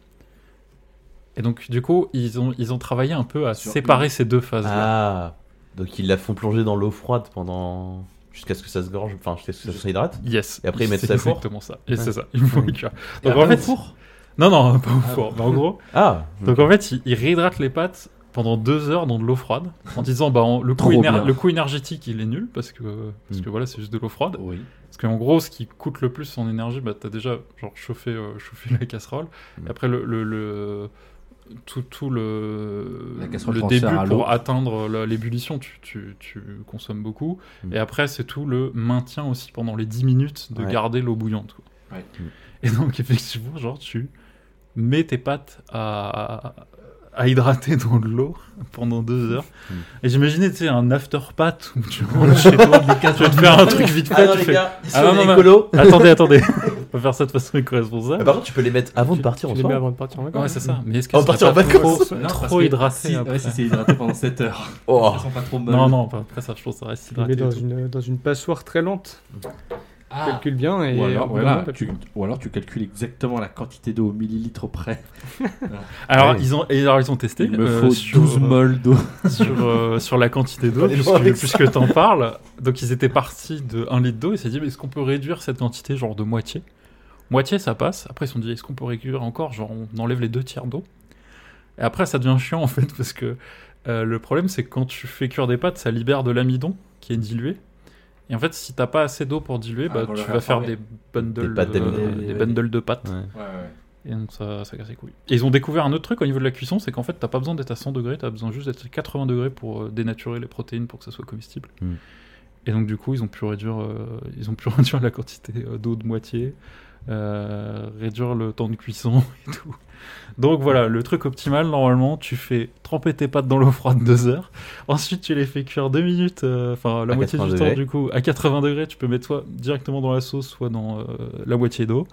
Et donc, du coup, ils ont, ils ont travaillé un peu à Sur séparer ces deux phases. Ah Donc ils la font plonger dans l'eau froide pendant. jusqu'à ce que ça se gorge, enfin jusqu'à ce que ça se hydrate. Yes. Et après, ils mettent C'est ça au four exactement ça. Et Ouais. c'est ça. Il faut Ouais. cuire. Et Donc, après, en fait, au four non, non, pas au Ah. four. Mais en gros, Ah Donc en fait, il, il réhydrate les pâtes pendant deux heures dans de l'eau froide, en disant bah on- le, coût Trop éner- bien. Mm. le coût énergétique il est nul parce que parce que voilà c'est juste de l'eau froide. Oui. Parce qu'en gros, ce qui coûte le plus en énergie, bah t'as déjà genre chauffé euh, chauffé la casserole. Mm. Et après le, le- le- tout, tout le, La casserole le transfère début à l'eau. pour atteindre euh, la- l'ébullition, tu, tu- tu consommes beaucoup. Mm. Et après, c'est tout le maintien aussi pendant les 10 minutes de Ouais. garder l'eau bouillante. quoi. Ouais. Et donc, effectivement, genre, tu mets tes pâtes à, à hydrater dans de l'eau pendant deux heures. Et j'imaginais, tu sais, un after-pat où *laughs* tu rentres chez toi, tu vas te faire un truc vite fait, tu fais... Ah non, non, non. Attendez, attendez. On va faire ça de façon éco-responsable. Ah, Par contre, tu peux les mettre avant de Tu partir en les mets soirée. avant de partir en vacances. Ouais, c'est ça. Mais est-ce que On ce va serait partir en pas vacances. trop, Non, trop parce que hydraté si, après ouais, si c'est hydraté pendant 7 heures. Oh. Ça sent pas trop bon. Non, non, après ça, je trouve que ça reste Tu les mets hydraté. et dans tout. une, dans une passoire très lente. Ah. Calcule bien et. Ou alors, au bout d'un voilà, moment, t'as tu, plus- ou alors tu calcules exactement la quantité d'eau au *laughs* millilitre près. Alors, Ouais. ils ont, et alors, ils ont testé Il me euh, faut sur, 12 moles d'eau. sur, euh, sur la quantité d'eau, Allez, bon, puisque, avec puisque t'en parles. Donc, ils étaient partis de 1 litre d'eau et s'est dit, mais est-ce qu'on peut réduire cette quantité, genre de moitié Moitié, ça passe. Après, ils se sont dit, est-ce qu'on peut réduire encore Genre, on enlève les deux tiers d'eau. Et après, ça devient chiant en fait, *laughs* parce que euh, le problème, c'est que quand tu fais cuire des pâtes, ça libère de l'amidon qui est dilué. Et en fait, si t'as pas assez d'eau pour diluer, Ah, bah, pour le tu vas faire réparer. des bundles, Des pâtes, des euh, bundles. des bundles de pâtes. Ouais. Et donc ça, ça casse les couilles. Et ils ont découvert un autre truc au niveau de la cuisson, c'est qu'en fait, t'as pas besoin d'être à 100 degrés, t'as besoin juste d'être à 80 degrés pour euh, dénaturer les protéines pour que ça soit comestible. Mm. Et donc du coup, ils ont pu réduire, euh, ils ont pu *laughs* réduire la quantité euh, d'eau de moitié, euh, réduire le temps de cuisson *laughs* et tout. Donc voilà, le truc optimal, normalement, tu fais tremper tes pâtes dans l'eau froide deux heures, ensuite tu les fais cuire deux minutes, euh, enfin la À moitié du 80 temps degrés. du coup, à 80 degrés, tu peux mettre soit directement dans la sauce, soit dans euh, la moitié d'eau.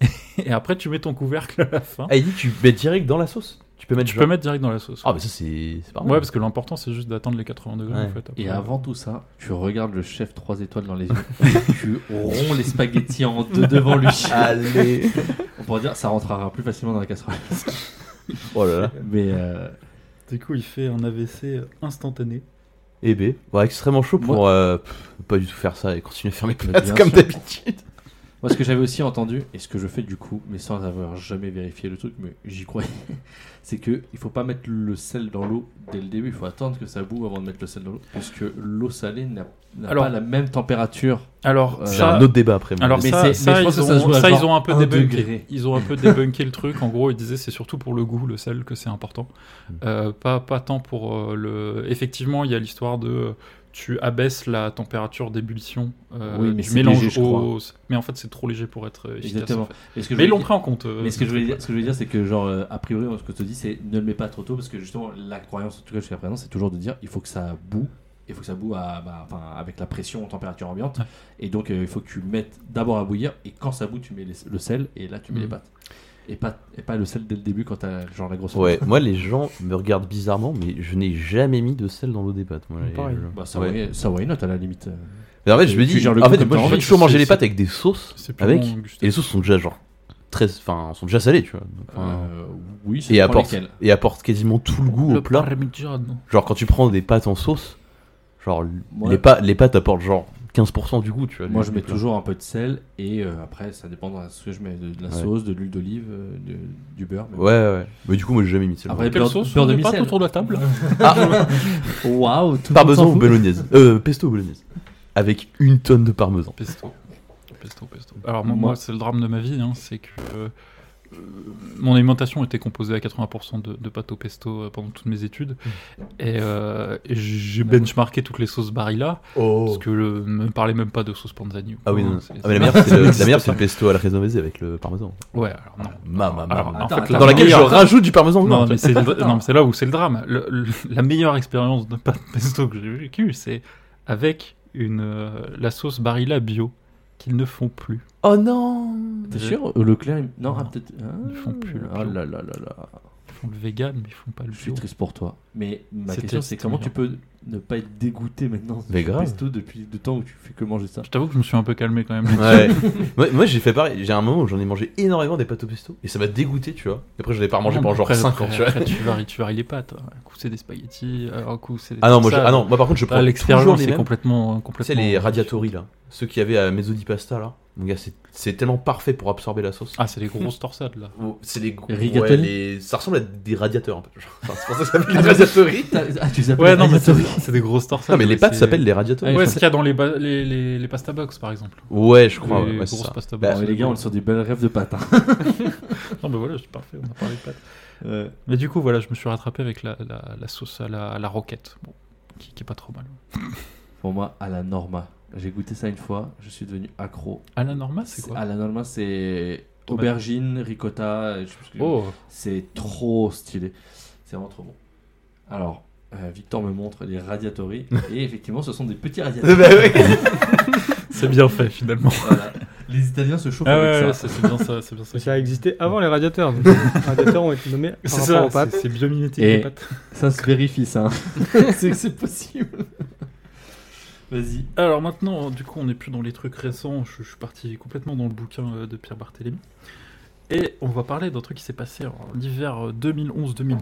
*laughs* Et après, tu mets ton couvercle à la fin. Ah, il dit tu mets direct dans la sauce. Tu peux mettre. Tu genre- peux mettre direct dans la sauce. Ah, bah ça, c'est c'est pas ouais, parce que l'important, c'est juste d'atteindre les 80 degrés, Ouais. en fait. après. Et avant tout ça, tu regardes le chef 3 étoiles dans les yeux. *laughs* tu ronds les spaghettis en deux devant lui. Ah. Allez. On pourrait dire ça rentrera plus facilement dans la casserole. oh là là. Mais euh, Du coup, il fait un AVC instantané. Eh ben, ouais, extrêmement chaud pour Moi- euh, pff, pas du tout faire ça et continuer à faire mes Bien places comme sûr. d'habitude. moi, ce que j'avais aussi entendu, et ce que je fais du coup, mais sans avoir jamais vérifié le truc, mais j'y croyais, *laughs* c'est que il faut pas mettre le sel dans l'eau dès le début. Il faut attendre que ça boue avant de mettre le sel dans l'eau, puisque l'eau salée n'a n'a Alors- pas la même température. Alors, Euh, C'est ça... un autre débat après. moi. Alors Mais ça, c'est- ça, mais je ils, pense que ça se ont, joue à ça, genre ils ont un peu un débunké. degré. Ils ont un peu débunké le truc. En gros, ils disaient c'est surtout pour le goût, le sel que c'est important. Mm. Euh, pas pas tant pour euh, le. Effectivement, il y a l'histoire de euh, tu abaisses la température d'ébullition euh, Oui, mais du c'est mélange léger, je au. Mais en fait, c'est trop léger pour être euh, efficace. Exactement. en fait. Et ce que je Mais ils voulais l'ont dire- pris en compte. euh, Mais ce que, je voulais truc, dire, ce que je voulais dire, c'est que, genre, euh, a priori, moi, ce que je te dis, c'est ne le mets pas trop tôt, parce que justement, la croyance, en tout cas jusqu'à présent, c'est toujours de dire il faut que ça boue, il faut que ça boue à, bah, enfin, avec la pression en température ambiante, Ouais. et donc euh, il faut que tu mettes d'abord à bouillir, et quand ça bout, tu mets les- le sel, et là, tu mets Mhm. les pâtes. Et pas, et pas le sel dès le début quand t'as genre la grosse. Ouais, moi les gens me regardent bizarrement, mais je n'ai jamais mis de sel dans l'eau des pâtes. Moi, Et Pareil. je- Bah, ça, Ouais. why- ça, why not à la limite. euh. Mais en fait, je me Tu dis, gères le en goût fait, comme moi, t'as je vais envie. toujours manger les C'est- pâtes avec des sauces, C'est purement avec, et gustatif. les sauces sont déjà genre très, enfin, sont déjà salées, tu vois. Donc, enfin, Euh, oui, ça et dépend apporte, lesquels. et apporte quasiment tout le goût au plat. parmigiano. Genre quand tu prends des pâtes en sauce, genre l- Ouais. les, pâtes, les pâtes apportent genre 15% du goût, tu vois. Moi, du- je mets du plat. toujours un peu de sel, et euh, après, ça dépend de ce que je mets, de, de la Ouais. sauce, de l'huile d'olive, euh, de- du beurre. mais- Ouais, ouais. Mais du coup, moi, j'ai jamais mis de sel. Après, Quelle beurre- sauce beurre on n'est pas demi-sel. autour de la table Ah, Waouh, tout le monde parmesan s'en ou fout. bolognaise euh, Pesto ou bolognaise Avec une tonne de parmesan. Pesto. Pesto, pesto. Alors moi, Moi- moi, c'est le drame de ma vie, hein, c'est que euh, euh, mon alimentation était composée à 80% de, de pâte au pesto euh, pendant toutes mes études. Hmm. Et, euh, et j'ai benchmarké toutes les sauces Barilla, parce Oh que le, me parlait même pas de sauce panzani. ou Ah oui, quoi, hein, non. non. c'est- Ah, mais la meilleure, c'est ça *laughs* le, la n'existe meilleure, c'est pas. le pesto à la raison baisée avec le parmesan. Ouais, alors non. Ma, ma, ma, Alors, ma. en Attends, fait, la attends, Dans laquelle je meilleure- rajoute du parmesan blanc. Oh, Non, tu mais vois. c'est non, mais c'est là où c'est le drame. Le- le- la meilleure expérience de pâte pesto que j'ai vécue, c'est avec une, euh, la sauce Barilla bio qu'ils ne font plus. Oh non T'es sûr Euh, Leclerc, il- non, Non. ah, peut-être. Ah, Ils font plus le ah bio. là là là là. Ils font le vegan, mais ils font pas le Je suis bio. triste pour toi. Mais ma C'était- question, c'est c'était comment bien. tu peux ne pas être dégoûté maintenant Mais du grave. pesto depuis le temps où tu fais que manger ça Je t'avoue que je me suis un peu calmé quand même. Ouais. *laughs* moi, moi, j'ai fait pareil. J'ai un moment où j'en ai mangé énormément des pâtes au pesto. Et ça m'a dégoûté, tu vois. Et après, je l'ai pas remangé pendant genre Après, 5 après, ans, tu vois. après, tu varies, tu varies les pâtes. Un coup c'est des spaghettis, euh, un coup c'est des. Ah non, moi, ça, je- ah non, moi par contre, je ça, prends toujours L'expérience les est mêmes. complètement, euh, Tu sais, complètement. les radiatori là, ceux qu'il y avait à Mezzo di Pasta là, mon gars, c'est- c'est tellement parfait pour absorber la sauce. Ah, c'est les grosses torsades *laughs* là. Oh, C'est les, gros- Rigatoni ouais, les- Ça ressemble à des radiateurs un peu. *laughs* genre. Enfin, c'est pour ça que *laughs* ça s'appelle les radiatori. T'as- Ah, tu les appelles Ouais, non, mais c'est Ayatori. c'est des grosses torsades. Non, mais les ouais, pâtes c'est- euh, s'appellent les radiatori. Ouais, Ouais, c'est ce qu'il y a dans les, ba- les, les, les pasta box par exemple. Ouais, je crois. les ouais, ouais, c'est grosses ça. pasta Bah, box. Ah, mais les gars, on est sur des belles rêves de *laughs* pâtes. hein. Non, mais voilà, c'est parfait, on a parlé de pâtes. Mais du coup, voilà, je me suis rattrapé avec la, la, la sauce à la, à la roquette. Bon, qui, qui est pas trop mal. Pour moi, à la Norma. J'ai goûté ça une fois, je suis devenu accro. À la norma, Ah, c'est quoi À la Norma, c'est euh, Tomate. aubergine, ricotta. je sais plus ce que- Oh, C'est trop stylé. C'est vraiment trop bon. Alors, euh, Victor me montre *laughs* les radiatori. et effectivement, ce sont des petits Bah radiatori. ouais. C'est bien fait finalement. Voilà. Les Italiens se chauffent Ah avec ouais, ouais, ça, ça. c'est bien ça, c'est bien ça. Ça a existé avant les radiateurs. donc les radiateurs ont été nommés par C'est rapport ça, aux pattes. c'est- c'est biomimétique Et- les pattes. Ça se vérifie, ça. c'est que c'est possible. Vas-y. Alors maintenant, du coup, on n'est plus dans les trucs récents. Je, je suis parti complètement dans le bouquin euh, de Pierre Barthélémy. Et on va parler d'un truc qui s'est passé en l'hiver euh, 2011-2012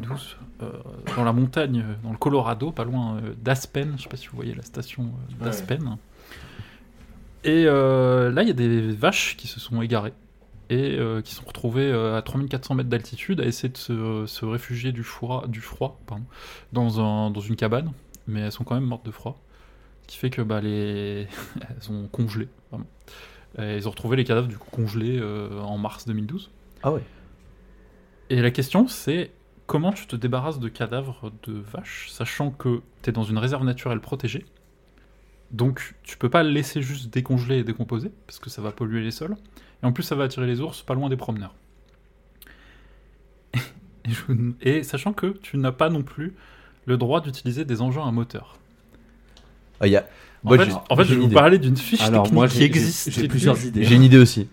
euh, dans la montagne, euh, dans le Colorado, pas loin euh, d'Aspen. Je sais pas si vous voyez la station euh, Ouais. d'Aspen. Et euh, là, il y a des vaches qui se sont égarées et euh, qui se sont retrouvées euh, à 3400 mètres d'altitude à essayer de se, euh, se réfugier du froid, du froid pardon, dans, un, dans une cabane. Mais elles sont quand même mortes de froid. Ce qui fait que bah, les... *laughs* elles ont congelé. Vraiment. Et ils ont retrouvé les cadavres du coup congelés euh, en mars 2012. Ah ouais. Et la question, c'est comment tu te débarrasses de cadavres de vaches, sachant que tu es dans une réserve naturelle protégée. Donc tu peux pas le laisser juste décongeler et décomposer, parce que ça va polluer les sols. Et en plus, ça va attirer les ours pas loin des promeneurs. *laughs* Et, je- et sachant que tu n'as pas non plus le droit d'utiliser des engins à moteur. Ah, y a... En Moi, fait, j'ai- en fait, je j'ai vais une vous idée. parler d'une fiche Alors, technique moi, qui j'ai- existe. j'ai- j'ai plusieurs idées. J'ai une idée aussi.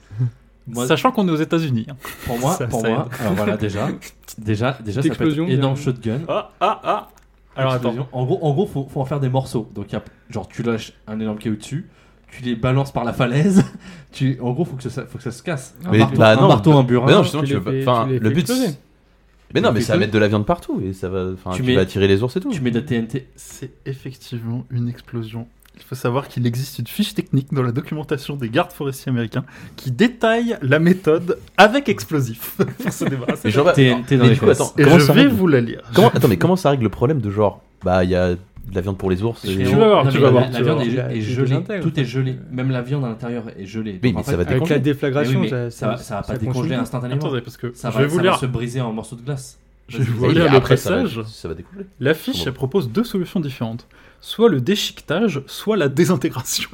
Moi, Sachant qu'on est aux États-Unis. hein. pour moi, ça- pour ça moi alors voilà, déjà. Déjà, déjà ça peut Explosion, être énorme bien. shotgun. Ah, ah, ah Alors attends. Explosion. En gros, en gros faut, faut en faire des morceaux. Donc, y a- genre, tu lâches un énorme caillou dessus, tu les balances par la falaise. *laughs* Tu, en gros, faut que ça, faut que ça se casse. Un Mais- marteau, bah un, non, marteau, un burin. Mais non, justement, Ah, tu les tu veux pas- fais- Enfin, tu les le fais but. exploser. Mais non, mais Tu ça fais va mettre de la viande partout et ça va. Enfin, Tu tu mets- vas attirer les ours et tout. Tu mets de la TNT. C'est effectivement une explosion. Il faut savoir qu'il existe une fiche technique dans la documentation des gardes forestiers américains qui détaille la méthode avec explosif *laughs* pour se débarrasser. Mais genre, bah, TNT dans mais les du coup, fesses. attends, Et comment je ça vais règle- vous la lire. comment- Attends, mais comment ça règle le problème de genre, bah, il y a de la viande pour les ours et- Tu vas voir, Non, tu mais vas la- voir, La, tu vas viande est- voir. est, Tu gelée, désintègres, tout est quoi. gelé. Même la viande à l'intérieur est gelée. Oui, Donc, mais en ça fait- va Ah Avec la Décongeler. oui, déflagration, mais ça, ça, va- ça va pas décongeler congèle. instantanément. Attendez, parce que ça je va, vais vous ça lire. va se briser en morceaux de glace. Je vais vous Et lire le après, ça va- pressage. Ça va décongeler. La fiche elle propose deux solutions différentes. Soit le déchiquetage, soit la *laughs* désintégration.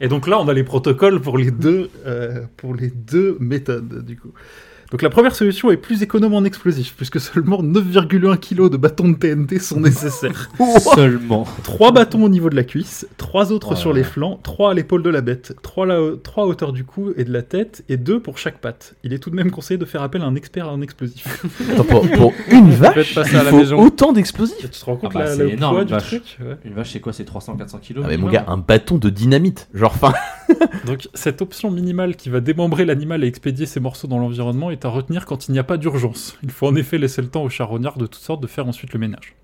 et donc là, on a les protocoles pour les deux, euh, pour les deux méthodes, du coup. Donc la première solution est plus économe en explosifs, puisque seulement 9,1 kg de bâtons de TNT sont *laughs* nécessaires. Seulement. Trois bâtons au niveau de la cuisse, trois autres Oh là sur les là. flancs, trois à l'épaule de la bête, trois, là- trois à hauteur du cou et de la tête, et deux pour chaque patte. Il est tout de même conseillé de faire appel à un expert en explosifs. Attends, pour, pour une vache, Faites pas il ça à la faut maison. autant d'explosifs. Tu te rends compte Ah bah, là, c'est le énorme, poids une du vache. truc ouais. Une vache, c'est quoi C'est 300-400 kilos Ah, mais mon minimum. gars, un bâton de dynamite. Genre, enfin. Donc cette option minimale qui va démembrer l'animal et expédier ses morceaux dans l'environnement est à retenir quand il n'y a pas d'urgence. Il faut en effet laisser le temps aux charognards de toutes sortes de faire ensuite le ménage.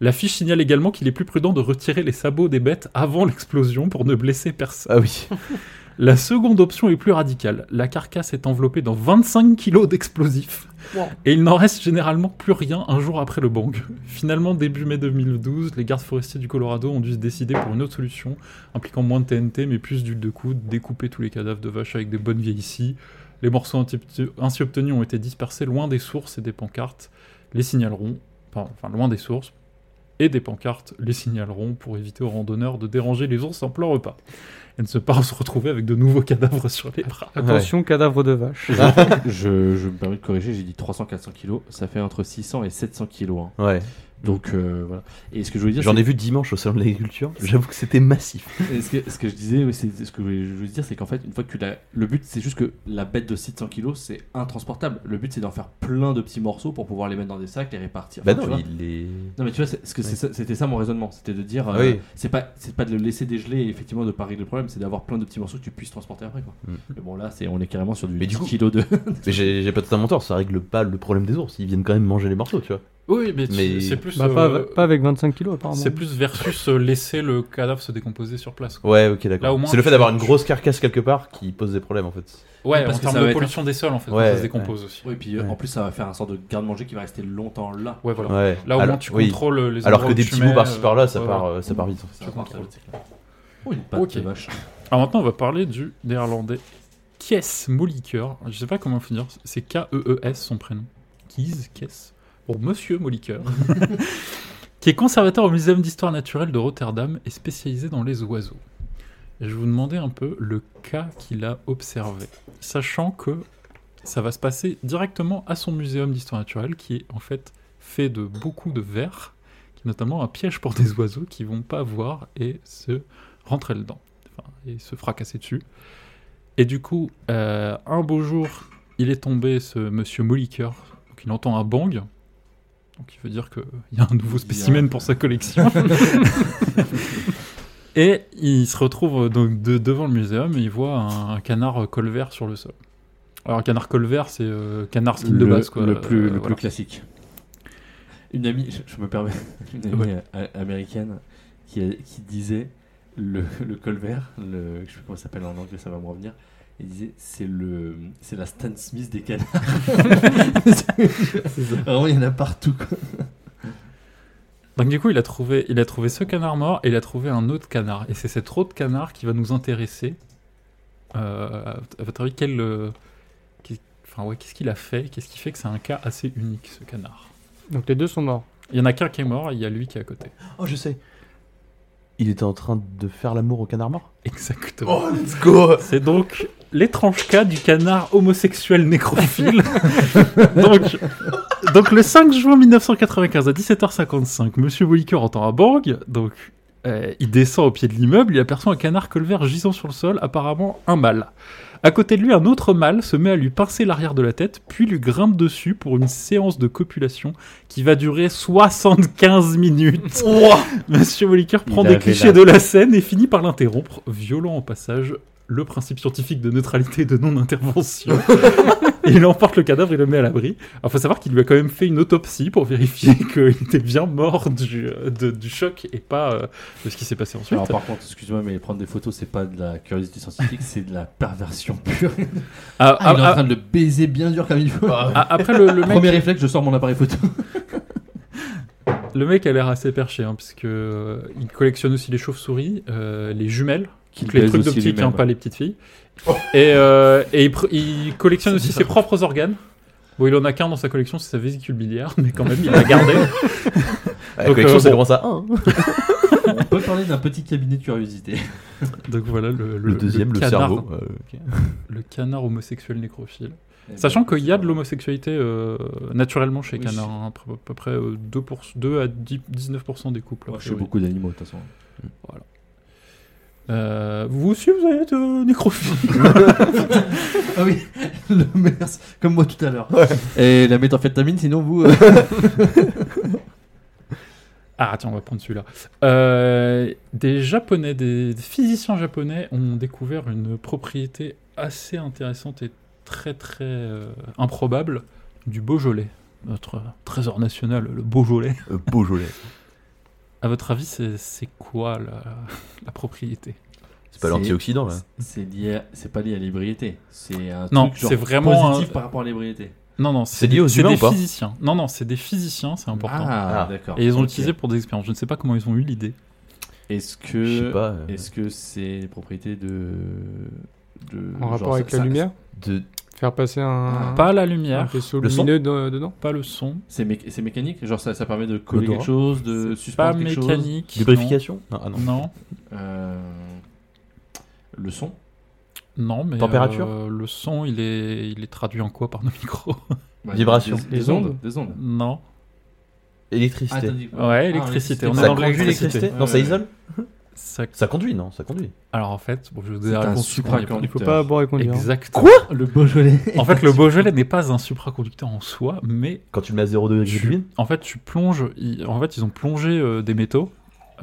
La fiche signale également qu'il est plus prudent de retirer les sabots des bêtes avant l'explosion pour ne blesser personne. Ah oui. La seconde option est plus radicale. La carcasse est enveloppée dans 25 kilos d'explosifs. Wow. Et il n'en reste généralement plus rien un jour après le bang. Finalement, début mai 2012, les gardes forestiers du Colorado ont dû se décider pour une autre solution, impliquant moins de TNT mais plus d'huile de coude, découper tous les cadavres de vaches avec des bonnes vieilles scies. Les morceaux anti- ainsi obtenus ont été dispersés loin des sources et des pancartes. Les signaleront, enfin enfin, loin des sources, et des pancartes les signaleront pour éviter aux randonneurs de déranger les ours en plein repas et ne se pas se retrouver avec de nouveaux cadavres sur les bras. Attention, cadavre de vache. *laughs* je, je me permets de corriger, j'ai dit 300-400 kilos, ça fait entre 600 et 700 kilos. hein. Ouais. Donc euh, voilà. Et ce que je voulais dire, J'en ai vu dimanche au salon de l'agriculture. J'avoue que c'était massif. c'est- ce que, ce que je disais, oui, c'est ce que je voulais, je voulais dire, c'est qu'en fait, une fois que tu l'as, le but, c'est juste que la bête de 700 kilos, c'est intransportable. Le but, c'est d'en faire plein de petits morceaux pour pouvoir les mettre dans des sacs, les répartir. Bah Enfin, tu non, vois. il est. Non, mais tu vois, c'est- ce que c'est ça- c'était ça mon raisonnement, c'était de dire, Ah euh, oui. c'est pas, c'est pas de le laisser dégeler et effectivement de pas régler le problème, c'est d'avoir plein de petits morceaux que tu puisses transporter après. Quoi. Mm. Mais bon, là, c'est, on est carrément sur du Mais du 10 coup- kilos de. *laughs* Mais j'ai j'ai pas tout un mentor, ça règle pas le problème des ours. Ils viennent quand même manger les morceaux, tu vois. Oui, mais, tu- c'est Mais- c'est plus. euh, Bah, pas, pas avec 25 kilos, apparemment. c'est plus versus euh, laisser le cadavre se décomposer sur place. Ouais, ok, Là, au d'accord. moins, C'est le tu- fait d'avoir une tu- grosse carcasse quelque part qui pose des problèmes en fait. Ouais, Oui, parce en que termes ça va de être- pollution des sols, en fait, quand Ouais, ça se décompose aussi. Oui, puis euh, Ouais. en plus, ça va faire un sorte de garde-manger qui va rester longtemps là. Ouais, voilà. Ouais. Là, au Alors- moins, tu oui. contrôles euh, les Alors endroits que où des tu petits mets, bouts par-ci euh, par-là, ça ouais, part, voilà. euh, ça part vite. Ça Tu va contrôles. contrôler, c'est clair. Oh, une patte Ok. de vache. Alors maintenant, on va parler du néerlandais Kies Moliker. Je sais pas comment il faut dire. C'est K-E-E-S son prénom. Kies, Kies. Pour Monsieur Moliker. *laughs* qui est conservateur au Muséum d'histoire naturelle de Rotterdam et spécialisé dans les oiseaux. Et je vais vous demander un peu le cas qu'il a observé. Sachant que ça va se passer directement à son Muséum d'histoire naturelle qui est en fait fait de beaucoup de verre, qui est notamment un piège pour des oiseaux qui vont pas voir et se rentrer dedans, enfin, et se fracasser dessus. Et du coup, euh, un beau jour, il est tombé ce monsieur Moliker, donc il entend un bang, donc il veut dire qu'il y a un nouveau spécimen pour sa *laughs* collection. Et il se retrouve donc de- devant le muséum et il voit un, un canard colvert sur le sol. Alors, canard colvert, c'est euh, canard skin de base, quoi. le plus, Euh, le plus voilà. classique. Une amie, je, je me permets, *laughs* une amie Ouais. euh, américaine qui, a- qui disait le, le colvert, le, je sais pas comment ça s'appelle en anglais, ça va me revenir. Il disait c'est le c'est la Stan Smith des *laughs* canards. Vraiment, il y en a partout. quoi. Donc, du coup, il a, trouvé, il a trouvé ce canard mort et il a trouvé un autre canard. Et c'est cet autre canard qui va nous intéresser. Euh, à votre avis, quel. euh, qu'est- Enfin, ouais, qu'est-ce qu'il a fait Qu'est-ce qui fait que c'est un cas assez unique, ce canard Donc les deux sont morts. Il y en a qu'un qui est mort et il y a lui qui est à côté. Oh, je sais. Il était en train de faire l'amour au canard mort Exactement. Oh, let's go C'est donc l'étrange cas du canard homosexuel *laughs* nécrophile. *laughs* donc, donc le 5 juin 1995 à 17h55, Monsieur Bolliker entend un bang. Donc euh, il descend au pied de l'immeuble, il aperçoit un canard colvert gisant sur le sol, apparemment un mâle. À côté de lui, un autre mâle se met à lui pincer l'arrière de la tête, puis lui grimpe dessus pour une séance de copulation qui va durer 75 minutes. Monsieur Bolliker prend Il des avait clichés la- de la scène et finit par l'interrompre, violant au passage le principe scientifique de neutralité et de non-intervention. Et *laughs* il emporte le cadavre et le met à l'abri. Alors, faut savoir qu'il lui a quand même fait une autopsie pour vérifier *laughs* qu'il était bien mort du, euh, de- du choc et pas euh, de ce qui s'est passé ensuite. Alors par contre, excuse-moi, mais prendre des photos, c'est pas de la curiosité scientifique, c'est de la perversion pure. Ah, Ah, il est ah, en train de le baiser bien dur comme il faut. ah, ah, après, le, *laughs* le mec, Premier réflexe, je sors mon appareil photo. le mec a l'air assez perché, hein, parce que euh, il collectionne aussi les chauves-souris, euh, les jumelles, Qu'il donc les baise trucs aussi d'optique, lui-même. hein, pas les petites filles. Oh. Et, euh, et il, pr- il collectionne aussi ses propres organes. Bon, il en a qu'un dans sa collection, c'est sa vésicule biliaire, *laughs* mais quand même, il l'a gardé. La Donc, collection, euh, ça bon. commence à 1. *laughs* On peut parler d'un petit cabinet de curiosité. Donc voilà le, le- Le deuxième, le, canard- cerveau. Euh, ok. Le canard homosexuel nécrophile. Sachant qu'il y a de l'homosexualité euh, naturellement chez les Oui. canards, hein, à peu- à peu près euh, 2, pour- 2 à 10 19% des couples. a Moi, je suis priori. beaucoup d'animaux de toute façon. Euh, vous aussi, vous êtes euh, nécrophile *laughs* Ah oui, le MERS, comme moi tout à l'heure. Et la méthamphétamine, sinon vous. euh, Ah, tiens, on va prendre celui-là. Euh, des japonais, des physiciens japonais ont découvert une propriété assez intéressante et très très euh, improbable du Beaujolais. Notre trésor national, le Beaujolais. Euh, Beaujolais. À votre avis, c'est c'est quoi la, la propriété C'est pas l'antioxydant, là. C'est lié, à- c'est pas lié à l'ébriété. C'est un Non, truc genre c'est vraiment positif un- par rapport à l'ébriété. Non, non, C'est lié aux c'est humains des ou pas physiciens. Non, non, c'est des physiciens, c'est important. Ah, Ah. d'accord. Et ils ont Ok. utilisé pour des expériences. Je ne sais pas comment ils ont eu l'idée. Est-ce Je que sais pas. euh, est-ce que c'est une propriété de de En genre, rapport ça- avec la ça- lumière de- Faire passer Ah. un, Pas la un lumière, vaisseau Le son lumineux de- dedans pas le son, C'est mé- c'est mécanique, genre ça, ça permet de coller L'odorat. quelque chose, de pas suspendre quelque chose. mécanique. Lubrification Non, ah non. non. Non, Euh, le son. non, mais Température euh, le son, il est, il est traduit en quoi par nos *laughs* micros Ouais, Vibration. Des, Les des ondes. ondes. Des ondes. Non. Ah, Électricité. t'as dit quoi Ouais, électricité. Ah, on ça est dans conduit l'électricité. l'électricité Non, ça Ouais, ouais. isole Ça- Ça conduit, non Ça conduit. Alors en fait, bon, je vous C'est ai la un réponse. supraconducteur. hein. Il faut pas boire et conduire. Exactement. Le *laughs* Beaujolais. en fait, le Beaujolais n'est pas un supraconducteur en soi, mais Quand tu le mets à 0,8, Tu- en fait, tu plonges. ils- en fait, ils ont plongé euh, des métaux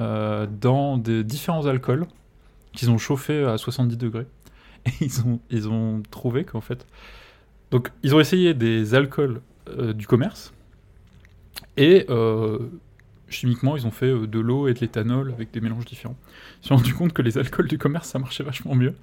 euh, dans des différents alcools qu'ils ont chauffés à 70 degrés. Et *laughs* ils ont, ils ont trouvé qu'en fait. Donc, ils ont essayé des alcools euh, du commerce. Et euh, chimiquement, ils ont fait euh, de l'eau et de l'éthanol avec des mélanges différents. Ils se sont rendus compte que les alcools du commerce, ça marchait vachement mieux.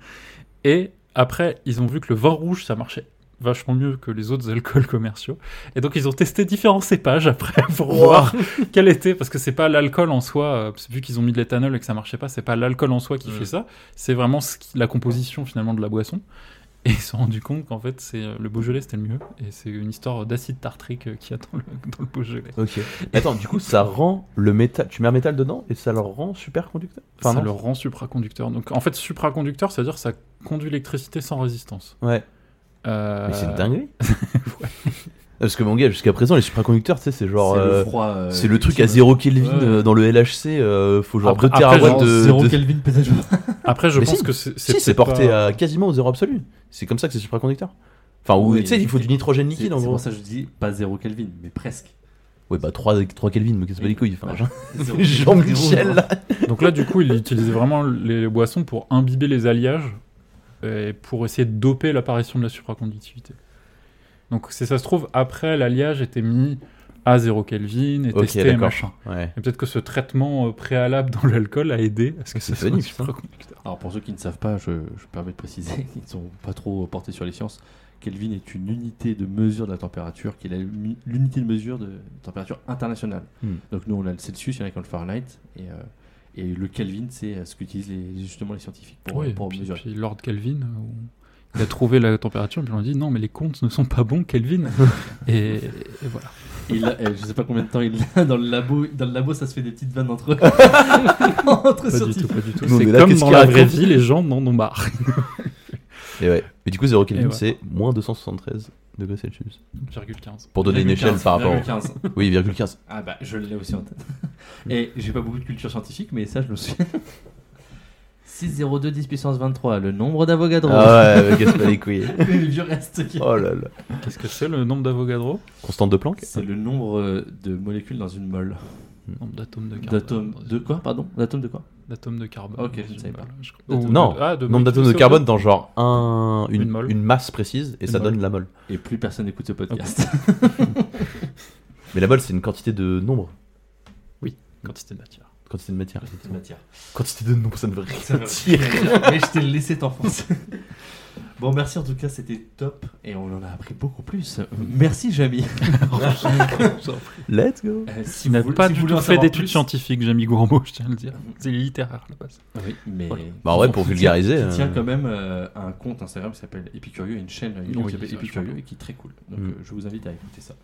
Et après, ils ont vu que le vin rouge, ça marchait vachement mieux que les autres alcools commerciaux. Et donc ils ont testé différents cépages après pour voir *laughs* quel était, parce que c'est pas l'alcool en soi, euh, parce que vu qu'ils ont mis de l'éthanol et que ça marchait pas, c'est pas l'alcool en soi qui Mm. fait ça, c'est vraiment ce qui- la composition finalement de la boisson. Et ils se sont rendus compte qu'en fait c'est euh, le Beaujolais c'était le mieux, et c'est une histoire d'acide tartrique euh, *laughs* qu'il y a dans le, dans le Beaujolais. Ok. Attends, du coup, ça rend le métal. Tu mets un métal dedans et ça le rend super conducteur Enfin, ça non le rend supraconducteur. Donc en fait supraconducteur, ça veut dire que ça conduit l'électricité sans résistance. Ouais. Euh, Mais c'est une dinguerie. Parce que mon gars, jusqu'à présent, les supraconducteurs, tu sais, c'est genre. c'est euh, le froid. euh, C'est le truc à ultime. 0 Kelvin Ouais. euh, dans le LHC, euh, faut genre Après- 2 après, terawatts genre de. Zéro de- Kelvin peut-être. Après, je Mais pense si. que c'est Si, c'est c'est peut-être porté pas- à quasiment au zéro absolu. C'est comme ça que c'est supraconducteur. Enfin, ou Oui, tu sais, il faut du nitrogène C'est c'est liquide en gros. pour ça que je dis pas zéro Kelvin, *laughs* mais presque. Ouais, bah 3, 3 Kelvin, mais qu'est-ce que c'est pas les couilles. enfin, Ouais. genre- *laughs* Zéro Kelvin, Jean-Michel *laughs* zéro. là. Donc là, du coup, il utilisait vraiment les boissons pour imbiber les alliages et pour essayer de doper l'apparition de la supraconductivité. Donc, si ça se trouve, après, l'alliage était mis à 0 Kelvin et Ok, testé et d'accord. machin. Ouais. Et peut-être que ce traitement euh, préalable dans l'alcool a aidé à ce que C'est hein. ça soit un phonique, ça. supraconducteur. Alors pour ceux qui ne savent pas, je, je permets de préciser, *laughs* ils ne sont pas trop portés sur les sciences. Kelvin est une unité de mesure de la température, qui est la uni- l'unité de mesure de température internationale. Hmm. Donc nous on a le Celsius, il y en a qui ont le Fahrenheit, et, euh, et le Kelvin c'est euh, ce qu'utilisent les, justement les scientifiques pour, Oui, pour puis, mesurer. puis Lord Kelvin, euh, où il a trouvé la température, puis on a dit non, mais les comptes ne sont pas bons, Kelvin. et, et voilà. *laughs* Et il a- eh, je sais pas combien de temps il l'a dans le labo, dans le labo ça se fait des petites vannes *laughs* entre, entre Pas du scientifiques. tout, pas du tout. Nous, on C'est est là, comme qu'est-ce dans qu'il la vraie raconte vie, les gens n'en ont marre. Et ouais. Mais du coup, 0 Kelvin, Et ouais. c'est moins 273 degrés Celsius. 1,15. Pour donner une échelle 15, par rapport. au- 15. Oui, 0,15. Ah bah je l'ai aussi en tête. *laughs* Et j'ai pas beaucoup de culture scientifique, mais ça je me *laughs* souviens. 602 10 puissance 23, le nombre d'Avogadro. Ah ouais, mais qu'est-ce que c'est pas les couilles. Mais *laughs* le vieux reste qui- Oh là là. Qu'est-ce que c'est le nombre d'Avogadro Constante de Planck C'est le nombre euh, de molécules dans une mole. Nombre d'atomes de carbone. D'atomes de quoi, pardon D'atomes de quoi D'atomes de carbone. Ok, je ne savais pas. Je crois. D'atomes Ou- hein. Non, ah, de Nombre d'atomes de molécules carbone dans genre un, une, Une mole. une masse précise et Une ça mole. donne la mole. Et plus personne n'écoute ce podcast. *laughs* Mais la mole, c'est une quantité de nombre. Quantité de matière. Quantité de matière. Cette *laughs* matière. Quantité de nombre, ça ne veut Ça rien me dire. fait rire, Mais je t'ai laissé t'enfoncer. *laughs* Bon, merci en tout cas, c'était top. Et on en a appris beaucoup plus. Merci, Jamie. Let's go. Euh, si Il n'a vous- pas si du vous voulez tout en fait savoir d'études plus- scientifiques, j'ai mis gros mots, je tiens à le dire. C'est littéraire, le base. Oui, mais. Voilà. Bah ouais, pour Qui vulgariser, tient- Qui tient euh. quand même euh, un compte Instagram qui s'appelle Epicurieux et une chaîne euh, YouTube Oui, qui s'appelle ça, je Epicurieux crois. et qui est très cool. Donc Mm. euh, je vous invite à écouter ça.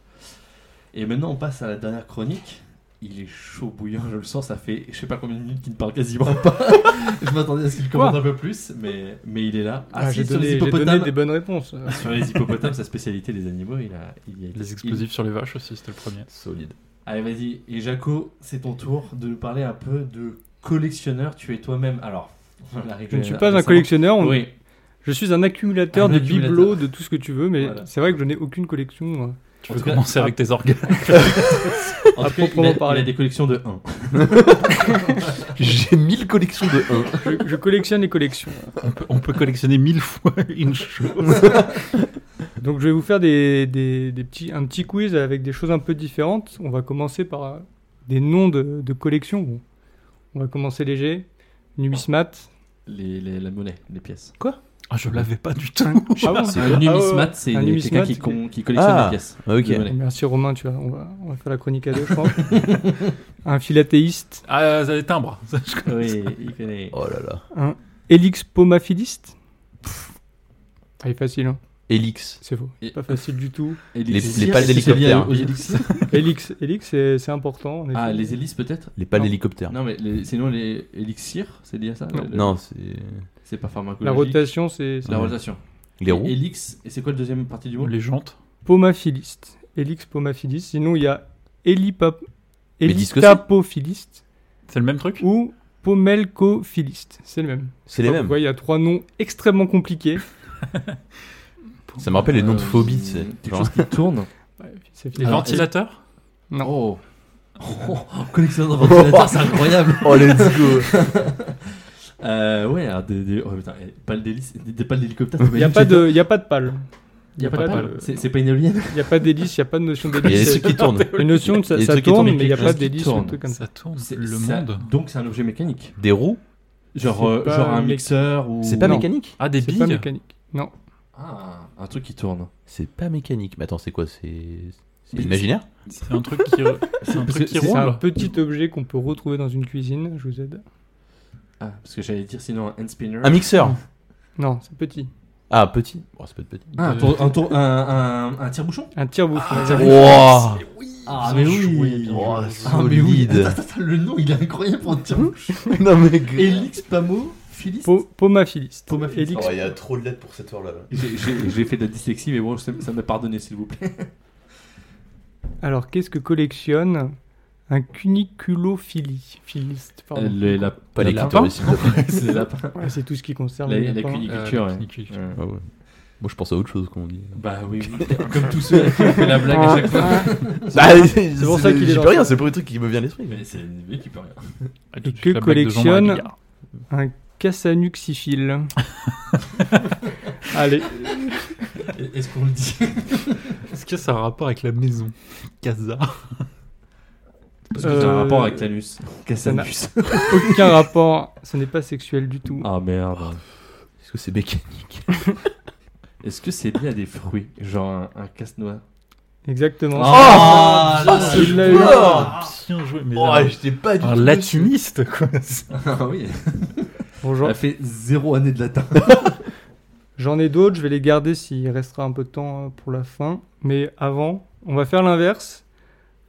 Et maintenant, on passe à la dernière chronique. Il est chaud bouillant, je le sens. Ça fait je sais pas combien de minutes qu'il ne parle quasiment pas. *laughs* je m'attendais à ce qu'il commente un peu plus, mais, mais il est là. Ah, Assis j'ai sur les donné, j'ai donné hippopotames. des bonnes euh, réponses. *laughs* Sur les hippopotames, sa spécialité, les animaux, il a. Il a- Les il- explosifs sur les vaches aussi, c'était le premier. Solide. Allez, vas-y. Et Jaco, c'est ton tour de nous parler un peu de collectionneur. Tu es toi-même. Alors, on l'a Je ne réglé suis pas un récemment. collectionneur, on- Ah, Oui, je suis un accumulateur Un de accumulateur. bibelots, de tout ce que tu veux, mais Voilà. c'est vrai que je n'ai aucune collection. Tu En veux tout cas, commencer avec tes organes En À tout cas, il, proprement a, parler. il a des collections de 1. J'ai 1000 collections de 1. Je, je collectionne les collections. on peut, on peut collectionner mille fois une chose. Donc je vais vous faire des, des- des petits, un petit quiz avec des choses un peu différentes. On va commencer par euh, des noms de, de collections. Bon, On va commencer léger. Numismat. Les, les- la monnaie, les pièces. Ah, je l'avais pas du tout. Ah bon C'est un numismate, c'est Un des- quelqu'un numismate, qui, c'est- con- qui collectionne Ah. les pièces. Ah, ok. de monnaie. Merci Romain, tu vois, on va, on va faire la chronique à deux, *laughs* je pense. un philatéiste. *laughs* Ah, ça, les timbres. Ça, je connais. Oui, *laughs* il connaît. Oh là là. Un hélixpomaphiliste. Ah, il est facile, hein. Elix. c'est faux. Et- Pas facile *laughs* du tout. Hélices. les pales Est-ce que c'est lié d'hélicoptère. aux hélices Hélix, hélix c'est c'est important. en effet. Ah, les hélices peut-être Les pales Non. d'hélicoptère. Non, mais les- sinon les élixirs, c'est lié à ça le- le- Non, c'est. C'est pas pharmacologique. La rotation, c'est c'est La Ouais. rotation. Les roues. Hélix, et c'est quoi le deuxième partie du mot Les jantes. pomaphiliste. Hélixpomaphiliste. Sinon, il y a hélipa- Mais dis ce que c'est. hélitapophiliste C'est le même truc ou pomelcophiliste. C'est le même. C'est les Donc, mêmes. ouais, Il y a trois noms extrêmement compliqués. Ça me rappelle les noms de phobies, c'est- Euh, Quelque chose qui *laughs* tourne. C'est Ah. fini. Les Alors, ventilateurs Non. Oh Oh, collectionneur de ventilateurs, c'est incroyable Oh, let's go. *laughs* Euh, ouais, alors des, des, oh, putain, eh, pales d'hélice, des, des pales d'hélicoptère. Il n'y a, pas de- il y a pas de pâle. Il y a pas de pas pales. de- C'est c'est pas une éolienne. Il n'y a pas d'hélice, il n'y a pas de notion Il y a des d'hélice. trucs qui tournent. Une notion de Il ça, y a des ça trucs qui tournent, tournent, mais il n'y a quelque pas chose qui d'hélice ou tourne. un truc comme Ça ça. tourne. C'est- Le ça- monde. Donc c'est un objet mécanique. Des roues. Genre, C'est euh, pas genre un mé- mixeur ou. C'est pas Non. mécanique Ah, des C'est pas billes mécanique. Non. Ah, un truc qui tourne. C'est pas mécanique. Mais attends, c'est quoi C'est. C'est Mais- imaginaire C'est un truc qui, re- c'est un truc qui C'est C'est un roule petit objet qu'on peut retrouver dans une cuisine, je vous aide. Ah, parce que j'allais dire sinon un hand spinner. Un mixeur. Non, c'est petit. Ah, petit. Bon, c'est pas de petit. Ah, un, *laughs* tour- un, tour- *laughs* un, un, un tire-bouchon Un tire-bouchon. Wow. Ah, mais oui. Oh, Ah, mais oui. solide. Attends, attends, le nom il est incroyable pour un tire-bouchon. Non, mais. *laughs* Elix Pamo, Phyllis. Po- Pomaphiliste. Pomaphiliste. Hélix- Oh, y a trop de lettres pour cette heure-là. J'ai- J'ai j'ai fait de la dyslexie, mais bon, ça ça m'a pardonné s'il vous plaît. Alors, qu'est-ce que collectionne un cuniculophilie Philiste, pardon. Euh, les lap- Pas les lapins. clitoris. *laughs* C'est les lapins. Ouais, c'est tout ce qui concerne La, les la lapins. cuniculture. la ouais. cuniculture. Ouais. Ah ouais. Moi, je pense à autre chose, comme on dit. Bah oui, oui. comme tous ceux à qui ont fait la blague à chaque fois. *laughs* c'est pour ça qu'il est J'y dans peux Bah, rien, ça. c'est le premier truc qui me vient à l'esprit. Mais c'est une qui peut rien. Ah, tout de que suite, la blague de Jean-Marie collectionne- Bigard. Un cassanuxifile. Allez, Est-ce qu'on le dit Est-ce que ça a un rapport avec la maison Casa. Parce que t'as un Euh, rapport avec l'anus. *laughs* Cassanus. aucun rapport. Ce n'est pas sexuel du tout. Ah merde. Est-ce que c'est mécanique Est-ce que c'est lié à des fruits Genre un, un casse-noix Exactement. Ah, Ah, là, ce il l'a eu. joueur Bien joué, mais Oh, là, j'étais pas du tout. un dessus. latiniste quoi. *laughs* Ah oui. Bonjour. Elle a fait zéro année de latin. J'en ai d'autres, je vais les garder s'il restera un peu de temps euh, pour la fin. Mais avant, on va faire l'inverse.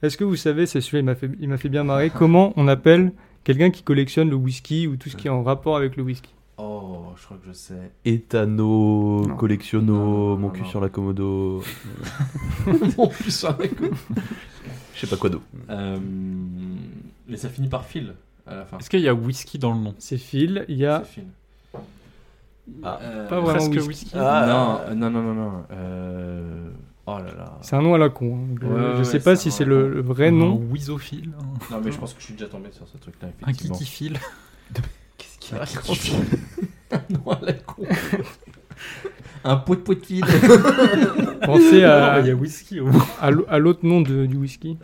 Est-ce que vous savez, c'est celui-là, il m'a fait, il m'a fait bien marrer, comment on appelle quelqu'un qui collectionne le whisky ou tout ce qui est en rapport avec le whisky Oh, je crois que je *laughs* sais. Etano, Non. collectionno, Non, mon non, cul non. sur la commodo. Mon plus un coup. Je sais pas quoi d'autre. Euh, Mais ça finit par fil à la fin. Est-ce qu'il y a whisky dans le nom C'est Phil, il y a... C'est fil. Ah, Euh, pas vraiment Presque whisky. whisky. Ah. Non, non, non, non, non. Euh... Oh là là. C'est un nom à la con. hein. Je- Ouais, je ouais, sais pas c'est si un c'est nom à la le, le vrai Un nom. whisophile. un- Non, mais je pense que je suis déjà tombé sur ce truc-là, Un effectivement. kikifile. *laughs* Qu'est-ce qu'il *laughs* raconte Non, à la *laughs* con. Un pot de pot de fil. Pensez *laughs* à, whisky à l'au- à l'autre nom de- du whisky.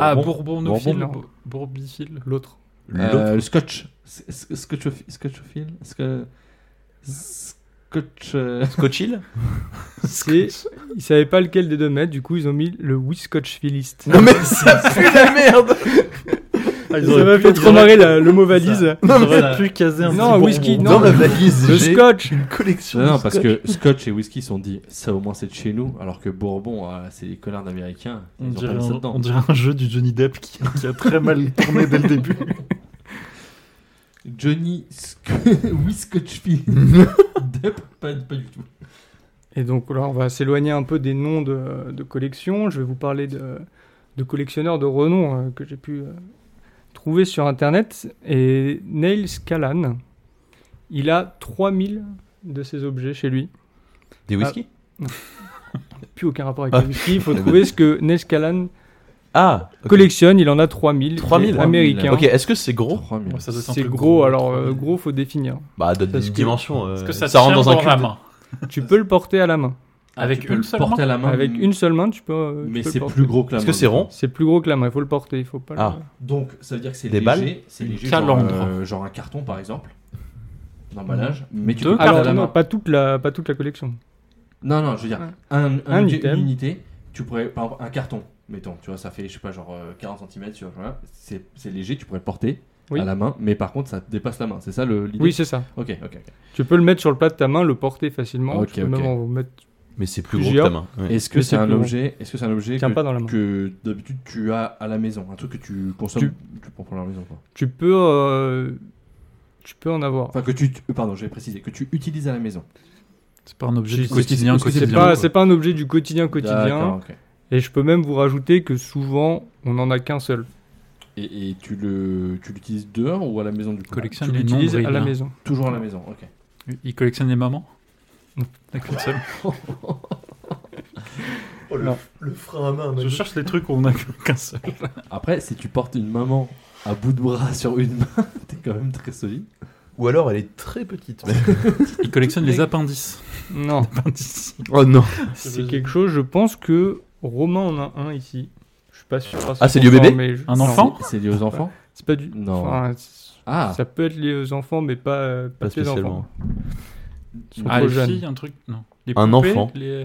Ah, Bourbon. bourbonophile. Bourbon. bo- Bourbiphile. *laughs* L'autre. L'autre. Euh, le scotch. S- s- Scotchophile. Scotchophile. Sco- Scotch. euh, Scotchill *laughs* C'est... Ils savaient pas lequel des deux mettre, du coup ils ont mis le Whiskotch Philist. Non, mais ça pue la merde Ça m'a fait trop marrer la- le mot valise. Non, mais- mais plus caser un Non, petit whisky, bourbon. Dans non. ma valise, Le j'ai scotch une collection. Non, *laughs* de non, parce scotch. que scotch et whisky sont dit, ça au moins c'est de chez nous, alors que Bourbon, ah, c'est des connards d'américains. On Ils ont pas dirait, mis ça un, dedans. on dirait un jeu du Johnny Depp qui, qui a très mal tourné dès le début. Johnny Sc- *laughs* *laughs* Whiskotchfield. Depp, pas, pas du tout. Et donc là, on va s'éloigner un peu des noms de, de collections. Je vais vous parler de, de collectionneurs de renom euh, que j'ai pu euh, trouver sur Internet. Et Neil Callan, il a 3000 de ces objets chez lui. Des whisky Plus aucun rapport avec Ah. le whisky. Il *laughs* faut trouver ce que Neil Callan Ah, ok. collectionne. Il en a 3000. 3000, américains. Ok, est-ce que c'est gros 3 000. Ouais, ça doit être un C'est truc gros, alors euh, gros, faut définir. Bah, donne Parce une que- dimension. euh, Est-ce que ça, rentre dans un la culte. main tu peux le porter à la main. Avec tu peux une le seule porter main à la main. Avec une seule main, tu peux. euh, tu Mais peux le c'est porter. plus gros que la main. Est-ce que c'est rond C'est plus gros que la main. Il faut le porter. Il faut pas. le- Ah. Donc, ça veut dire que c'est Des léger. balles C'est Une léger. calandre. Genre, euh, genre un carton, par exemple. D'emballage. Mais tu Deux peux pas cartons. à la Alors non, main. pas toute la, pas toute la collection. Non, non, je veux dire, Ouais. un, un Un objet, item. une unité, tu pourrais, par exemple, un carton, mettons, tu vois, ça fait, je sais pas, genre euh, 40 cm, tu vois, voilà, c'est c'est léger, tu pourrais le porter Oui. à la main, mais par contre, ça te dépasse la main, c'est ça le- l'idée Oui, c'est ça. Ok, ok, ok. Tu peux le mettre sur le plat de ta main, le porter facilement. Ok, tu peux ok. même en mettre. Mais c'est plus gros que Plusieurs. ta main. ouais. Est-ce que Mais c'est c'est un plus gros. objet, est-ce que c'est un objet Tiens que, pas dans la main. que d'habitude tu as à la maison, un truc que tu consommes, tu, Tu- prends pour la maison, quoi. Tu peux, euh, tu peux en avoir. Enfin, que tu, tu- pardon, j'ai précisé, que tu utilises à la maison. C'est pas un objet du Parce que c'est- quotidien. parce que c'est C'est quotidien pas, quoi. c'est pas un objet du quotidien D'accord, quotidien. ok. Et je peux même vous rajouter que souvent, on en a qu'un seul. Et, et tu le, tu l'utilises dehors ou à la maison du coup Collectionne Tu les l'utilises nombrils, à la hein. *laughs* maison. Toujours à la maison, ok. Il collectionne les mamans Non. La console. Non. Le frein à main, Je cherche les trucs où on a qu'un seul. Après, si tu portes une maman à bout de bras sur une main, *laughs* t'es quand même très solide. Ou alors elle est très petite. Il collectionne les appendices. Non, Bah, Appendices. oh non. c'est quelque chose. Je pense que Romain en a un ici. Je suis pas sûr. à Ah, c'est lié au 100%, bébé mais je- Un Non, enfant C'est lié aux enfants C'est pas du. Non. Enfin, c'est- Ah Ça peut être lié aux enfants, mais pas, euh, pas, Pas tes enfants. spécialement. Ils sont Ah, trop les *laughs* jeunes. filles, un truc. Non. Les Un poupées, enfant. Les,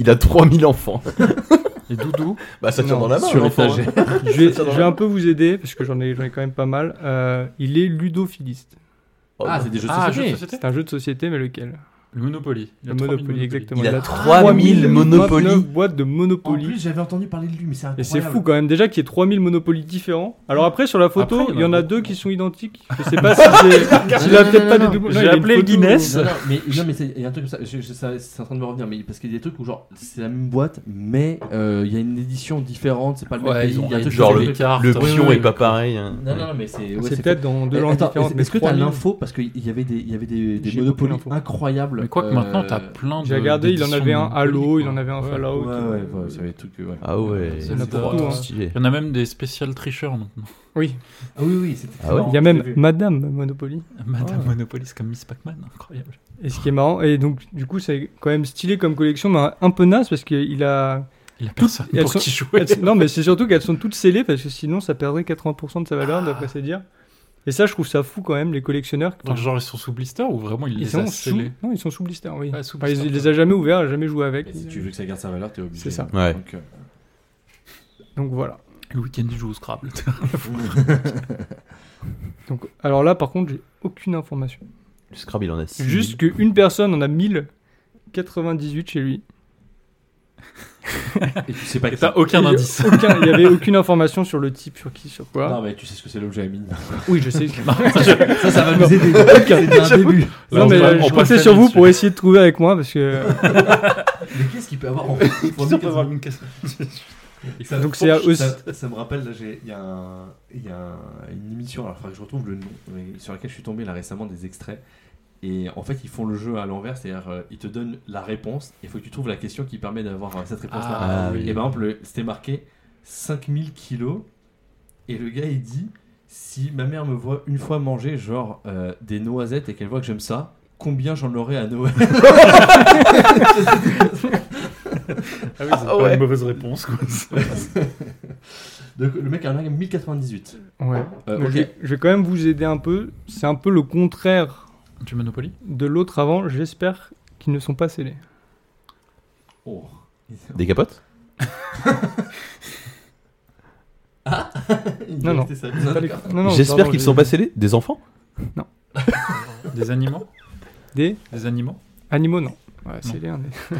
Il a 3000 enfants. *laughs* les doudous. Bah, ça tient Non, dans la main. Sur l'enfant, étagère. Je vais, Ça, ça je vais un peu vous aider parce que j'en ai, j'en ai quand même pas mal. Euh, il est ludophiliste. hein. Oh, Ah, non. c'est des jeux de Ah, jeux de société société C'est un jeu de société, mais lequel Le Monopoly. Il a Le 3000 Monopoly, exactement. Il a a 3000 Monopoly. 39 boîtes de En Monopoly. plus, j'avais entendu parler de lui, mais c'est Et c'est incroyable. fou quand même, déjà qu'il y ait 3000 Monopoly différents. Alors après, sur la photo, Après, il y en a deux qui sont identiques. Je sais pas si c'est. s'il a Non, non, peut-être non, pas non. des doubles. J'ai Non, il a une appelé photo- Guinness. Non, non, mais, non, mais c'est- il y a un truc comme ça, je- je- ça- c'est en train de me revenir, mais parce qu'il y a des trucs où genre c'est la même boîte, mais euh, il y a une édition différente, c'est pas le même Ouais, pays, ils ont il y a un truc genre qui le, fait- carte, Le oui, pion oui, est pas pareil. hein. Non, non, non, mais c'est. ouais, C'est c'est peut-être dans deux Eh, langues attends, différentes. est-ce- mais Est-ce que t'as 3000, l'info Parce qu'il y avait des, il y avait des, des J'ai aucune monopolies info. incroyables. Mais quoi que euh, maintenant, t'as plein de. J'ai regardé, il en d'éditions avait un de Monopoly, Halo, il quoi. en avait un Ouais. Ouais, Fallout. ouais, euh, ouais, ça avait des trucs. Ouais. Ah ouais, C'est n'importe vraiment quoi, hein. stylé. Il y en a même des spéciales tricheurs maintenant. Oui, Ah oui, oui, c'était. Ah ouais. marrant, il y j'ai a même vu. Madame Monopoly. *laughs* Madame Monopoly, c'est comme Miss Pac-Man, incroyable. Et ce qui est marrant, et donc du coup, c'est quand même stylé comme collection, mais un peu naze parce qu'il a. Il y a personne elles pour sont- qui jouer. elles sont- non, mais c'est surtout qu'elles sont toutes scellées parce que sinon, ça perdrait 80% de sa valeur, d'après ses dires. Et ça, je trouve ça fou quand même, les collectionneurs. Enfin, Donc, genre, ils sont sous blister ou vraiment ils, ils, les sont ont sous, scellés non, ils sont sous blister, oui. Ouais, sous Enfin, ils, blister, il les a jamais ouverts, il a jamais joué avec. Mais si tu veux que ça garde sa valeur, t'es obligé. C'est ça. Ouais. Donc, euh, Donc voilà. Le week-end, ils jouent au Scrabble. *laughs* Donc, alors là, par contre, j'ai aucune information. Le Scrabble, il en a 6. Juste qu'une personne en a 1098 chez lui. Et tu sais pas Et qui. t'as aucun Et indice. aucun- Il n'y avait aucune information sur le type, sur qui, sur quoi. Non, mais tu sais ce que c'est l'objet à mine. Oui, je sais. ça, ça va nous aider. *laughs* C'était un début. Là, non, on mais peut- euh, on je peut comptais le sur faire vous vite, pour essayer de trouver avec moi parce que. Mais qu'est-ce qu'il peut avoir en Ah Ça- Donc c'est à ça- eux- Ça, ça me rappelle, là, j'ai- il y a, un- il y a un- une émission, alors il faudra que je retrouve le nom, mais sur laquelle je suis tombé là récemment des extraits. Et en fait, ils font le jeu à l'envers, c'est-à-dire euh, ils te donnent la réponse, et il faut que tu trouves la question qui permet d'avoir euh, cette réponse-là. Ah, oui. Et par exemple, le- c'était marqué 5000 kilos, et le gars il dit Si ma mère me voit une fois manger, genre euh, des noisettes, et qu'elle voit que j'aime ça, combien j'en aurai à Noël *laughs* Ah oui, c'est pas ouais. une mauvaise réponse. *laughs* Donc, Le mec en a 1098. Ouais. Euh, Mais ok. je, vais, je vais quand même vous aider un peu. C'est un peu le contraire Du Monopoly de l'autre avant. J'espère qu'ils ne sont pas scellés. Oh. Des capotes Il Non, est non. resté ça. *laughs* Pas les- non, non, J'espère pardon, qu'ils j'ai- sont pas scellés. Des enfants Des animaux Des Des animaux animaux, non. Ouais, scellés. on est-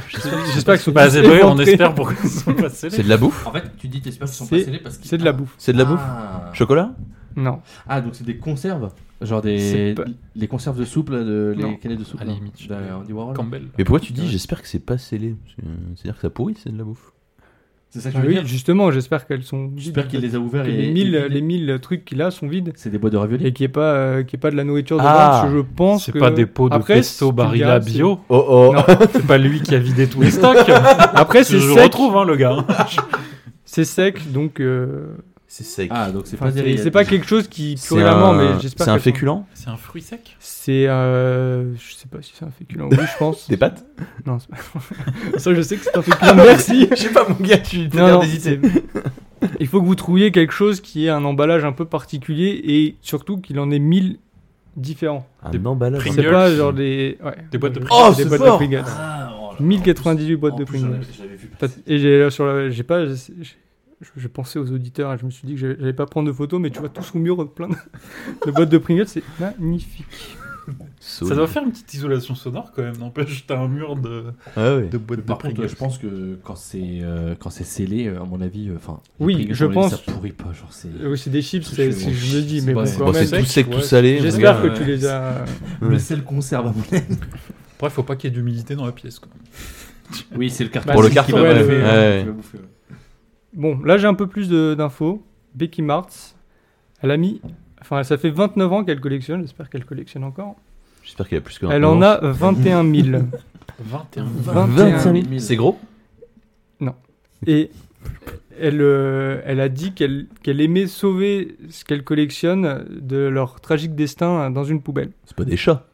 *laughs* J'espère qu'ils sont Bah, tous *laughs* c'est vrai, on éventrés. espère pour qu'ils sont pas C'est scellés. de la bouffe En fait, tu dis t'espères qu'ils sont pas C'est- scellés parce qu'ils. C'est de la bouffe. C'est de la bouffe Ah. Chocolat Non. Ah, donc c'est des conserves Genre C'est des. pas- Les conserves de soupe, là, de... Non. les canettes de soupe. À la là, limite, de- je- Andy Warhol. Campbell. Mais pourquoi tu dis Ouais. j'espère que c'est pas scellé C'est- C'est-à-dire que ça pourrit, c'est de la bouffe. C'est ça que Ah je veux oui, dire. justement, j'espère qu'elles sont. vides. J'espère qu'il les a ouverts Que et. les, mille, et- les mille trucs qu'il a sont vides C'est des boîtes de raviolis. et qu'il n'y ait, pas, euh, qu'il y ait pas de la nourriture dedans. Ah, parce que je pense C'est que- pas des pots de Après, pesto si tu Barilla regardes, c'est- bio. Oh oh *laughs* Non. C'est pas lui qui a vidé tous les stocks. Après, Je c'est le sec. retrouve, hein, le gars. C'est sec, donc. euh, *laughs* C'est sec. Ah, donc c'est enfin, pas des. c'est rillettes. c'est pas quelque chose qui C'est tue vraiment, un- mais j'espère. C'est un qu'elles sont- féculent C'est un fruit sec C'est. euh, Je sais pas si c'est un féculent. Oui, je pense. Des pâtes Non, c'est pas- Ça, je sais que c'est un *laughs* féculent. Merci. Je sais pas, mon gars, tu Non, non, c'est- Il faut que vous trouviez quelque chose qui ait un emballage un peu particulier et surtout qu'il en ait mille différents. Un emballage. Pringles. C'est pas genre des. ouais. Des boîtes de Des Pringles. Oh, c'est boîtes de fort Pringles. Ah, oh là là. 1098 boîtes En de plus, j'en avais- Pringles. j'avais vu T'as- passer. Et j'ai là sur la- j'ai pas. j'ai- Je, je pensais aux auditeurs et je me suis dit que j'allais- j'allais pas prendre de photos, mais tu vois tous au mur plein de, *laughs* de boîtes de Pringles, c'est magnifique. Ça doit faire une petite isolation sonore quand même, n'empêche, t'as un mur de, Ah ouais. de boîtes de Par contre, Pringles. je pense que quand c'est euh, quand c'est scellé, euh, à mon avis, euh, enfin. les Oui, Pringles, je à mon avis, pense- Ça pourrit pas, genre c'est. Euh, Oui, c'est des chips, C'est c'est chelou. c'est- je me dis, C'est mais bon, pas- quand Bon, même. Oh, c'est tout sec, tout salé. mon J'espère gars. que tu les as. Le sel conserve, à mon avis. Après, faut pas qu'il y ait d'humidité dans la pièce. Quoi. Oui, c'est le carton. Pour le qui carton, va ouais, bouffer, le- euh, ouais. qui va bouffer, ouais. Bon, là j'ai un peu plus de- d'infos. Becky Martz, elle a mis. Enfin, ça fait 29 ans qu'elle collectionne, j'espère qu'elle collectionne encore. J'espère qu'il y a plus que Elle en a 21 000. 21 21 000. 000. C'est gros *laughs* Et elle, euh, elle a dit qu'elle qu'elle aimait sauver ce qu'elle collectionne de leur tragique destin dans une poubelle. C'est pas des chats.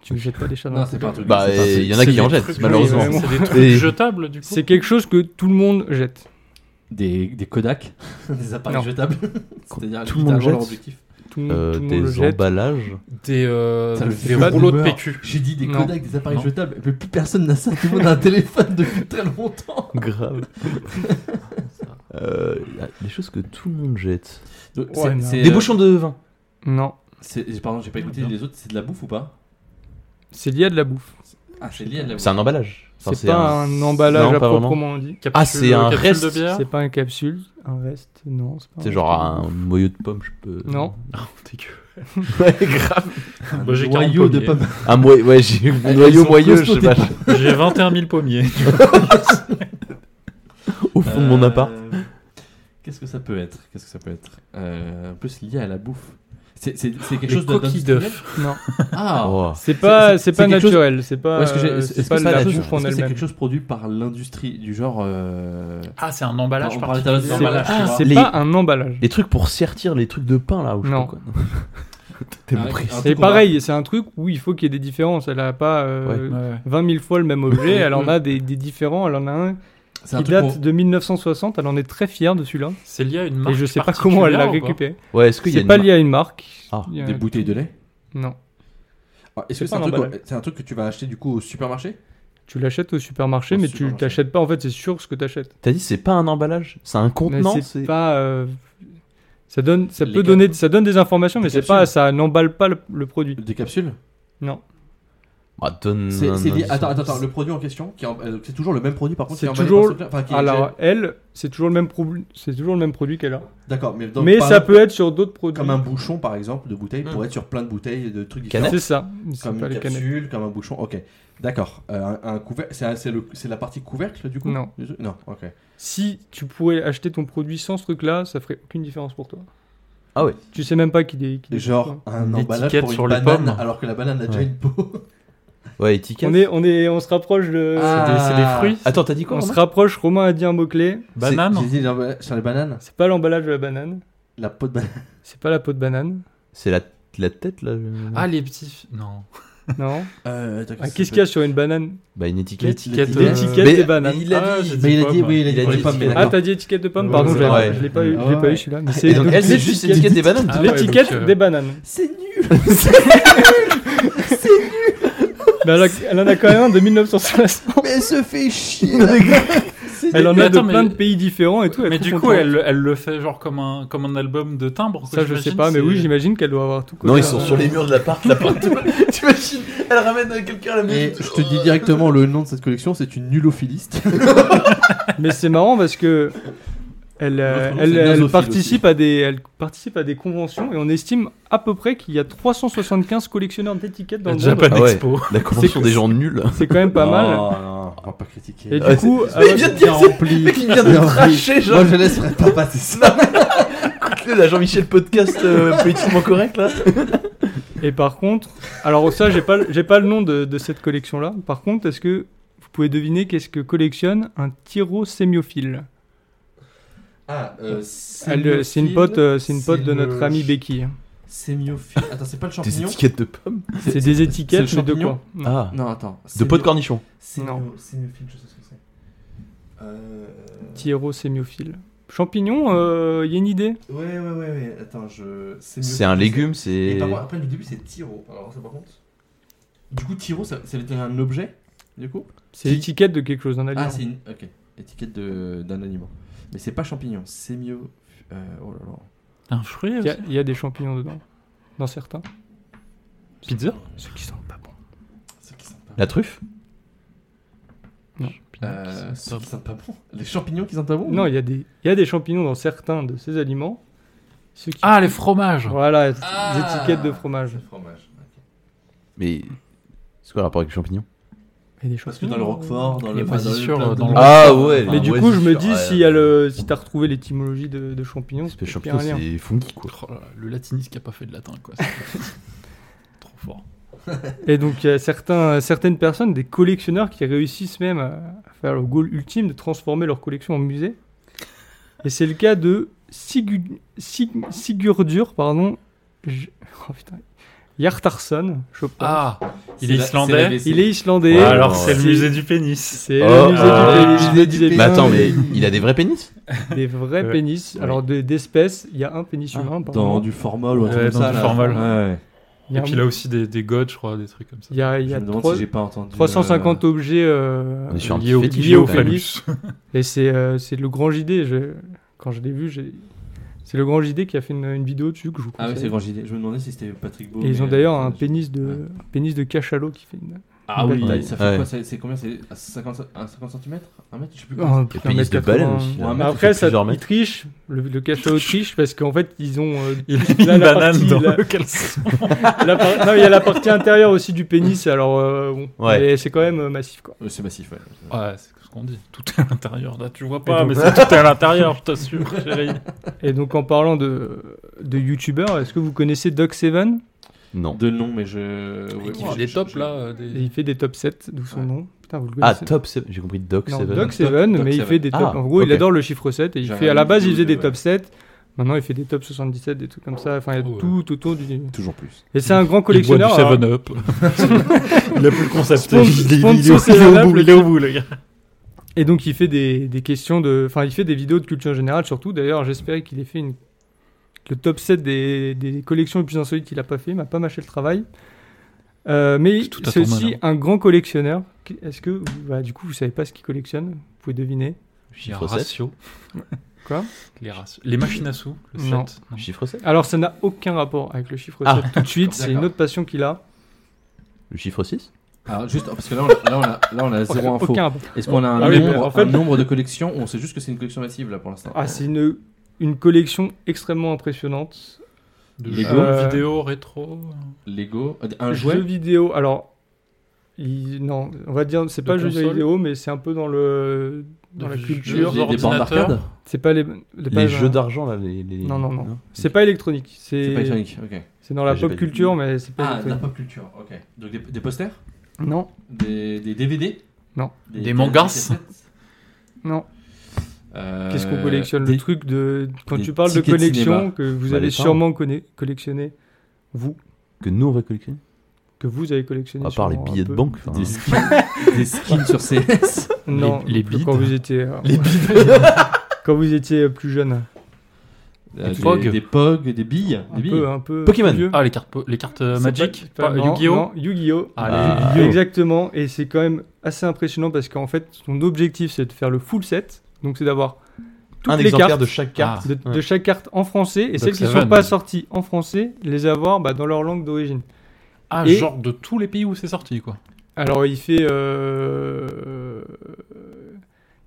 Tu ne jettes pas des chats dans Non, la c'est poubelle. pas un truc. Bah, c'est pas- il y en a qui en jettent, malheureusement. vraiment. C'est des trucs Et- jetables, du coup. C'est quelque chose que tout le monde jette. des, des Kodak, *laughs* des appareils Non. jetables. *laughs* C'est-à-dire Tout le monde littéralement leur jette. objectif. Tout, le monde- Euh, tout le monde le Des jette. *laughs* emballages Des, euh, Ça le des fait pas de rouleaux de rumeur. PQ. J'ai dit des Non. Kodak, des appareils Non. jetables, mais plus personne n'a ça. Tout le monde a un *laughs* téléphone depuis très longtemps. Grave. Euh, y a des choses que tout le monde jette. Donc, Ouais, c'est- mais- c'est, Des euh, bouchons de vin. Ah, Non, c'est- Pardon, j'ai pas écouté Non. les autres. C'est de la bouffe ou pas c'est lié à de la bouffe. Ah, c'est lié à la C'est un emballage. Enfin, C'est pas un, emballage Non, à pas vraiment. proprement dit. Ah, c'est un capsule reste. de bière C'est pas un capsule, un reste, non. C'est pas un C'est genre reste. un moyeu de pomme, je peux. Non. Oh, dégueu. *laughs* ouais, grave. Ah, Moi, Bah, j'ai 40 noyau de pommiers. *laughs* pommes. Un moyeu, ouais, j'ai un noyau sont moyeu, tous je sais notés *laughs* pas. J'ai 21 000 pommiers. Au fond de mon appart. Euh, Qu'est-ce que ça peut être Qu'est-ce que ça peut être Euh, En plus lié à la bouffe. C'est c'est- c'est quelque Les chose de coquilles d'industriel d'œufs. Non. *laughs* Ah. Oh. C'est pas, c'est- c'est c'est pas quelque chose- naturel. C'est pas. Ouais, est-ce que j'ai- euh, est-ce- c'est est-ce pas que de ça a la quelque bouffe chose- est-ce en que c'est elle-même. quelque chose produit par l'industrie du genre euh, Ah, c'est un emballage on parlait tout à l'heure particulier. d'emballage, tu Ah, vois. c'est- C'est Les- pas un emballage. Les trucs pour sertir les trucs de pain là, ou je sais Non. Ah, pas quoi. *laughs* T'es un- bon prix. un truc C'est qu'on pareil, c'est un truc où il faut qu'il y ait des différences. Elle a pas euh, Ouais, ouais. 20 000 fois le même objet. Elle en a des, des différents. Elle en a un va- C'est un qui truc date qu'on- de 1960. Elle en est très fière de celui-là. C'est lié à une marque. Et je sais pas comment elle l'a particulière ou pas récupéré. Ouais, est-ce qu'il y a C'est une pas marque lié à une marque. Ah, Il y a- des bouteilles de lait. Non. Ah, Est-ce C'est que c'est pas un, un truc- emballage. c'est un truc que tu vas acheter du coup au supermarché Tu l'achètes au supermarché, Au mais tu supermarché. t'achètes pas. En fait, Oh, c'est sûr ce que t'achètes. T'as dit c'est pas un emballage, c'est un Mais contenant. c'est pas. euh, Ça donne, ça Les peut cap- donner, ça donne des informations, mais Des c'est pas, capsules. ça n'emballe pas le, le produit. Des capsules Non. Bah, donne. C'est un c'est lié. indice. Attends, attends, attends, le produit en question, qui est en- euh, c'est toujours le même produit par contre. C'est qui est emballé toujours- par Sofia- enfin, qui est- Alors elle, c'est toujours le même produit, c'est toujours le même produit qu'elle a. D'accord, mais, donc, mais par ça exemple, peut être sur d'autres produits. comme un bouchon par exemple de bouteille Hmm. pour être sur plein de bouteilles de trucs différents. Canette C'est ça. C'est Comme pas une les canettes. capsule, comme un bouchon. Ok, d'accord. Euh, un, un couvercle, c'est c'est le- c'est la partie couvercle du coup Non. du truc Non, ok. Si tu pourrais acheter ton produit sans ce truc-là, ça ferait aucune différence pour toi. Ah ouais. Tu sais même pas qu'il est. qu'il est- Genre un Une emballage étiquette pour une sur les banane pommes. alors que la banane a déjà Ouais. une peau. Ouais, étiquette. On est, on est, on se rapproche de. C'est des- Ah. c'est Ah. des fruits. Attends, t'as dit quoi On se Romain rapproche. Romain a dit un mot clé. Banane. J'ai dit l'emballage- sur les bananes, C'est pas l'emballage de la banane. la peau de banane. C'est pas la peau de banane. C'est la, la tête là Ah, les petits. Non. *laughs* Non. Euh, attends, Ah, ça Qu'est-ce qu'il peut y a sur une banane Bah, une étiquette. L'étiquette. Euh, L'étiquette mais- des bananes. mais il a Ah, dit- j'ai mais il a pomme. dit, oui, il a dit, Il pomme, mais a dit étiquette. Ah, d'accord. t'as dit étiquette de pomme Ouais, Pardon, ouais. j'avais- Ouais. je l'ai pas eu, je l'ai pas Ouais. eu celui-là. Mais Et c'est donc, donc elle, c'est juste l'étiquette- l'étiquette des bananes. Ah ouais, l'étiquette donc, euh, des bananes. C'est *laughs* nul. Mais elle, a- elle en a quand même un de 1960. Mais elle se fait *laughs* chier. *laughs* Elle en Mais a attends, de mais- plein de pays différents et tout. elle Mais est du trop coup, contente. elle, elle le fait genre comme un, comme un album de timbre. quoi, Ça, je sais j'imagine, pas, mais c'est- oui, j'imagine qu'elle doit avoir tout. Non, collé. ils sont sur les murs de l'appart là *laughs* partout. T'imagines Elle ramène quelqu'un à la Et maison. je te dis directement le nom de cette collection, c'est une nulophiliste. Mais c'est marrant parce que. Elle, euh, L'autre nom, elle, c'est elle nasophile participe à des, elle participe à des conventions et on estime à peu près qu'il y a 375 collectionneurs d'étiquettes dans le Japan monde. Ah ouais. Expo. La convention C'est- des gens nuls. C'est quand même *laughs* pas mal. Non, non, on va pas critiquer. Et Ouais, du coup, Mais il vient de dire, rempli. mec, il vient *laughs* de bien rempli. cracher, genre. Moi, je laisserai pas passer ça. La Jean-Michel podcast euh, politiquement correct là. Et par contre, alors ça, j'ai pas, le- j'ai pas le nom de, de cette collection-là. Par contre, est-ce que vous pouvez deviner qu'est-ce que collectionne un tyrosémiophile Ah, euh, Elle, euh, C'est une pote, euh, c'est une pote de notre amie Becky. Sémiophile. Attends, c'est pas le Des champignon étiquettes de pommes. C'est des étiquettes, c'est le mais de champignon quoi Non. Ah. Non, attends. De pot de cornichon. Non. Sémiophile, je sais ce que c'est. Euh... Tyrosémiophile. Champignon, il y a une idée Ouais, ouais, ouais, ouais. Attends, je. C'est un légume, c'est. Et par contre, après le début, c'est Tiro. Alors, ça, par contre. Du coup, Tiro, ça, ça veut dire un objet Du coup C'est Ti- l'étiquette de quelque chose, un aliment. Ah, c'est une. Ok. Étiquette de- d'un aliment. Mais c'est pas champignon, c'est mieux. Euh, oh là là. Un fruit Il y aussi. a- il y, a des champignons dedans, dans certains. Pizza Ceux qui sont pas bons. Ceux qui sentent pas La truffe bon. Euh, ceux qui sentent pas bon. Les champignons qui sentent pas bon Non, il y, a des- il y a des champignons dans certains de ces aliments. Ceux qui... Ah, les fromages. Voilà, les Ah étiquettes de fromage. Le fromage. ok. Mais. C'est quoi le rapport avec le champignon Et des Parce que champignons, dans le euh, roquefort, dans Les le. enfin, dans moisissures, plein de- dans le- Ah ouais, Enfin, Mais Ah, du ouais, coup, c'est je me sûr, dis, ouais. si, y a le, si t'as retrouvé l'étymologie de, de champignons, Espèce c'est champignon, un lien. c'est funky quoi. Oh là là, Le latiniste qui a pas fait de latin, quoi. C'est- *laughs* Trop fort. Et donc, il y a certains, certaines personnes, des collectionneurs qui réussissent même à à faire le goal ultime de transformer leur collection en musée. Et c'est le cas de Sigu- Sig- Sigurdur, pardon, J- oh putain, Yartarsson, je pense. Ah, il C'est est la- islandais. c'est la- Il est islandais. Ouais, alors, non, c'est le musée du pénis. C'est Oh, le musée ah. du pénis, je le disais Mais bien, attends, mais il a des vrais pénis Des vrais Ouais. pénis. Alors, de- d'espèces, il y a un pénis Ah, humain. par Dans moment. du formol ou un Ouais, truc comme dans ça. du là. formol. Ouais. Il y Et a, puis là aussi des, des godes, je crois, des trucs comme ça. il y a- il y Je a me demande trois- si j'ai pas entendu. euh, 350 objets euh, On est sur un Lié au, fétiche, lié au quand même. phallus. *laughs* Et c'est euh, c'est le grand JD. je- Quand je l'ai vu, j'ai- c'est le grand JD qui a fait une, une vidéo dessus que je vous Ah conseille. oui, c'est le grand JD. Je me demandais si c'était Patrick Beau. Et ils mais- ont d'ailleurs un Ouais. pénis de un pénis de cachalot qui fait une, Ah Ouais. oui, Ouais. ça fait Ouais. quoi C'est c'est combien C'est à 50, à 50 cm 1 mètre Je sais plus quoi. Un Et truc puis ils se 1m80. déballent aussi. Ouais, là. mais Ça Après, fait ça, plusieurs ils mètres. trichent, le, le cacao triche parce qu'en fait, ils ont. euh, Il a *laughs* Là, une la banane partie, dans là. le caleçon. *laughs* la par- Non, il y a la partie intérieure aussi du pénis, alors euh, bon. Ouais. Mais c'est quand même euh, massif, quoi. Euh, C'est massif, ouais. Ouais, c'est ce qu'on dit. Tout est à l'intérieur. Là, tu vois pas, donc- mais c'est tout est à l'intérieur, je t'assure, chérie. Et donc, en parlant de, de youtubeurs, est-ce que vous connaissez Doc Seven Non. De nom, mais je. ouais, Qui ouais, fait des je- tops, je- là. euh, Et Des... Il fait des top 7, d'où son Ouais. nom. Putain, vous le Ah, connaissez top 7. J'ai compris Doc Non, 7. Doc Doc- 7, Doc mais il Seven. fait des tops. Ah, en gros, ok. il adore le chiffre 7 et il J'avais fait à la une base, il vidéo faisait de- des top 7. Maintenant, il fait des top 77, des trucs comme ça. Enfin, il y a Oh, ouais. tout autour du. Toujours plus. Et c'est un grand Il boit du collectionneur. hein. alors- 7-up. il a plus le concept. *laughs* Sponsor- il, est- il est- il est- sponsor il est au 7-Up, bout, il est au bout, le gars. Et donc il fait des, des questions de... Enfin, il fait des vidéos de culture générale surtout. D'ailleurs, j'espérais qu'il ait fait une... le top 7 des, des collections les plus insolites qu'il a pas fait. Il m'a pas mâché le travail. Euh, mais C'est tout à c'est ton mal, aussi un grand collectionneur. Qu- Est-ce que... vous- bah, du coup, vous savez pas ce qu'il collectionne Vous pouvez deviner. Il y a un Chiffre *laughs* sept. ratio. Quoi les, ratio- les machines à sous, le Non. 7. Chiffre 7 Alors ça n'a aucun rapport avec le chiffre 7 Ah, tout de suite. C'est une d'accord. autre passion qu'il a. Le chiffre 6 Alors, juste parce que là, on a, là, on a, là, on *laughs* a zéro info. Aucun rapport. Est-ce qu'on a un, Ah oui, mais nombre, en fait- un nombre de collections On sait juste que c'est une collection massive, là, pour l'instant. Ah, c'est une, une collection extrêmement impressionnante. De Lego. jeux Euh, vidéo rétro. Lego. euh, Un Jeux jouet vidéo, alors. il- Non, on va dire, c'est De pas jeu console vidéo, mais c'est un peu dans le. Dans De la jeux- culture. jeux- Des- Des bandes ordinateur. d'arcade C'est pas les. les Les pages, jeux hein. d'argent là. les- les- Non, non, non. C'est Ok. pas électronique. C'est pas C'est électronique, ok. c'est dans la Ah, J'ai pas pop dit. culture, mais c'est pas Ah, de la électronique. pop culture, ok. Donc des, des posters Non, des, des DVD Non. Des mangas cassettes non. Euh, Qu'est-ce qu'on collectionne des- Le truc de. Quand des tu parles de tickets de collection, cinéma. que vous Bah, avez les femmes. sûrement conne- collectionné, vous, Que nous on va collectionner que vous avez collectionné. À part les sûrement un billets de peu. banque. enfin, Des skins, des skins sur *laughs* CS. Non, les que bides. Quand vous étiez. euh, *laughs* Quand vous étiez plus jeune. Euh, Des des, Pog. des POG, des billes. Un Des billes. peu, un peu. euh, Pokémon. vieux. Ah, les cartes, po- les cartes euh, C'est Magic pas- pas- non, Yu-Gi-Oh non, Yu-Gi-Oh Ah, Ah. les- Exactement, et c'est quand même assez impressionnant parce qu'en fait, son objectif c'est de faire le full set, donc c'est d'avoir toutes Un les exemplaire cartes de chaque carte. Ah, de, de Ouais. chaque carte en français, et Donc celles qui ça ne va, sont pas mais- sorties en français, les avoir bah, dans leur langue d'origine. Ah, Et- genre de tous les pays où c'est sorti, quoi. Alors il fait, euh,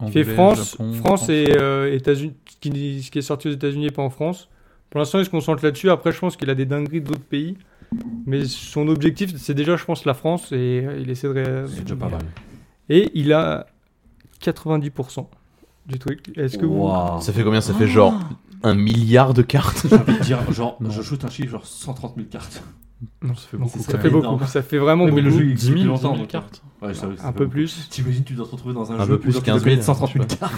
il fait Anglais, France, Japon, France, et euh, États-Unis, ce qui, ce qui est sorti aux États-Unis et pas en France. Pour l'instant, il se concentre là-dessus. Après, je pense qu'il a des dingueries d'autres pays, mais son objectif c'est déjà, je pense, la France, et euh, il essaie de. ré- C'est déjà pas mal. Et il a 90% du truc. Est-ce que vous... Waouh. Ça fait combien Ça fait genre un milliard de cartes. *laughs* J'ai envie de dire, genre, Non. je shoot un chiffre, genre 130 000 cartes. Non, ça fait Non, beaucoup. c'est quand Ça même. fait Ouais, beaucoup, énorme. ça fait vraiment Ouais, mais beaucoup. le jeu, il 10 000, 10 existe depuis 000 longtemps. donc. cartes. Ouais, ça- ça un fait peu beaucoup. plus. T'imagines, tu dois te retrouver dans un, Un jeu peu plus, où 15 tu dois 000, être 130 000 je cartes.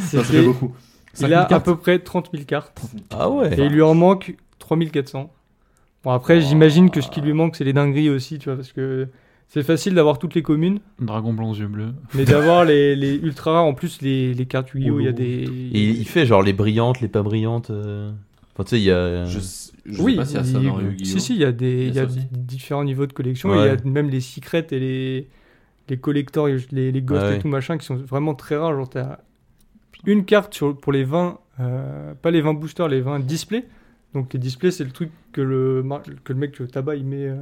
C'est- Ça fait beaucoup. Il a à peu près 30 000 cartes. Ah ouais. Et il lui en manque 3400. Bon, après, j'imagine que ce qui lui manque, c'est les dingueries aussi, tu vois, parce que c'est facile d'avoir toutes les communes, Dragon blanc aux yeux bleus. mais d'avoir les, les ultra rares, en plus, les, les cartes Yu-Gi-Oh! Il y a des. Et il fait genre les brillantes, les pas brillantes. euh. Enfin, tu sais, il y a. Je, sais- je oui, sais pas si ça il- dans Yu-Gi-Oh. si, si, il y a, des, Il y a il y ça a aussi. différents niveaux de collection. Ouais. Il y a même les secrets et les, les collectors, les, les ghosts Ah ouais. et tout machin qui sont vraiment très rares. Genre, t'as une carte sur, pour les 20, euh, pas les 20 boosters, les 20 displays. Donc, les displays, c'est le truc que le, mar- que le mec au tabac il met. euh,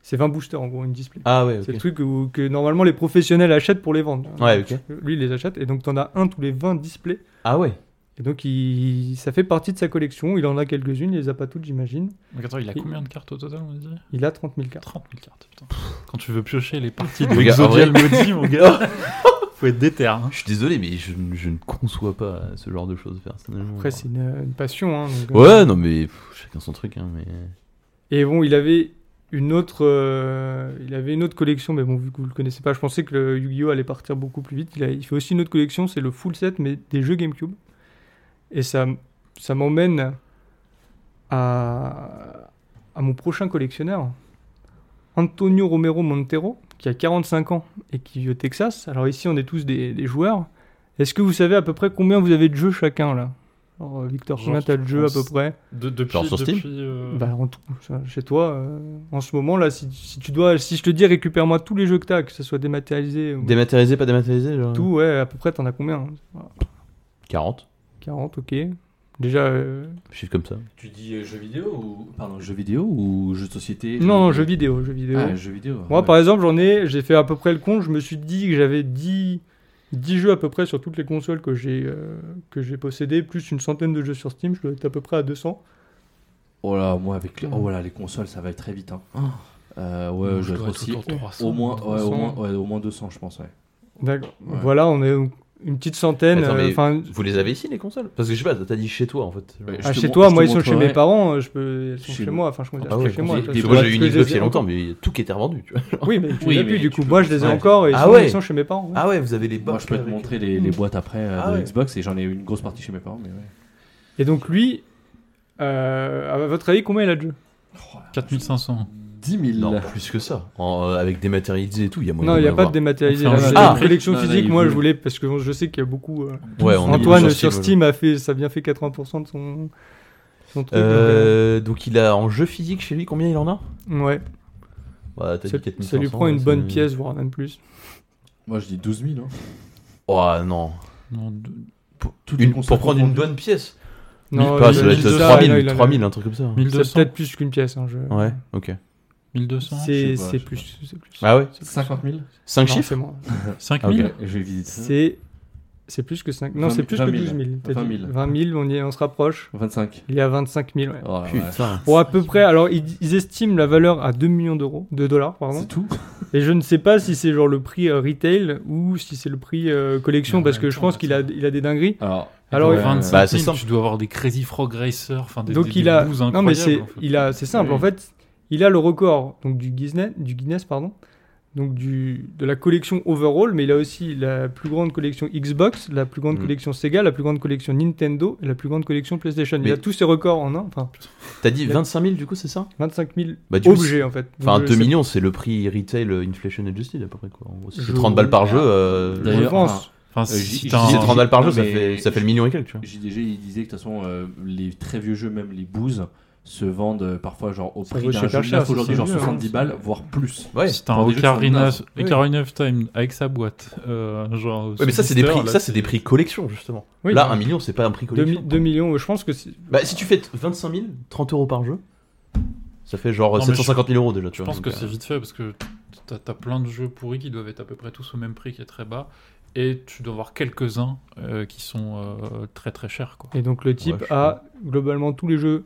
c'est 20 boosters en gros, une display. Ah ouais, C'est ok. le truc où- que normalement les professionnels achètent pour les vendre. Ouais, ok. Lui, il les achète et donc t'en as un tous les 20 displays. Ah ouais. Et donc, il, ça fait partie de sa collection. Il en a quelques-unes, il les a pas toutes, j'imagine. Donc attends, il a Il- combien de cartes au total, on dirait Il a 30 000 cartes. 30 000 cartes, putain. Quand tu veux piocher les parties de Les gars, en Exodial Maudit, mon gars, faut être déter. hein. Je suis désolé, mais je, je ne conçois pas ce genre de choses personnellement. Après, c'est une, une passion. hein, donc, euh, Ouais, non, mais pff, chacun son truc. Hein, mais... Et bon, il avait une autre, euh, il avait une autre collection, mais bon, vu que vous le connaissez pas, je pensais que le Yu-Gi-Oh allait partir beaucoup plus vite. Il, a- il fait aussi une autre collection, c'est le full set, mais des jeux GameCube. Et ça, m- ça m'emmène à, à mon prochain collectionneur, Antonio Romero Montero, qui a 45 ans et qui vit au Texas. Alors ici, on est tous des, des joueurs. Est-ce que vous savez à peu près combien vous avez de jeux chacun là Alors, euh, Victor, Genre, combien t'as de je jeux à pense- peu près De, depuis, Genre sur Steam depuis, euh, bah, en tout, ça, chez toi, euh, en ce moment là, si, si tu dois, si je te dis récupère-moi tous les jeux que t'as, que ce soit dématérialisé euh, ou Dématérialisé, pas dématérialisé genre... tout, ouais, à peu près t'en as combien hein Voilà, 40. 40, ok. Déjà. euh, Chiffre comme ça. Tu dis euh, jeux vidéo ou. Pardon, jeux vidéo ou jeux de société Non, jeux vidéo, jeux vidéo. Ah, jeux vidéo. Moi, ouais. par exemple, j'en ai, j'ai fait à peu près le compte. Je me suis dit que j'avais 10, 10 jeux à peu près sur toutes les consoles que j'ai euh, que j'ai possédées, plus une centaine de jeux sur Steam. Je dois être à peu près à 200. Oh là, moi, avec les... Oh là, les consoles, ça va être très vite. Hein. Oh. Euh, ouais, je je dois dois être être aussi. autour de 300, Au moins, ouais, au, 300. moins, ouais, au moins 200, je pense, ouais. D'accord. Ouais. Voilà, on est une petite centaine. Attends, mais euh, Enfin, Vous les avez ici les consoles Parce que je sais pas, t'as dit chez toi en fait. Ouais, ah, je te chez mon- toi, je te moi, ils sont chez montrerai. mes parents. euh, Je peux... Ils sont Chez chez nous. moi. Enfin, je considère Ah ouais, que chez moi. des- parce des que- Parce que moi boîtes j'ai eu parce que une je les Xbox il y ai a longtemps, mais tout qui était revendu. Tu vois. Oui, mais tu Oui, les as mais plus, du tu coup. peux- Moi, je les ai Ouais. encore et Ah sinon, ouais. ils sont chez mes parents. ouais. Ah ouais, vous avez les box. Moi, je peux te avec- montrer les, les boîtes après euh, Ah de ouais. Xbox et j'en ai une grosse partie chez mes parents. Mais ouais. Et donc, lui, euh, à votre avis, combien il a de jeux 4500. 10 000 Non, plus que ça. En, euh, avec dématérialisé et tout, il y a moyen Non, il de n'y a pas de l'avoir. dématérialisé. Enfin, là-bas. je- Ah la collection Non, là, physique, il moi, voulait. je voulais, parce que je sais qu'il y a beaucoup. euh, Ouais, on est Antoine beaucoup sur aujourd'hui. Steam a fait, ça vient fait 80% de son, son truc. Euh, donc il a en jeu physique chez lui, combien il en a donc, euh, ouais. Bah, t'as Ça, dit 4500, ça lui prend une ouais, bonne c'est- pièce, voire même plus. Moi, je dis 12 000. Hein. Oh non. Non, de- Pour, les une- consoles pour prendre une confondues. bonne pièce Non, Pas, il ça a doit mis être ça, 3000, là, il a- 3000, un truc comme ça. 1200. C'est peut-être plus qu'une pièce. hein, je- Ouais, ok. 1200. C'est Je sais pas, c'est je sais plus. c'est plus. Ah ouais C'est plus. 000 5 Non, chiffres c'est moins. 5000 Je vais visiter Mmh. ça. C'est c'est plus que 5. Non, 20 000, c'est plus que 20 000. 12 000. t'as 20 dit. 000. 20 000, on, y est, on se rapproche. 25. Il est à 25 000. Ah, Ouais. Oh, ouais. Putain. Pour à peu près, alors ils, ils estiment la valeur à 2 millions d'euros, de dollars, pardon. C'est tout Et je ne sais pas si c'est genre le prix euh, retail ou si c'est le prix euh, collection, Non, parce mais que je attends, pense qu'il a, attends. il a des dingueries. Alors, Alors, Pour il- ouais, 25 000, Bah, c'est simple. tu dois avoir des Crazy Frog Racer, enfin des, Donc des- des il a, blues non mais incroyables, c'est, en fait. il a, c'est simple Oui. en fait. Il a le record donc du Guinness, du Guinness pardon, donc du de la collection overall, mais il a aussi la plus grande collection Xbox, la plus grande Mm. collection Sega, la plus grande collection Nintendo et la plus grande collection PlayStation. Il Mais- a tous ces records en un, enfin T'as dit Il a- 25 000 du coup, c'est ça 25 000 Bah, du coup, objets en fait. Enfin, Donc, je 2 sais- millions, c'est le prix retail euh, inflation adjusted à peu près quoi. En gros, si Je- c'est 30 balles par jeu. euh, je D'ailleurs, pense. Enfin, Euh, j- si j- t'as Si c'est un- 30 balles par Non, jeu, ça mais- fait, ça fait le million et quelques, tu vois. JDG, il disait que de toute façon, euh, les très vieux jeux, même les bouses, se vendent euh, parfois genre au Ça prix vaut d'un chez jeu Percha, neuf ça, aujourd'hui, c'est genre mieux, hein. 70 balles, voire plus. Ouais. Si t'as Pour un des jeux Ocarina, sur oui. Ocarina of Time avec sa boîte, euh, genre. Ouais, mais ça, c'est des Solitaire, prix, là, ça, c'est des prix collection, justement. Oui, Là, 1 million, c'est pas un prix 2, collection. millions, je pense que c'est- Bah, si tu fais 25 000, 30 euros par jeu, ça fait genre Non, mais 750 000 euros déjà, tu Je vois. pense que donc, euh, euh, c'est vite fait parce que t'as as plein de jeux pourris qui doivent être à peu près tous au même prix qui est très bas. Et tu dois avoir quelques-uns euh, qui sont euh, très très chers. Quoi. Et donc le type je sais a globalement tous les jeux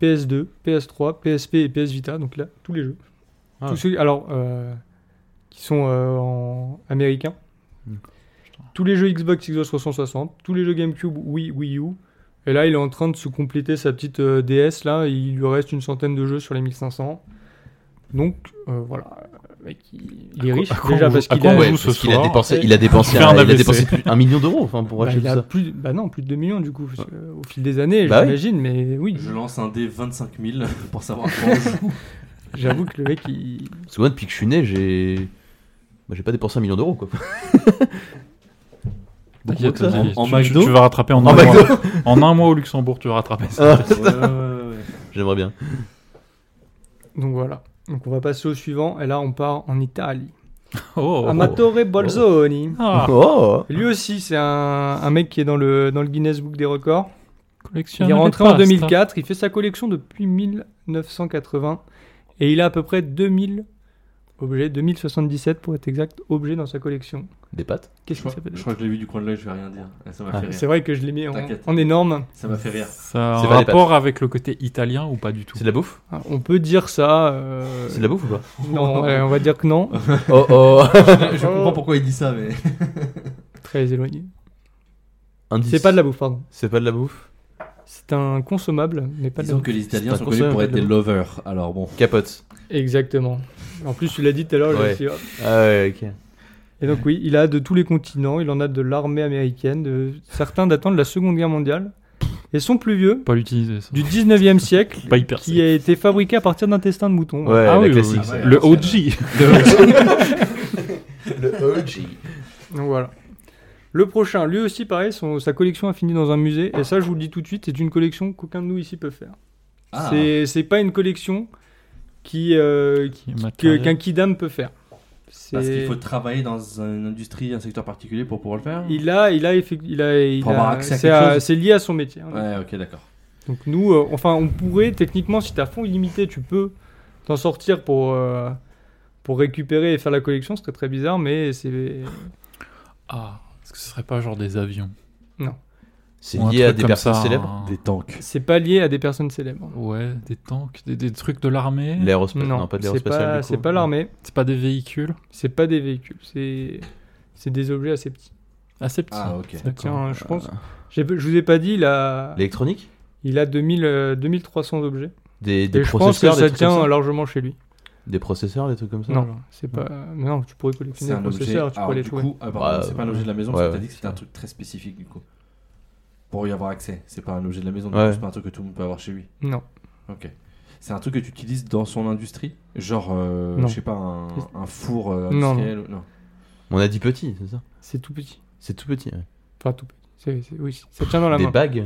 PS2, PS3, PSP et PS Vita, donc là tous les jeux. Ah Tous ouais. ceux- alors euh, qui sont euh, en américain. Mm. Tous les jeux Xbox, Xbox 360, tous les jeux GameCube, Wii, Wii U. Et là, il est en train de se compléter sa petite euh, DS là, il lui reste une centaine de jeux sur les 1500. Donc euh, voilà, le mec, il, il est À quoi- riche à quoi déjà on- parce à qu'il quoi a, on Ouais, joue parce ce qu'il a soir. dépensé, Et- il a dépensé, Je fais un un, il a AVC. dépensé plus 1 million d'euros enfin, pour bah, acheter il a tout ça. plus, bah non, plus de 2 millions du coup, Ah. parce que, au fil des années, Bah oui. j'imagine, mais oui. Je lance un dé 25 000 *laughs* pour *laughs* savoir comment je joue. J'avoue que le mec, il... Parce que moi, depuis que je suis né, j'ai. Bah, j'ai pas dépensé un million d'euros, quoi. *laughs* Beaucoup moins T'inquiète, que ça. Olivier, En- en tu- tu, McDo tu vas rattraper en, En un McDo. mois. En un mois au Luxembourg, tu vas rattraper ça. Ah, Ouais, ouais, ouais, ouais. J'aimerais bien. Donc voilà. Donc on va passer au suivant, et là on part en Italie. Oh, Amatore Bolzoni. Ah, Oh Lui aussi, c'est un, un mec qui est dans le, dans le Guinness Book des records. collectionne Il est les rentré en pastes. hein. 2004, il fait sa collection depuis 1980, et il a à peu près 2000 objets, 2077 pour être exact, objets dans sa collection. Des pattes Qu'est-ce Je que crois- ça peut Je dire crois que je l'ai vu du coin de l'œil, je vais rien dire. Ça m'a Ah, fait C'est rire. vrai que je l'ai mis en, T'inquiète. en énorme. Ça m'a fait rire. Ça a C'est un pas les rapport avec le côté italien ou pas du tout C'est de la bouffe Ah, On peut dire ça. euh, C'est de la bouffe ou pas hein. *laughs* Non, ouais, on va dire que non. Oh oh je, je comprends pourquoi il dit ça, mais. Très éloigné. *laughs* Indice. C'est pas de la bouffe, pardon. C'est pas de la bouffe C'est un consommable, mais pas de la Disons que les Italiens un sont consommateur connus pour être de des lovers. Alors bon. Capote. Exactement. En plus, tu l'as dit tout à l'heure. je Ouais. me suis dit, hop. Ah ouais, ok. Et donc oui, il a de tous les continents. Il en a de l'armée américaine, de certains datant de la Seconde Guerre mondiale. Et son plus vieux, Pas l'utiliser ça. du 19e siècle, Pas hyper qui a été fabriqué à partir d'intestins de mouton. Ouais, Ah la oui, oui, classique. oui. ça. Le OG. Le OG. Donc voilà. Le prochain, lui aussi pareil, son- sa collection a fini dans un musée. Et ça, je vous le dis tout de suite, c'est une collection qu'aucun de nous ici peut faire. Ah. C'est- C'est pas une collection qui, euh, Qui est que- matériel. qu'un kidam peut faire. C'est- Parce qu'il faut travailler dans une industrie, un secteur particulier pour pouvoir le faire Il a, il a, effect- il a, il Pour avoir a- accès à c'est, quelque à- chose. c'est lié à son métier. hein. Ouais, ok, d'accord. Donc nous, euh, enfin, on pourrait techniquement, si t'as à fond illimité, tu peux t'en sortir pour euh, pour récupérer et faire la collection. Ce serait très bizarre, mais c'est Ah, est-ce que ce serait pas genre des avions C'est Ou un lié à truc des comme personnes ça, hein. célèbres un- Des tanks. c'est pas lié à des personnes célèbres. Ouais, des tanks, des, des trucs de l'armée. L'aérospatiale, Non, non, pas de c'est l'aérospatiale. pas, du coup. c'est pas l'armée, C'est pas des véhicules c'est pas des véhicules, c'est c'est des objets assez petits. assez petits. Ah, ok. D'accord. Tiens, je pense, j'ai- je vous ai pas dit, il a, L'électronique il a 2000, euh, 2300 objets. Des, des et je pense que processeurs, ça des trucs comme tient ça largement chez lui. Des processeurs, des trucs comme ça Non, genre c'est pas. mais non, tu pourrais collectionner C'est les un objet. processeurs, tu Alors, pourrais les du trouver. coup, ah, pardon, Bah, c'est pas un objet de la maison, ouais, parce que ouais. t'as dit que c'était un truc très spécifique, du coup. Pour y avoir accès, c'est pas un objet de la maison, du Ouais. coup, c'est pas un truc que tout le monde peut avoir chez lui. Non, Ok. C'est un truc que tu utilises dans son industrie Genre, euh, Non. je sais pas, un, un four euh, Non, industriel ou- non. On a dit petit, c'est ça c'est tout petit. C'est tout petit. ouais. Enfin, tout petit. C'est- c'est- oui, c'est- ça tient dans la Des main. bagues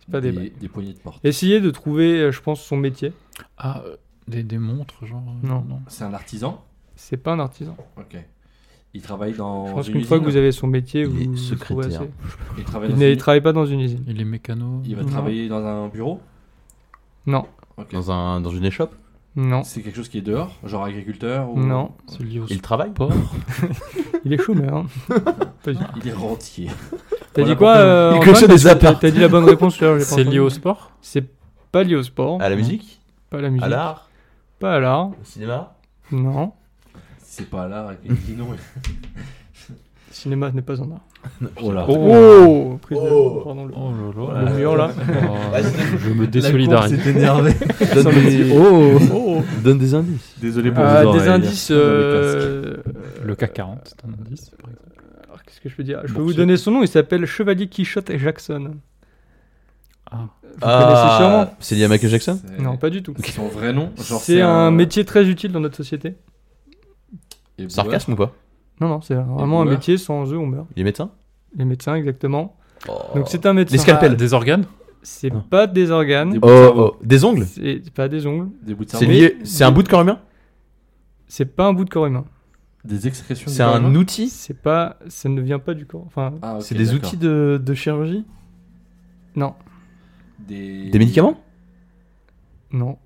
C'est pas des bagues. des poignées de porte. Essayez de trouver, euh, je pense, son métier. Ah, euh, des, des montres, genre euh, Non. C'est un artisan C'est pas un artisan. Ok. Il travaille dans. Je pense une qu'une fois que usine vous avez son métier, Il vous est vous trouvez secrétaire. assez. Il travaille Il dans ne il une- travaille pas dans une usine. Il est mécano. Il va Non. travailler dans un bureau Non, Ok. dans, un, dans une échoppe non, C'est quelque chose qui est dehors Genre agriculteur ou... non. C'est lié au Il travaille sport. *laughs* Il est chômeur. hein. Pas du tout. Il est rentier. *laughs* T'as Voilà dit quoi pourquoi- euh, Il Antoine, coche des parce que apparts. t'as- T'as dit la bonne réponse tout à l'heure, j'ai pas C'est lié entendu. au sport C'est pas lié au sport. À la musique Pas à la musique. À l'art Pas à l'art. Au cinéma Non. C'est pas là, il dit non. Cinéma n'est pas un art. Oh là. Oh, prise de- Oh. pardon, le- Oh là le là. mur là. Oh, Vas-y. je me désolidarise. énervé. *laughs* Donne des... Oh, oh. Donne des indices. Désolé pour Euh, vous. des indices. euh, Le CAC 40, c'est un indice, par exemple. alors, Qu'est-ce que je peux dire Je peux Bon, vous c'est- donner son nom. Il s'appelle Chevalier Quichotte et Jackson. Ah. Vous connaissez sûrement. C'est lié à Michael Jackson Non, pas du tout. C'est son vrai nom Genre C'est un métier très utile dans notre société. Et Sarcasme ou pas Non, non, c'est vraiment un boueurs métier. Sans eux, on meurt. Il est médecin Les médecins, exactement. Donc c'est c'est un médecin. Ah, Les scalpels. Des organes C'est Non. pas des organes. Des- Oh, oh, des ongles C'est pas des ongles. Des bouts de C'est cerveau. lié. C'est un bout de corps humain C'est pas un bout de corps humain. Des excrétions. C'est un outil C'est pas. Ça ne vient pas du corps. Enfin, Ah, C'est des outils de, de chirurgie non, Des, Des médicaments non.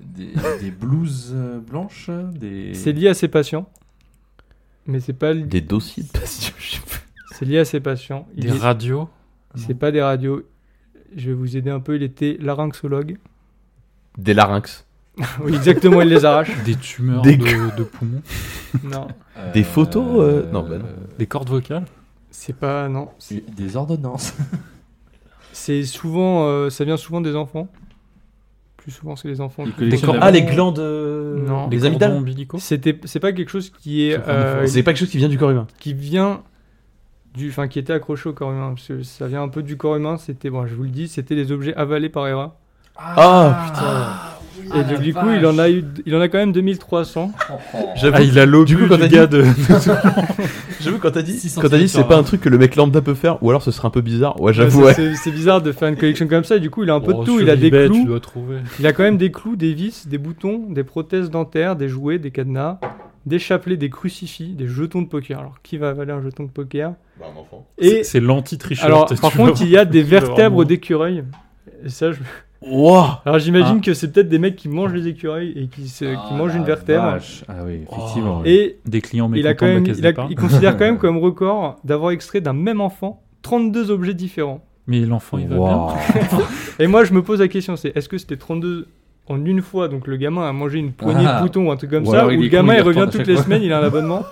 Des, des blouses euh, blanches des... C'est lié à ses patients. Mais c'est pas. li- Des dossiers de patients, je sais pas. C'est lié à ses patients. Il Des est- radios C'est pas des radios. Je vais vous aider un peu. Il était larynxologue. Des larynx. *laughs* Oui, exactement, il les arrache. Des tumeurs Des de, de poumons *laughs* Non, Euh, Des photos, euh, non, bah non. euh, Des cordes vocales c'est pas. Non. C'est- Des ordonnances. C'est souvent. euh, ça vient souvent des enfants. Plus souvent, c'est les enfants. Il qui- collectionne Des la- corps- Ah, les glandes. euh, Non. Des Les cordons amygdales ombilicaux C'était. C'est pas quelque chose qui est. Sauf en effet. euh, C'est pas quelque chose qui vient du corps humain. qui vient du, enfin qui était accroché au corps humain, parce que ça vient un peu du corps humain. C'était, bon, je vous le dis, c'était les objets avalés par Hera. Ah, Ah, putain. Ah, Et donc, du coup, il en a eu, il en a quand même 2300. J'avoue. Ah, il a l'obus Du coup, quand du t'as gars dit- de... *laughs* J'avoue, quand t'as dit, 6 quand t'as dit c'est centimètres pas sur un truc que le mec lambda peut faire, ou alors ce serait un peu bizarre. Ouais, j'avoue, ouais. C'est c'est bizarre de faire une collection comme ça. Et du coup, il a un peu Oh, de tout. sur Il a des eBay, Tu clous. dois trouver. Il a quand même des clous, des vis, des boutons, des prothèses dentaires, des jouets, des cadenas, des chapelets, des crucifix, des jetons de poker. Alors, qui va avaler un jeton de poker Et Bah, C'est- C'est l'anti-tricheur. alors, tu par vois. contre, il y a *laughs* des tu dois vraiment- vertèbres d'écureuil. Et ça, je- Wouah Alors j'imagine Ah. que c'est peut-être des mecs qui mangent les écureuils et qui, se, *laughs* qui mangent une vertèbre. Ah oui, effectivement. Oh. oui. Et Des clients il, a mécontents quand de la même, caisse il, a- d'épargne. il considère quand *laughs* même comme record d'avoir extrait d'un même enfant 32 objets différents. Mais l'enfant, il va bien. Wow. Et moi je me pose la question, c'est est-ce que c'était 32 en une fois, donc le gamin a mangé une poignée Ah. de boutons ou un truc comme Ou ça, alors ou il le est gamin con, il il retourne revient à toutes chaque les fois. semaines, il a *laughs* un abonnement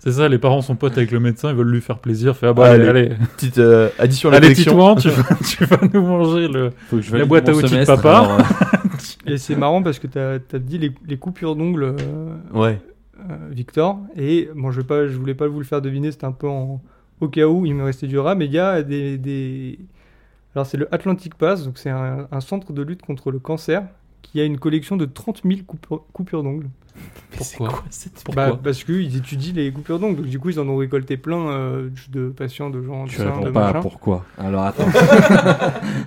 C'est ça, les parents sont potes avec le médecin, ils veulent lui faire plaisir. Fait, ah bah, Allez. allez, allez, Petite euh, addition à la allez collection. Titouan, *laughs* tu vas, tu vas nous manger le. Faut que je La valide boîte à mon outils de semestre, papa. alors, *laughs* euh, Et c'est marrant parce que t'as as dit les, les coupures d'ongles, euh, Ouais. euh, Victor, et bon, je, vais pas, je voulais pas vous le faire deviner, c'était un peu en- au cas où, il me restait du rat, mais il y a des... des- Alors c'est le Atlantic Pass, donc c'est un, un centre de lutte contre le cancer qui a une collection de 30 000 coupures, coupures d'ongles. Pourquoi Bah, parce qu'ils étudient les coupures d'ongles, donc du coup ils en ont récolté plein euh, de patients, de gens, de Tu seins, réponds de pas machin. pourquoi. Alors attends,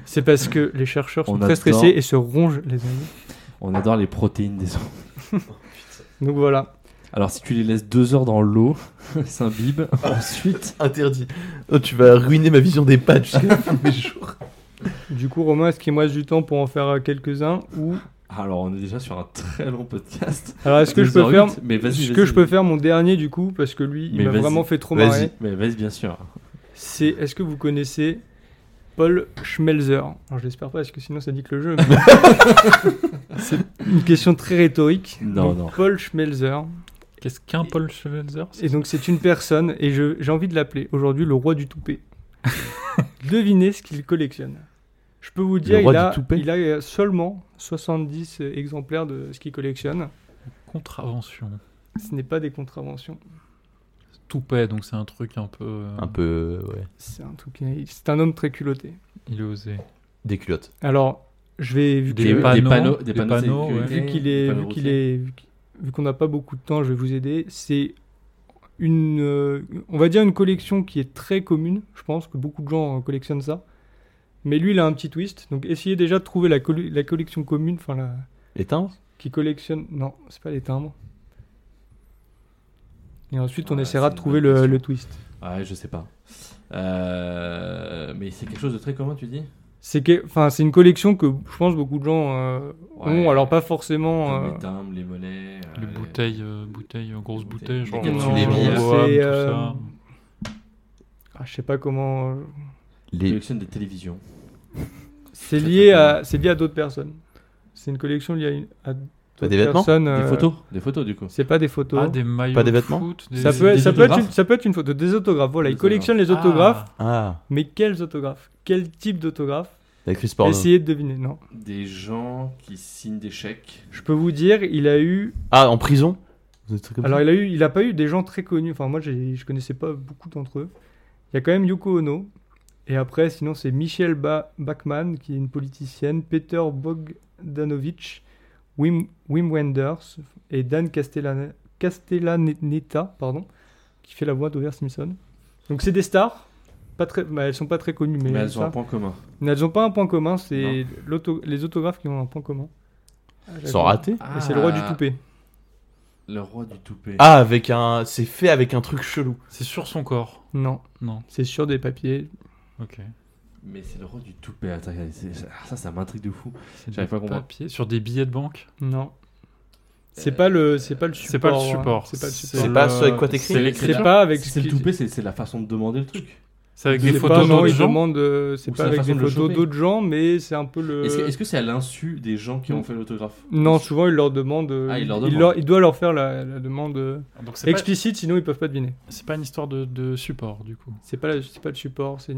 C'est parce que les chercheurs sont On très adore. stressés et se rongent les ongles. on adore les protéines des gens. Donc voilà. Alors, si tu les laisses deux heures dans l'eau, *laughs* s'imbibent. Ensuite, Interdit. Oh, tu vas ruiner ma vision des patchs jusqu'à la fin de mes jours. Du coup, Romain, est-ce qu'il me reste du temps pour en faire euh, quelques-uns ou alors on est déjà sur un très long podcast. Alors, est-ce que je peux 2h08, faire Mais vas-y. Est-ce vas-y. que je peux faire mon dernier du coup parce que lui, Mais il m'a vas-y, vraiment fait trop vas-y. marrer. Mais vas-y, bien sûr. C'est est-ce que vous connaissez Paul Schmelzer Alors je l'espère pas parce que sinon ça dit que le jeu. *laughs* mais- *laughs* C'est une question très rhétorique. Non, Donc, non. Paul Schmelzer. Qu'est-ce qu'un Paul Schmelzer Et donc c'est une personne et je- j'ai envie de l'appeler aujourd'hui le roi du *laughs* toupet. Devinez ce qu'il collectionne. Je peux vous dire, roi il du a, toupet il a seulement 70 exemplaires de ce qu'il collectionne. Contravention. Ce n'est pas des contraventions. Toupet, donc c'est un truc un peu. euh, Un peu, ouais. C'est un, truc- c'est un homme très culotté. Il est osé. Des culottes. Alors, je vais, vu Des que- panneaux. des des panneaux, panneaux, de sécurité, ouais. vu qu'il des est, panneaux vu qu'il routiers. est, vu qu'- vu qu'on n'a pas beaucoup de temps, je vais vous aider. C'est une, euh, on va dire une collection qui est très commune. Je pense que beaucoup de gens euh, collectionnent ça. Mais lui, il a un petit twist. Donc, essayez déjà de trouver la, colli- la collection commune, enfin la Les timbres qui collectionne. Non, c'est pas les timbres. Et ensuite, on Ah, essaiera c'est de une trouver bonne le, question. le twist. Ouais, je sais pas. Euh, Mais c'est quelque chose de très commun, tu dis C'est que, enfin, c'est une collection que je pense beaucoup de gens euh, Ouais. ont. Alors, pas forcément. Comme euh, Les timbres, les mollets. euh, Les bouteilles, euh, bouteilles, euh, grosses Les bouteilles, bouteilles. genre. Les euh, capsules, les Rowan, bières. tout C'est, ça. euh, ah, je sais pas comment. euh, Ils Les... collectionnent des télévisions. C'est Très, lié très à, c'est lié à d'autres personnes. C'est une collection liée à, une, à d'autres des vêtements personnes, euh, Des photos Des photos, du coup. C'est pas des photos. Ah, des maillots. Pas des de vêtements foot, des- ça, des- peut, être- des ça, peut être autographes une, ça peut être une photo. Des autographes, voilà. Des il collectionne les Ah, autographes, Ah, mais quels autographes Quel type d'autographe la Chris Porno. Essayez de deviner. Non. Des gens qui signent des chèques. Je peux vous dire, il a eu. Ah, en prison Des trucs comme Alors, ça il a eu, il a pas eu des gens très connus. Enfin, moi, j'ai- je connaissais pas beaucoup d'entre eux. Il y a quand même Yoko Ono. Et après, sinon, c'est Michelle ba Bachmann, qui est une politicienne, Peter Bogdanovich, Wim, Wim Wenders et Dan Castellana- Castellaneta, pardon, qui fait la voix d'Over Simpson. Donc, c'est des stars. Pas très, bah, elles sont pas très connues, mais, Mais, elles ont ça. un point commun. Mais elles ont pas un point commun. C'est l'auto- les autographes qui ont un point commun. Sans rater Et c'est le roi du Ah. toupet. Le roi du toupet. Ah, avec un. C'est fait avec un truc chelou. C'est sur son corps. Non, Non, c'est sur des papiers. ok. Mais c'est le roi du toupet. Attends, regardez, c'est- ça- ça, ça m'intrigue de fou. C'est J'avais des pas compris. papiers sur des billets de banque. Non. C'est Euh, pas le c'est pas le support. c'est pas le hein. support. Euh, C'est pas le C'est support. pas ce avec quoi t'écris C'est les- C'est pas avec C'est ce le qui- toupet, c'est c'est la façon de demander le truc. C'est avec c'est des pas, photos non, d'autres ils gens. demandent, euh, c'est Ou pas c'est la avec façon des de le photos choper. d'autres gens mais c'est un peu le Est-ce que- est-ce que c'est à l'insu des gens qui ont fait l'autographe Non, souvent ils leur demandent euh, Ah, ils leur il, demandent. leur- il doit leur faire la, la demande euh, Ah, Donc c'est pas, explicite sinon ils peuvent pas deviner. c'est pas une histoire de, de support du coup. C'est pas la- c'est pas le support, c'est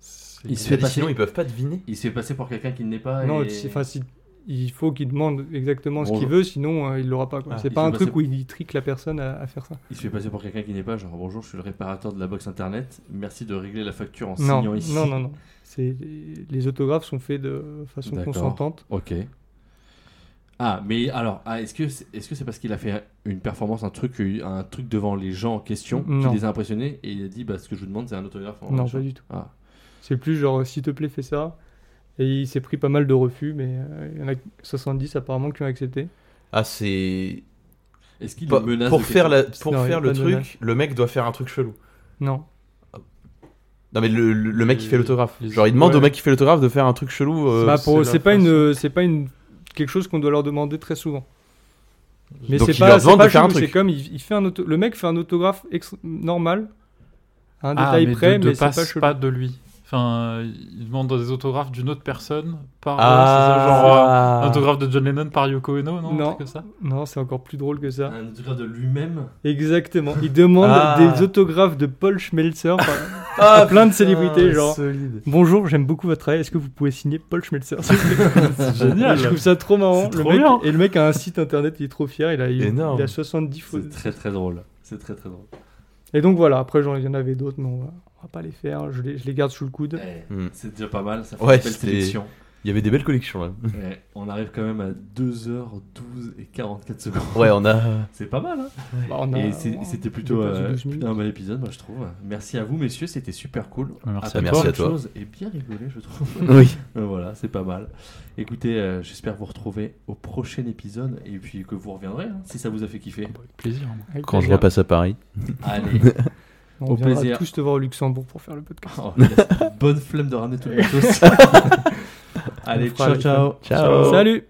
C'est- Il se fait Bah, passer- Sinon, ils peuvent pas deviner. Il s'est passé pour quelqu'un qui n'est pas. non, Ah, et- c'est- enfin si- il faut qu'il demande exactement ce Bon, qu'il je- veut sinon euh, il l'aura pas quoi. Ah, c'est ils pas sont un truc passés- où il trique la personne à, à faire ça. Il se fait passer pour quelqu'un qui n'est pas, genre bonjour, je suis le réparateur de la box internet, merci de régler la facture en Non. signant ici. Non non non. C'est les autographes sont faits de façon D'accord. consentante. Ok. Ah, mais alors, ah, est-ce que c'est est-ce que c'est parce qu'il a fait une performance, un truc, un truc devant les gens en question, qui Non. les a impressionnés, et il a dit bah, ce que je vous demande, c'est un autographe en non, machin. pas du tout. Ah. C'est plus genre, s'il te plaît, fais ça. Et il s'est pris pas mal de refus, mais euh, il y en a 70 apparemment qui ont accepté. Ah, c'est. Est-ce qu'il Pas- le menace Pour de faire, quelque la... pour Non, y a faire pas le de truc, menace. le mec doit faire un truc chelou. Non. Non, mais le, le- le mec qui fait Les- l'autographe. les- Genre, il demande au ouais. mec qui fait l'autographe de faire un truc chelou. euh, Bah, c'est la pour- hein. c'est pas façon. une, c'est pas une quelque chose qu'on doit leur demander très souvent. Mais Donc c'est il leur pas, c'est demande pas de faire un chelou, truc. C'est comme il, il fait un auto- le mec fait un autographe ex- normal, à un Ah, détail mais près, de, mais de c'est pas passe chelou. pas de lui. Enfin, euh, il demande des autographes d'une autre personne par. euh, c'est ça, genre, euh, Ah, autographe de John Lennon par Yoko Ono, non, un Non. truc comme ça Non, c'est encore plus drôle que ça. Un autographe de lui-même Exactement. Il demande Ah. des autographes de Paul Schmelzer. par- Ah, plein de putain, célébrités, genre. solide. Bonjour, j'aime beaucoup votre travail. Est-ce que vous pouvez signer Paul Schmelzer s'il vous plaît C'est génial. Je trouve ça trop marrant. C'est le trop mec, bien. et le mec a un site internet, il est trop fier. Il a, il, Énorme. il a 70 C'est photos. très très drôle. C'est très très drôle. Et donc voilà, après, genre, il y en avait d'autres, mais on va, on va pas les faire. Je les, je les garde sous le coude. Eh, Hmm. C'est déjà pas mal, ça fait Ouais, une belle c'était- sélection. Il y avait des belles collections là. Ouais, on arrive quand même à 2h12 et 44 secondes. Ouais, on a. C'est pas mal, hein Bah, on a- Et c'est- c'était plutôt dépassé euh, 12 minutes. un bel épisode, moi, je trouve. Merci à vous, messieurs, c'était super cool. Merci à Apple toi. Merci à toi. Chose est bien rigolé, je trouve. Oui. Euh, voilà, c'est pas mal. Écoutez, euh, j'espère vous retrouver au prochain épisode et puis que vous reviendrez hein, si ça vous a *laughs* fait kiffer. Avec plaisir. hein. moi. Avec Quand je plaisir. repasse à Paris. Allez, on au viendra plaisir. tous te voir au Luxembourg pour faire le podcast. Oh, *laughs* bonne flemme de ramener tout le matos. Allez, On ciao, fera le- ciao. Ciao. Salut